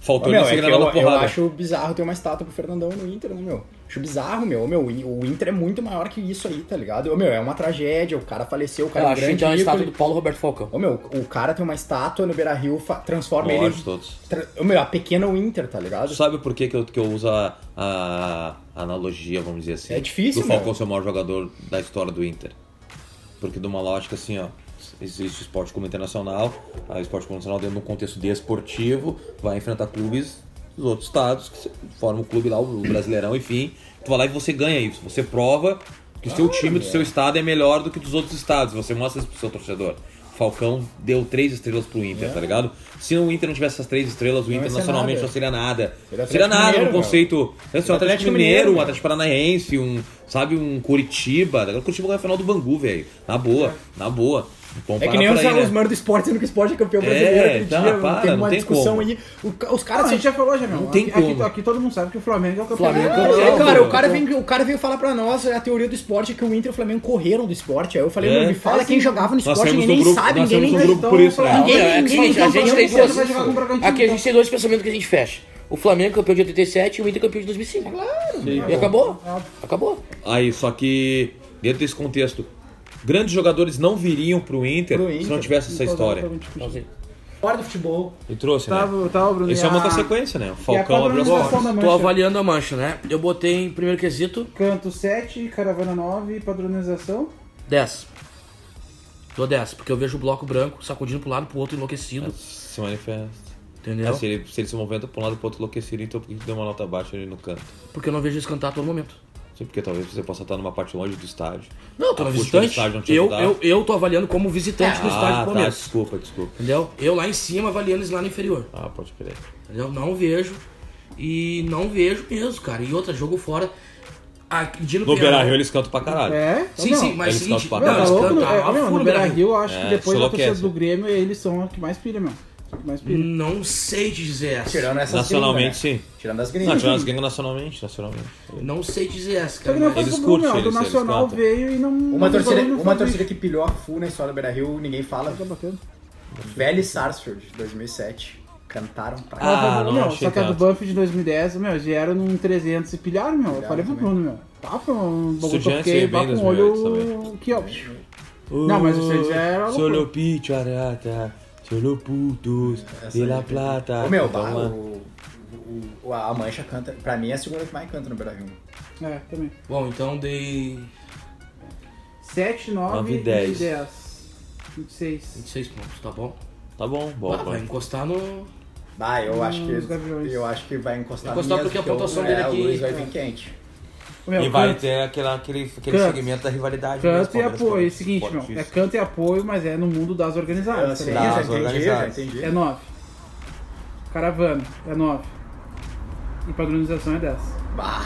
[SPEAKER 2] Faltou
[SPEAKER 4] meu,
[SPEAKER 2] ele
[SPEAKER 4] é
[SPEAKER 2] ser
[SPEAKER 4] que
[SPEAKER 2] gravado
[SPEAKER 4] eu,
[SPEAKER 2] na
[SPEAKER 4] eu
[SPEAKER 2] porrada.
[SPEAKER 4] acho bizarro ter uma estátua pro Fernandão no Inter, né, meu? Acho bizarro, meu. Ô, meu. O Inter é muito maior que isso aí, tá ligado? Ô, meu, é uma tragédia. O cara faleceu, o cara
[SPEAKER 3] Eu
[SPEAKER 4] é um
[SPEAKER 3] acho que
[SPEAKER 4] grande
[SPEAKER 3] tem uma
[SPEAKER 4] ícone.
[SPEAKER 3] estátua do Paulo Roberto Falcão.
[SPEAKER 4] Ô, meu, o cara tem uma estátua no Beira-Rio, fa- transforma
[SPEAKER 2] Eu
[SPEAKER 4] ele...
[SPEAKER 2] acho todos.
[SPEAKER 4] Tra... Ô, meu, a pequena Inter, tá ligado?
[SPEAKER 2] Tu sabe por que, que, eu, que eu uso a, a analogia, vamos dizer assim?
[SPEAKER 4] É difícil,
[SPEAKER 2] Do Falcão
[SPEAKER 4] meu.
[SPEAKER 2] ser o maior jogador da história do Inter. Porque de uma lógica assim, ó. Existe esporte como internacional, a esporte como internacional dentro de um contexto desportivo, vai enfrentar clubes dos outros estados, que formam o clube lá, o Brasileirão, enfim. Tu vai lá e você ganha isso. Você prova que o seu time do seu estado é melhor do que dos outros estados. Você mostra isso pro seu torcedor. Falcão deu três estrelas pro Inter, tá ligado? Se o Inter não tivesse essas três estrelas, o
[SPEAKER 4] É. ia
[SPEAKER 2] Inter
[SPEAKER 4] ser
[SPEAKER 2] nacionalmente
[SPEAKER 4] nada.
[SPEAKER 2] não seria nada.
[SPEAKER 4] Seria
[SPEAKER 2] Seria
[SPEAKER 4] Atlético
[SPEAKER 2] nada
[SPEAKER 4] Mineiro,
[SPEAKER 2] no
[SPEAKER 4] meu.
[SPEAKER 2] conceito. É assim, um
[SPEAKER 4] Seria Atlético
[SPEAKER 2] Atlético Mineiro,
[SPEAKER 4] Mineiro,
[SPEAKER 2] um Atlético Paranaense, um, sabe, um Curitiba. Agora o Curitiba ganha a final do Bangu, velho. Na boa, na boa. Vamos
[SPEAKER 4] É que
[SPEAKER 2] parar
[SPEAKER 4] nem
[SPEAKER 2] por
[SPEAKER 4] os,
[SPEAKER 2] aí, né?
[SPEAKER 4] os manos do esporte sendo que o esporte é campeão
[SPEAKER 2] É,
[SPEAKER 4] brasileiro aquele
[SPEAKER 2] tá,
[SPEAKER 4] dia.
[SPEAKER 2] para,
[SPEAKER 4] teve uma
[SPEAKER 2] não tem
[SPEAKER 4] discussão
[SPEAKER 2] como.
[SPEAKER 4] aí. O- os
[SPEAKER 1] Ah,
[SPEAKER 4] caras
[SPEAKER 1] a
[SPEAKER 4] assim,
[SPEAKER 1] gente já falou, já, meu.
[SPEAKER 2] Não tem
[SPEAKER 1] aqui, aqui-
[SPEAKER 2] como.
[SPEAKER 1] Aqui, todo mundo sabe que o Flamengo é o campeão.
[SPEAKER 3] Flamengo
[SPEAKER 1] Ah,
[SPEAKER 3] é o
[SPEAKER 4] É,
[SPEAKER 3] Não,
[SPEAKER 4] cara,
[SPEAKER 2] né, pô,
[SPEAKER 4] o cara,
[SPEAKER 2] pô.
[SPEAKER 4] vem, o cara veio falar pra nós a teoria do esporte que o Inter e o Flamengo correram do esporte. Aí eu falei,
[SPEAKER 2] É.
[SPEAKER 4] meu, me fala quem jogava no
[SPEAKER 2] Nós
[SPEAKER 4] esporte,
[SPEAKER 2] temos
[SPEAKER 4] ninguém
[SPEAKER 2] um
[SPEAKER 4] nem
[SPEAKER 2] grupo,
[SPEAKER 4] sabe,
[SPEAKER 2] nós
[SPEAKER 4] ninguém
[SPEAKER 2] temos
[SPEAKER 4] nem
[SPEAKER 2] um grupo por isso,
[SPEAKER 1] Então,
[SPEAKER 2] né?
[SPEAKER 3] Não,
[SPEAKER 1] Ninguém-
[SPEAKER 3] é, é que
[SPEAKER 1] ninguém
[SPEAKER 3] a gente, a gente
[SPEAKER 1] entendeu
[SPEAKER 3] tem
[SPEAKER 1] como
[SPEAKER 3] duas.
[SPEAKER 1] você vai jogar com o Bragantino,
[SPEAKER 3] Aqui a gente
[SPEAKER 1] então.
[SPEAKER 3] tem dois pensamentos que a gente fecha. O Flamengo campeão de 87 e o Inter campeão de 2005. E acabou. Acabou.
[SPEAKER 2] Aí, só que dentro desse contexto, grandes jogadores não viriam pro Inter,
[SPEAKER 4] Pro
[SPEAKER 2] se
[SPEAKER 4] Inter.
[SPEAKER 2] não tivesse essa história.
[SPEAKER 4] Fora do futebol.
[SPEAKER 2] E trouxe, né?
[SPEAKER 1] Tava, tava, tá, Bruno.
[SPEAKER 2] Isso
[SPEAKER 1] e
[SPEAKER 2] é uma
[SPEAKER 1] a-
[SPEAKER 2] consequência, né? O
[SPEAKER 1] E a é
[SPEAKER 2] Falcão abriu as
[SPEAKER 1] padronização
[SPEAKER 2] portas.
[SPEAKER 1] da
[SPEAKER 3] Tô
[SPEAKER 1] mancha.
[SPEAKER 3] avaliando a mancha, né? Eu botei em primeiro quesito
[SPEAKER 1] Canto 7, Caravana 9, padronização.
[SPEAKER 3] 10. Dou 10, porque eu vejo o bloco branco sacudindo pro lado, pro outro, enlouquecido.
[SPEAKER 2] Se manifesta.
[SPEAKER 3] Entendeu?
[SPEAKER 2] se, ele, se ele se movimenta pra um lado e pro outro enlouquecido, então por que que deu uma nota baixa ali no canto?
[SPEAKER 3] Porque eu não vejo eles cantar a todo momento.
[SPEAKER 2] Sim, porque talvez você possa estar numa parte longe do estádio.
[SPEAKER 3] Não, eu tô
[SPEAKER 2] A
[SPEAKER 3] no
[SPEAKER 2] acústica do
[SPEAKER 3] visitante.
[SPEAKER 2] estádio não te
[SPEAKER 3] Eu,
[SPEAKER 2] ajudava.
[SPEAKER 3] eu, eu tô avaliando como visitante do estádio
[SPEAKER 2] Ah,
[SPEAKER 3] do
[SPEAKER 2] tá,
[SPEAKER 3] Palmeiras.
[SPEAKER 2] desculpa, desculpa.
[SPEAKER 3] Entendeu? Eu lá em cima avaliando eles lá no inferior.
[SPEAKER 2] Ah, pode crer.
[SPEAKER 3] Entendeu? Não vejo. E não vejo mesmo, cara. E outra, jogo fora. Aqui, dia
[SPEAKER 2] No
[SPEAKER 3] Penharol-
[SPEAKER 2] Beira Rio eles cantam pra caralho.
[SPEAKER 1] É?
[SPEAKER 3] Sim,
[SPEAKER 1] Não.
[SPEAKER 3] sim, mas
[SPEAKER 2] Eles
[SPEAKER 3] seguinte,
[SPEAKER 2] cantam
[SPEAKER 1] Meu, tá
[SPEAKER 2] pra
[SPEAKER 3] não, eles
[SPEAKER 2] caralho.
[SPEAKER 1] louco?
[SPEAKER 3] cantam
[SPEAKER 1] No, é,
[SPEAKER 3] a
[SPEAKER 1] meu,
[SPEAKER 3] full
[SPEAKER 1] no Beira Rio, eu acho
[SPEAKER 2] É,
[SPEAKER 1] que depois da torcida
[SPEAKER 2] enlouquece.
[SPEAKER 1] do Grêmio, eles são os que mais pilha, meu. Os que mais
[SPEAKER 2] Hum,
[SPEAKER 1] pilha.
[SPEAKER 3] Não sei te dizer essa.
[SPEAKER 4] Tirando essas
[SPEAKER 2] Nacionalmente,
[SPEAKER 4] gringas, né?
[SPEAKER 2] sim.
[SPEAKER 4] Tirando as
[SPEAKER 2] Não,
[SPEAKER 4] gringas.
[SPEAKER 2] tirando as gangues nacionalmente, nacionalmente.
[SPEAKER 3] Não sei te dizer essa,
[SPEAKER 1] Só que
[SPEAKER 3] cara.
[SPEAKER 1] não
[SPEAKER 3] mas-
[SPEAKER 1] foi
[SPEAKER 2] Eles
[SPEAKER 1] do Bruno, meu.
[SPEAKER 2] curtem,
[SPEAKER 1] Do
[SPEAKER 2] eles- eles
[SPEAKER 1] Nacional
[SPEAKER 2] cantam.
[SPEAKER 1] veio e não.
[SPEAKER 4] Uma
[SPEAKER 1] não
[SPEAKER 4] torcida,
[SPEAKER 1] falou, não
[SPEAKER 4] uma
[SPEAKER 1] foi
[SPEAKER 4] torcida que pilhou a full na história do Beira-Rio, ninguém fala.
[SPEAKER 1] Tá batendo.
[SPEAKER 4] Velho e Sarsfield, 2007. Cantaram pra
[SPEAKER 2] Ah,
[SPEAKER 1] Ela falou,
[SPEAKER 2] não
[SPEAKER 1] meu,
[SPEAKER 2] achei
[SPEAKER 1] só que a do
[SPEAKER 2] tanto.
[SPEAKER 1] Banff de 2010, meu, vieram num 300 e pilharam, meu. Eu
[SPEAKER 4] Pilharam
[SPEAKER 1] falei pro
[SPEAKER 4] também.
[SPEAKER 1] Bruno, meu. Tá, foi um bagulho que eu
[SPEAKER 2] Estudiantes
[SPEAKER 1] fiquei
[SPEAKER 2] veio
[SPEAKER 1] pá,
[SPEAKER 2] bem tá em
[SPEAKER 1] com o
[SPEAKER 2] 2008
[SPEAKER 1] olho aqui, ó. Não, mas o Santos era é loucura.
[SPEAKER 2] Solo picho, arata, solo putos, de la plata.
[SPEAKER 4] Ô, meu,
[SPEAKER 2] Então,
[SPEAKER 4] bah,
[SPEAKER 2] mano,
[SPEAKER 4] o, o- a Mancha canta. Pra mim é a segunda que mais canta no Beira-Rio.
[SPEAKER 1] É, também.
[SPEAKER 3] Bom, então dei
[SPEAKER 1] 7, 9
[SPEAKER 2] Nove,
[SPEAKER 1] e
[SPEAKER 2] dez.
[SPEAKER 1] 10. 26.
[SPEAKER 3] 26 pontos, tá bom?
[SPEAKER 2] Tá bom,
[SPEAKER 3] Ah,
[SPEAKER 2] bom.
[SPEAKER 3] vai encostar no.
[SPEAKER 4] Bah, eu acho
[SPEAKER 1] Hum, os
[SPEAKER 4] que.
[SPEAKER 1] Gaviões.
[SPEAKER 4] Eu acho que vai encostar
[SPEAKER 3] Encostar
[SPEAKER 4] mesmo,
[SPEAKER 3] porque a
[SPEAKER 4] que eu-
[SPEAKER 3] pontuação
[SPEAKER 4] é,
[SPEAKER 3] dele
[SPEAKER 4] o
[SPEAKER 3] aqui-
[SPEAKER 4] Luiz vai vir quente.
[SPEAKER 1] Meu,
[SPEAKER 2] E vai
[SPEAKER 1] canto-
[SPEAKER 2] ter aquela, aquele, aquele
[SPEAKER 1] Canto.
[SPEAKER 2] segmento da rivalidade. mesmo,
[SPEAKER 1] Canto e
[SPEAKER 2] Palmeiras,
[SPEAKER 1] apoio. É o
[SPEAKER 2] Corinthians,
[SPEAKER 1] seguinte, meu.
[SPEAKER 2] esporte,
[SPEAKER 1] É
[SPEAKER 2] isso.
[SPEAKER 1] canto e apoio, mas é no mundo das
[SPEAKER 4] Eu
[SPEAKER 1] organizadas. tá
[SPEAKER 4] sei, eu
[SPEAKER 1] ligado?
[SPEAKER 4] Ah, já
[SPEAKER 2] Dados
[SPEAKER 4] entendi, eu já
[SPEAKER 2] organizados.
[SPEAKER 4] entendi.
[SPEAKER 1] É 9. Caravana é 9. E padronização é 10. Ah,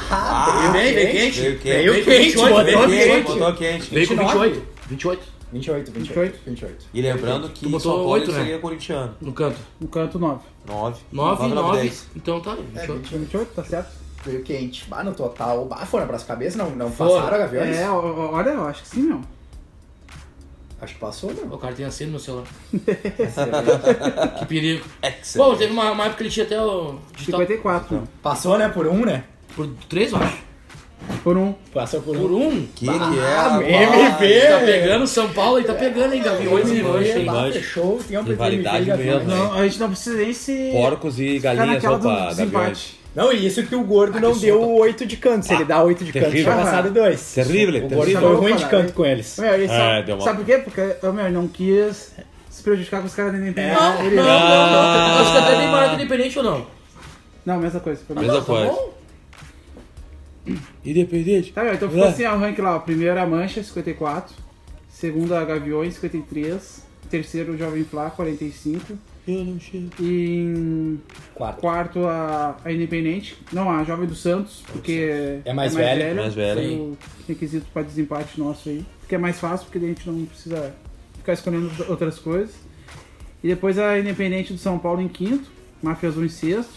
[SPEAKER 4] Bah, veio bem, veio quente.
[SPEAKER 2] Veio quente,
[SPEAKER 4] Veio
[SPEAKER 2] veio
[SPEAKER 4] quente, botou
[SPEAKER 2] Ah, Botou quente,
[SPEAKER 4] quente.
[SPEAKER 2] botou quente.
[SPEAKER 3] Veio com
[SPEAKER 4] 29.
[SPEAKER 3] 28. 28
[SPEAKER 4] 28, 28, 28.
[SPEAKER 2] E lembrando que
[SPEAKER 3] Tu botou
[SPEAKER 2] só pode
[SPEAKER 3] oito,
[SPEAKER 2] seria
[SPEAKER 3] né?
[SPEAKER 2] corintiano.
[SPEAKER 3] no canto.
[SPEAKER 1] No canto 9.
[SPEAKER 2] 9.
[SPEAKER 3] 9 e 9.
[SPEAKER 2] 10.
[SPEAKER 3] Então tá, 28.
[SPEAKER 1] 28, tá certo?
[SPEAKER 4] É, Veio quente. Bah, no total, bah, foram pras cabeças, não, não
[SPEAKER 3] Foram.
[SPEAKER 4] passaram a Gaviões?
[SPEAKER 1] É, ó, ó, olha, eu acho que sim,
[SPEAKER 2] Tá.
[SPEAKER 1] meu.
[SPEAKER 4] Acho que passou, né? não.
[SPEAKER 3] O cara tem aceno no celular. que perigo.
[SPEAKER 2] É,
[SPEAKER 3] Bom, teve uma, uma época que ele tinha até o. digital-
[SPEAKER 1] 54, meu.
[SPEAKER 4] [laughs] Passou, né, por um, né?
[SPEAKER 3] Por 3, eu acho.
[SPEAKER 2] Tá.
[SPEAKER 1] Por um.
[SPEAKER 4] Passou por
[SPEAKER 3] Por
[SPEAKER 4] um.
[SPEAKER 3] um.
[SPEAKER 2] Que que
[SPEAKER 1] ah,
[SPEAKER 2] é?
[SPEAKER 4] MVP!
[SPEAKER 3] Tá pegando São Paulo e tá pegando ainda. Gaviões e mancha, hein?
[SPEAKER 4] bah,
[SPEAKER 2] Mancha.
[SPEAKER 4] fechou, tem um
[SPEAKER 2] Rivalidade
[SPEAKER 4] PVV,
[SPEAKER 2] mesmo,
[SPEAKER 4] Gaviões.
[SPEAKER 2] né?
[SPEAKER 1] Não, a gente não precisa nem se.
[SPEAKER 2] Porcos e
[SPEAKER 1] ficar
[SPEAKER 2] galinhas,
[SPEAKER 1] naquela do
[SPEAKER 2] opa, gaviões.
[SPEAKER 1] um desempate.
[SPEAKER 4] Não, e isso que o gordo não deu o 8 de canto. Se ele dá 8 de canto,
[SPEAKER 2] Ah, terrível.
[SPEAKER 4] tinha passado 2.
[SPEAKER 2] Terrível,
[SPEAKER 4] O gordo
[SPEAKER 2] terrível.
[SPEAKER 4] foi ruim de canto com eles.
[SPEAKER 1] Meu, ele só-
[SPEAKER 2] É, deu uma-
[SPEAKER 1] Sabe por quê? Porque o meu, ele não quis se prejudicar com os caras da Nintendo.
[SPEAKER 3] Não,
[SPEAKER 1] Ele-
[SPEAKER 3] É. não, não,
[SPEAKER 2] Ah.
[SPEAKER 3] não. Acho que até nem barato independente ou não.
[SPEAKER 1] Não, mesma coisa. Foi
[SPEAKER 2] Mesma tá coisa.
[SPEAKER 3] bom?
[SPEAKER 2] Independente.
[SPEAKER 1] Tá, meu, então
[SPEAKER 2] É.
[SPEAKER 1] ficou assim ó, o rank lá. ó. Primeiro a Mancha, 54. Segundo a Gaviões, 53. Terceiro o Jovem Flá, 45.
[SPEAKER 2] Eu não chego.
[SPEAKER 1] Em
[SPEAKER 4] Quarto.
[SPEAKER 1] quarto, a, a Independente. Não, a Jovem do Santos, porque
[SPEAKER 4] É mais velha.
[SPEAKER 2] Mais velha,
[SPEAKER 1] tem o requisito pra desempate nosso aí. Porque é mais fácil, porque daí a gente não precisa ficar escolhendo outras coisas. E depois a Independente do São Paulo em quinto, Mafiazu em sexto,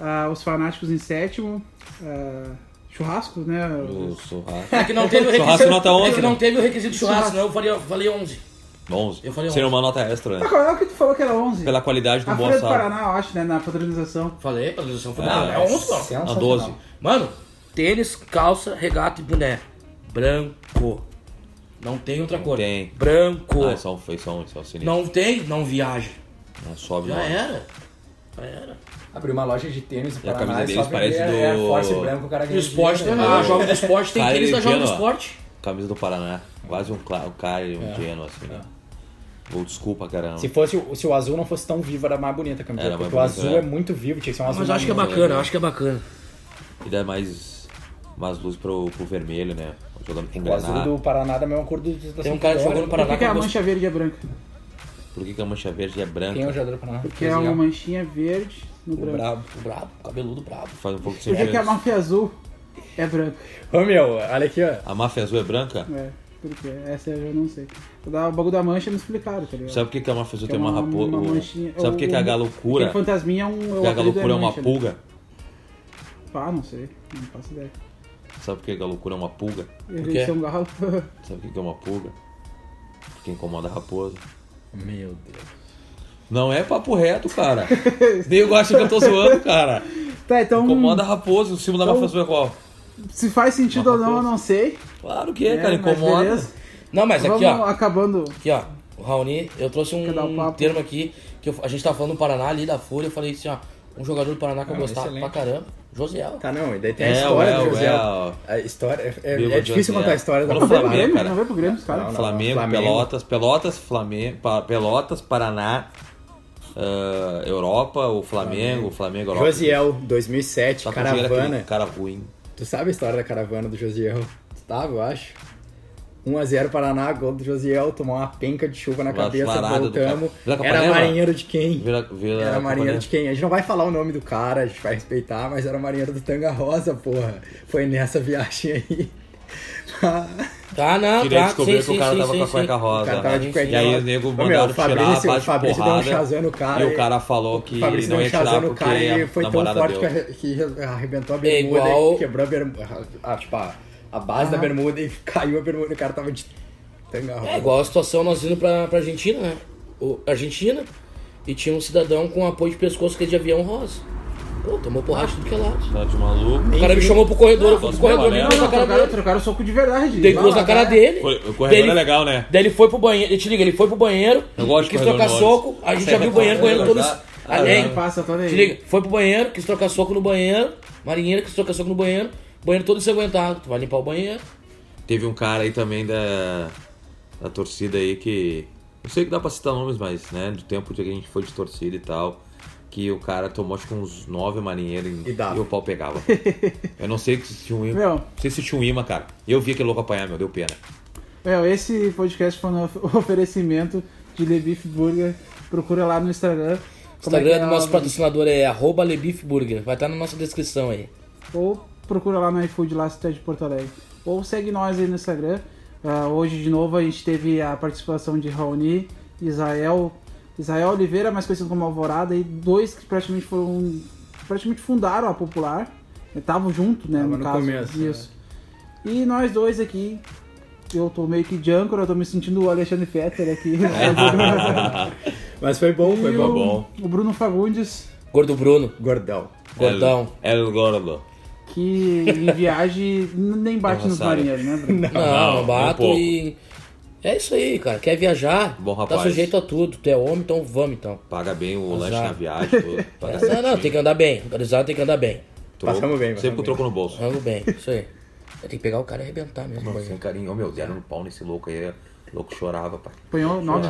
[SPEAKER 1] ah, os Fanáticos em sétimo, ah, Churrasco, né?
[SPEAKER 2] O churrasco.
[SPEAKER 3] É que não teve o
[SPEAKER 2] Churrasco
[SPEAKER 3] requisito.
[SPEAKER 2] nota
[SPEAKER 3] é que
[SPEAKER 2] 11,
[SPEAKER 3] não
[SPEAKER 2] né?
[SPEAKER 3] teve o requisito churrasco,
[SPEAKER 1] Churrasco.
[SPEAKER 3] não. Eu falei, eu falei 11.
[SPEAKER 2] 11.
[SPEAKER 3] Eu falei
[SPEAKER 2] Seria
[SPEAKER 3] 11.
[SPEAKER 2] uma nota extra,
[SPEAKER 1] Ah,
[SPEAKER 2] né?
[SPEAKER 1] qual é o que tu falou que era 11?
[SPEAKER 2] Pela qualidade do
[SPEAKER 1] a
[SPEAKER 2] bom
[SPEAKER 1] Folha Tá do
[SPEAKER 2] assado.
[SPEAKER 1] Paraná, eu acho, né? Na patronização.
[SPEAKER 3] Falei, pra produção foi.
[SPEAKER 2] É.
[SPEAKER 3] Não, é 11, não.
[SPEAKER 2] A
[SPEAKER 1] Tá
[SPEAKER 4] Sensacional.
[SPEAKER 2] 12.
[SPEAKER 3] Mano, tênis, calça, regata e boné. Branco. Não tem outra cor.
[SPEAKER 2] tem.
[SPEAKER 3] Branco.
[SPEAKER 2] Ah, é só um, foi só um, só um sinistro.
[SPEAKER 3] não tem, não Ah, é? viaja.
[SPEAKER 2] Não sobe
[SPEAKER 3] Já
[SPEAKER 2] não.
[SPEAKER 3] era. Já era.
[SPEAKER 4] Abriu uma loja de tênis
[SPEAKER 2] E a camisa
[SPEAKER 4] Paraná, só é,
[SPEAKER 2] deles parece
[SPEAKER 4] vender
[SPEAKER 2] do-
[SPEAKER 4] Air Force branco, o cara
[SPEAKER 3] E o
[SPEAKER 4] ganha
[SPEAKER 3] esporte tem
[SPEAKER 4] dinheiro,
[SPEAKER 3] lá.
[SPEAKER 4] né?
[SPEAKER 3] A Jovem do Esporte tem
[SPEAKER 2] Ah. Cara,
[SPEAKER 3] tênis da
[SPEAKER 2] ele
[SPEAKER 3] Jovem do
[SPEAKER 2] Genoa.
[SPEAKER 3] Esporte.
[SPEAKER 2] Camisa do Paraná. Quase um, cla- um cara e um Genoa, assim, né? Ou desculpa, caramba.
[SPEAKER 4] Se, fosse, o- se o azul não fosse tão vivo, era mais bonita a camisa.
[SPEAKER 2] Era mais
[SPEAKER 4] porque o
[SPEAKER 2] bonita,
[SPEAKER 4] azul
[SPEAKER 2] é.
[SPEAKER 4] é. muito vivo, tinha que ser um azul.
[SPEAKER 3] Mas eu acho que é
[SPEAKER 4] marinho.
[SPEAKER 3] bacana, eu acho que é bacana.
[SPEAKER 2] E dá mais, mais luz pro, pro vermelho, né? Jogando com
[SPEAKER 4] O azul
[SPEAKER 2] granada.
[SPEAKER 4] do Paraná é a mesma cor do, do da
[SPEAKER 3] Tem um cara que jogou no
[SPEAKER 4] Sampdoria.
[SPEAKER 1] Por
[SPEAKER 3] Paraná
[SPEAKER 1] que, que a
[SPEAKER 3] com gosto-
[SPEAKER 1] mancha verde é branca?
[SPEAKER 2] Por que, que a mancha verde é branca?
[SPEAKER 3] um
[SPEAKER 4] Quem é o jogador do Paraná?
[SPEAKER 1] Que
[SPEAKER 2] assim,
[SPEAKER 1] é uma manchinha verde no
[SPEAKER 4] O
[SPEAKER 1] branco.
[SPEAKER 4] brabo.
[SPEAKER 3] O brabo, o cabeludo brabo.
[SPEAKER 2] Faz um pouco de
[SPEAKER 1] Por que,
[SPEAKER 2] sentido.
[SPEAKER 1] que a máfia azul é branca?
[SPEAKER 4] Ô meu, olha aqui, ó.
[SPEAKER 2] A máfia azul é branca?
[SPEAKER 1] É, porque essa eu já não sei. O da- o bagulho da mancha não explicaram, tá ligado?
[SPEAKER 2] Sabe por que, que a máfia azul
[SPEAKER 1] Que
[SPEAKER 2] tem uma,
[SPEAKER 1] é uma-
[SPEAKER 2] raposa?
[SPEAKER 1] uma
[SPEAKER 2] o-
[SPEAKER 1] manchinha-
[SPEAKER 2] Sabe
[SPEAKER 1] o-
[SPEAKER 2] por que, que a
[SPEAKER 1] Aquele
[SPEAKER 2] galocura,
[SPEAKER 1] fantasminha é um.
[SPEAKER 2] que a galocura é uma
[SPEAKER 1] mancha, né?
[SPEAKER 2] pulga?
[SPEAKER 1] Ah, não sei. Não faço ideia.
[SPEAKER 2] Sabe por que a galocura é uma pulga?
[SPEAKER 1] Eu
[SPEAKER 3] quê?
[SPEAKER 1] vi um galo. [laughs]
[SPEAKER 2] Sabe o que que é uma pulga? Porque incomoda a raposa.
[SPEAKER 4] Meu Deus.
[SPEAKER 2] Não é papo reto,
[SPEAKER 1] [laughs]
[SPEAKER 2] cara. Nego acha que eu tô zoando, cara.
[SPEAKER 1] tá, então.
[SPEAKER 2] Incomoda a raposa, o símbolo da
[SPEAKER 1] Então-
[SPEAKER 2] máfia azul é qual?
[SPEAKER 1] Se faz sentido ou não, eu não sei.
[SPEAKER 2] Claro que é, cara,
[SPEAKER 1] mas
[SPEAKER 2] incomoda.
[SPEAKER 1] beleza.
[SPEAKER 3] Não, mas
[SPEAKER 1] Vamos
[SPEAKER 3] aqui, ó.
[SPEAKER 1] acabando.
[SPEAKER 3] Aqui, ó. O Raoni, eu trouxe um
[SPEAKER 1] Quer dar um papo?
[SPEAKER 3] termo aqui que eu- a gente tava falando do Paraná ali da Folha. Eu falei assim, ó. Um jogador do Paraná que eu
[SPEAKER 2] Ah,
[SPEAKER 4] Não,
[SPEAKER 3] gostava
[SPEAKER 4] excelente.
[SPEAKER 3] pra caramba. Josiel.
[SPEAKER 4] Tá, não, e daí tem a
[SPEAKER 2] É,
[SPEAKER 4] história
[SPEAKER 2] ué,
[SPEAKER 4] do José.
[SPEAKER 2] ué, ó.
[SPEAKER 4] A história. É, é-
[SPEAKER 2] Viva
[SPEAKER 4] é difícil
[SPEAKER 2] José.
[SPEAKER 4] contar a história da
[SPEAKER 2] Não,
[SPEAKER 1] Não vai pro
[SPEAKER 2] Flamengo,
[SPEAKER 1] Grêmio,
[SPEAKER 2] cara.
[SPEAKER 1] não vai pro Grêmio, os caras.
[SPEAKER 4] Não,
[SPEAKER 2] Flamengo,
[SPEAKER 4] Flamengo.
[SPEAKER 2] Pelotas, Pelotas, Flamengo, Pa- Pelotas, Paraná, ah, Europa, o Flamengo, o Flamengo, Europa.
[SPEAKER 4] Josiel, 2007,
[SPEAKER 2] Só que o dinheiro era
[SPEAKER 4] caravana.
[SPEAKER 2] aquele cara ruim.
[SPEAKER 4] Tu sabe a história da caravana do Josiel? Tu tava, eu acho. 1x0 Paraná, gol do Josiel, tomou uma penca de chuva na
[SPEAKER 2] Uma
[SPEAKER 4] cabeça,
[SPEAKER 2] flarada do cara. Vila
[SPEAKER 4] voltamos. Era
[SPEAKER 2] Capanema?
[SPEAKER 4] marinheiro de quem?
[SPEAKER 2] Vila, Vila
[SPEAKER 4] Era marinheiro
[SPEAKER 2] Capanema.
[SPEAKER 4] de quem? A gente não vai falar o nome do cara, a gente vai respeitar, mas era marinheiro do Tanga Rosa, porra. Foi nessa viagem aí. [laughs]
[SPEAKER 3] Tá, não,
[SPEAKER 2] Queria
[SPEAKER 3] tá.
[SPEAKER 2] descobrir
[SPEAKER 3] Sim,
[SPEAKER 2] que o
[SPEAKER 3] sim,
[SPEAKER 2] cara
[SPEAKER 3] sim,
[SPEAKER 2] tava
[SPEAKER 3] sim,
[SPEAKER 2] com a cueca
[SPEAKER 3] sim.
[SPEAKER 4] O
[SPEAKER 2] rosa.
[SPEAKER 4] cara tava
[SPEAKER 2] né?
[SPEAKER 4] de cueca
[SPEAKER 2] e aí
[SPEAKER 4] rosa.
[SPEAKER 2] o nego
[SPEAKER 4] meu,
[SPEAKER 2] mandaram
[SPEAKER 4] o Fabrício-
[SPEAKER 2] tirar a
[SPEAKER 4] o Fabrício deu um chazão no cara
[SPEAKER 2] E o
[SPEAKER 4] e-
[SPEAKER 2] cara falou que
[SPEAKER 4] O Fabrício
[SPEAKER 2] não
[SPEAKER 4] deu um
[SPEAKER 2] ia tirar
[SPEAKER 4] chazão no
[SPEAKER 2] porque
[SPEAKER 4] cara e foi
[SPEAKER 2] a
[SPEAKER 4] tão
[SPEAKER 2] namorada
[SPEAKER 4] forte
[SPEAKER 2] deu. É
[SPEAKER 4] que arre- que arrebentou a bermuda,
[SPEAKER 3] igual-
[SPEAKER 4] e quebrou a bermuda, ah, tipo, a, a base da bermuda e [laughs] caiu a bermuda e o cara tava de tanga rosa.
[SPEAKER 3] É igual a situação nós indo pra, pra Argentina, né? O- Argentina. E tinha um cidadão com apoio de pescoço que é de avião rosa. Pô, tomou porrada de tudo que é lado.
[SPEAKER 2] Tá de maluco.
[SPEAKER 3] O cara me chamou pro corredor, eu fui pro
[SPEAKER 2] Nossa,
[SPEAKER 3] corredor, me
[SPEAKER 2] amarelo.
[SPEAKER 3] deu
[SPEAKER 1] Não,
[SPEAKER 3] na cara
[SPEAKER 1] trocaram,
[SPEAKER 3] dele.
[SPEAKER 1] trocaram o soco de verdade.
[SPEAKER 3] Dei duas na cara dele.
[SPEAKER 2] Foi- O
[SPEAKER 3] Daí
[SPEAKER 2] corredor
[SPEAKER 3] ele-
[SPEAKER 2] é legal, né?
[SPEAKER 3] Daí ele foi pro banheiro, eu te liga, ele foi pro banheiro,
[SPEAKER 2] Eu gosto de
[SPEAKER 3] quis
[SPEAKER 2] corredor
[SPEAKER 3] trocar
[SPEAKER 2] no ônibus.
[SPEAKER 3] soco, a gente
[SPEAKER 2] Você
[SPEAKER 3] já viu o
[SPEAKER 2] vai
[SPEAKER 3] banheiro,
[SPEAKER 2] correndo,
[SPEAKER 3] banheiro todo
[SPEAKER 2] tá? Ah,
[SPEAKER 3] além.
[SPEAKER 2] não.
[SPEAKER 1] Passa toda aí.
[SPEAKER 3] Te liga, foi pro banheiro, quis trocar soco no banheiro, marinheiro quis trocar soco no banheiro, banheiro todo ensanguentado, tu vai limpar o banheiro.
[SPEAKER 2] Teve um cara aí também da, da torcida aí que. Não sei que dá pra citar nomes, mas, né? Do tempo de que a gente foi de torcida e tal. Que o cara tomou acho que uns nove marinheiros em-
[SPEAKER 4] E dava.
[SPEAKER 2] e o pau
[SPEAKER 4] [laughs]
[SPEAKER 2] pegava. eu não sei se tinha um imã.
[SPEAKER 1] Meu.
[SPEAKER 2] Não sei se tinha um imã, cara. Eu vi aquele louco apanhar, meu, deu pena.
[SPEAKER 1] Meu, É, esse podcast foi um of- [laughs] oferecimento de Lebif Burger. Procura lá no Instagram.
[SPEAKER 3] O
[SPEAKER 1] Como é que
[SPEAKER 3] Instagram
[SPEAKER 1] é
[SPEAKER 3] do nosso
[SPEAKER 1] lá?
[SPEAKER 3] patrocinador é arroba lebifburger, vai estar na nossa descrição aí.
[SPEAKER 1] Ou procura lá no iFood, lá se tu é de Porto Alegre. Ou segue nós aí no Instagram. Ah, hoje, de novo, a gente teve a participação de Raoni, Israel, Israel Oliveira, mais conhecido como Alvorada, e dois que praticamente foram. praticamente fundaram a Popular. Estavam junto, né?
[SPEAKER 4] Tava
[SPEAKER 1] no,
[SPEAKER 4] no
[SPEAKER 1] caso.
[SPEAKER 4] começo, é.
[SPEAKER 1] Isso. E nós dois aqui. Eu tô meio que de âncora, eu tô me sentindo o Alexandre Fetter aqui. [laughs]
[SPEAKER 4] Mas foi bom, [laughs] foi
[SPEAKER 1] E
[SPEAKER 4] bom.
[SPEAKER 1] o-
[SPEAKER 2] bom.
[SPEAKER 1] O Bruno Fagundes,
[SPEAKER 3] Gordo Bruno,
[SPEAKER 4] Gordão.
[SPEAKER 2] É,
[SPEAKER 3] gordão.
[SPEAKER 2] El, El Gordo.
[SPEAKER 1] que em viagem n- nem bate
[SPEAKER 2] Não,
[SPEAKER 1] nos
[SPEAKER 2] sabe.
[SPEAKER 1] marinheiros, né,
[SPEAKER 4] [laughs]
[SPEAKER 1] Bruno?
[SPEAKER 3] Não,
[SPEAKER 2] não,
[SPEAKER 3] não,
[SPEAKER 2] um
[SPEAKER 3] bato
[SPEAKER 2] pouco.
[SPEAKER 3] e... É isso aí, cara, quer viajar,
[SPEAKER 2] Bom
[SPEAKER 3] tá
[SPEAKER 2] rapaz.
[SPEAKER 3] sujeito a tudo, tu é homem, então vamos então.
[SPEAKER 2] Paga bem o lanche
[SPEAKER 3] Azar.
[SPEAKER 2] na viagem.
[SPEAKER 4] [laughs]
[SPEAKER 2] tudo. Paga
[SPEAKER 3] Não, não, tem que andar bem, o organizado tem que andar bem.
[SPEAKER 2] troco.
[SPEAKER 4] Passamos bem,
[SPEAKER 2] Sempre com
[SPEAKER 4] passamos
[SPEAKER 2] o troco no bolso.
[SPEAKER 3] Ando bem, isso aí. Tem que pegar o cara e arrebentar mesmo.
[SPEAKER 2] Sem carinho. Ô, meu, deram no pau nesse louco aí. O louco chorava, pai.
[SPEAKER 1] Apanhou nove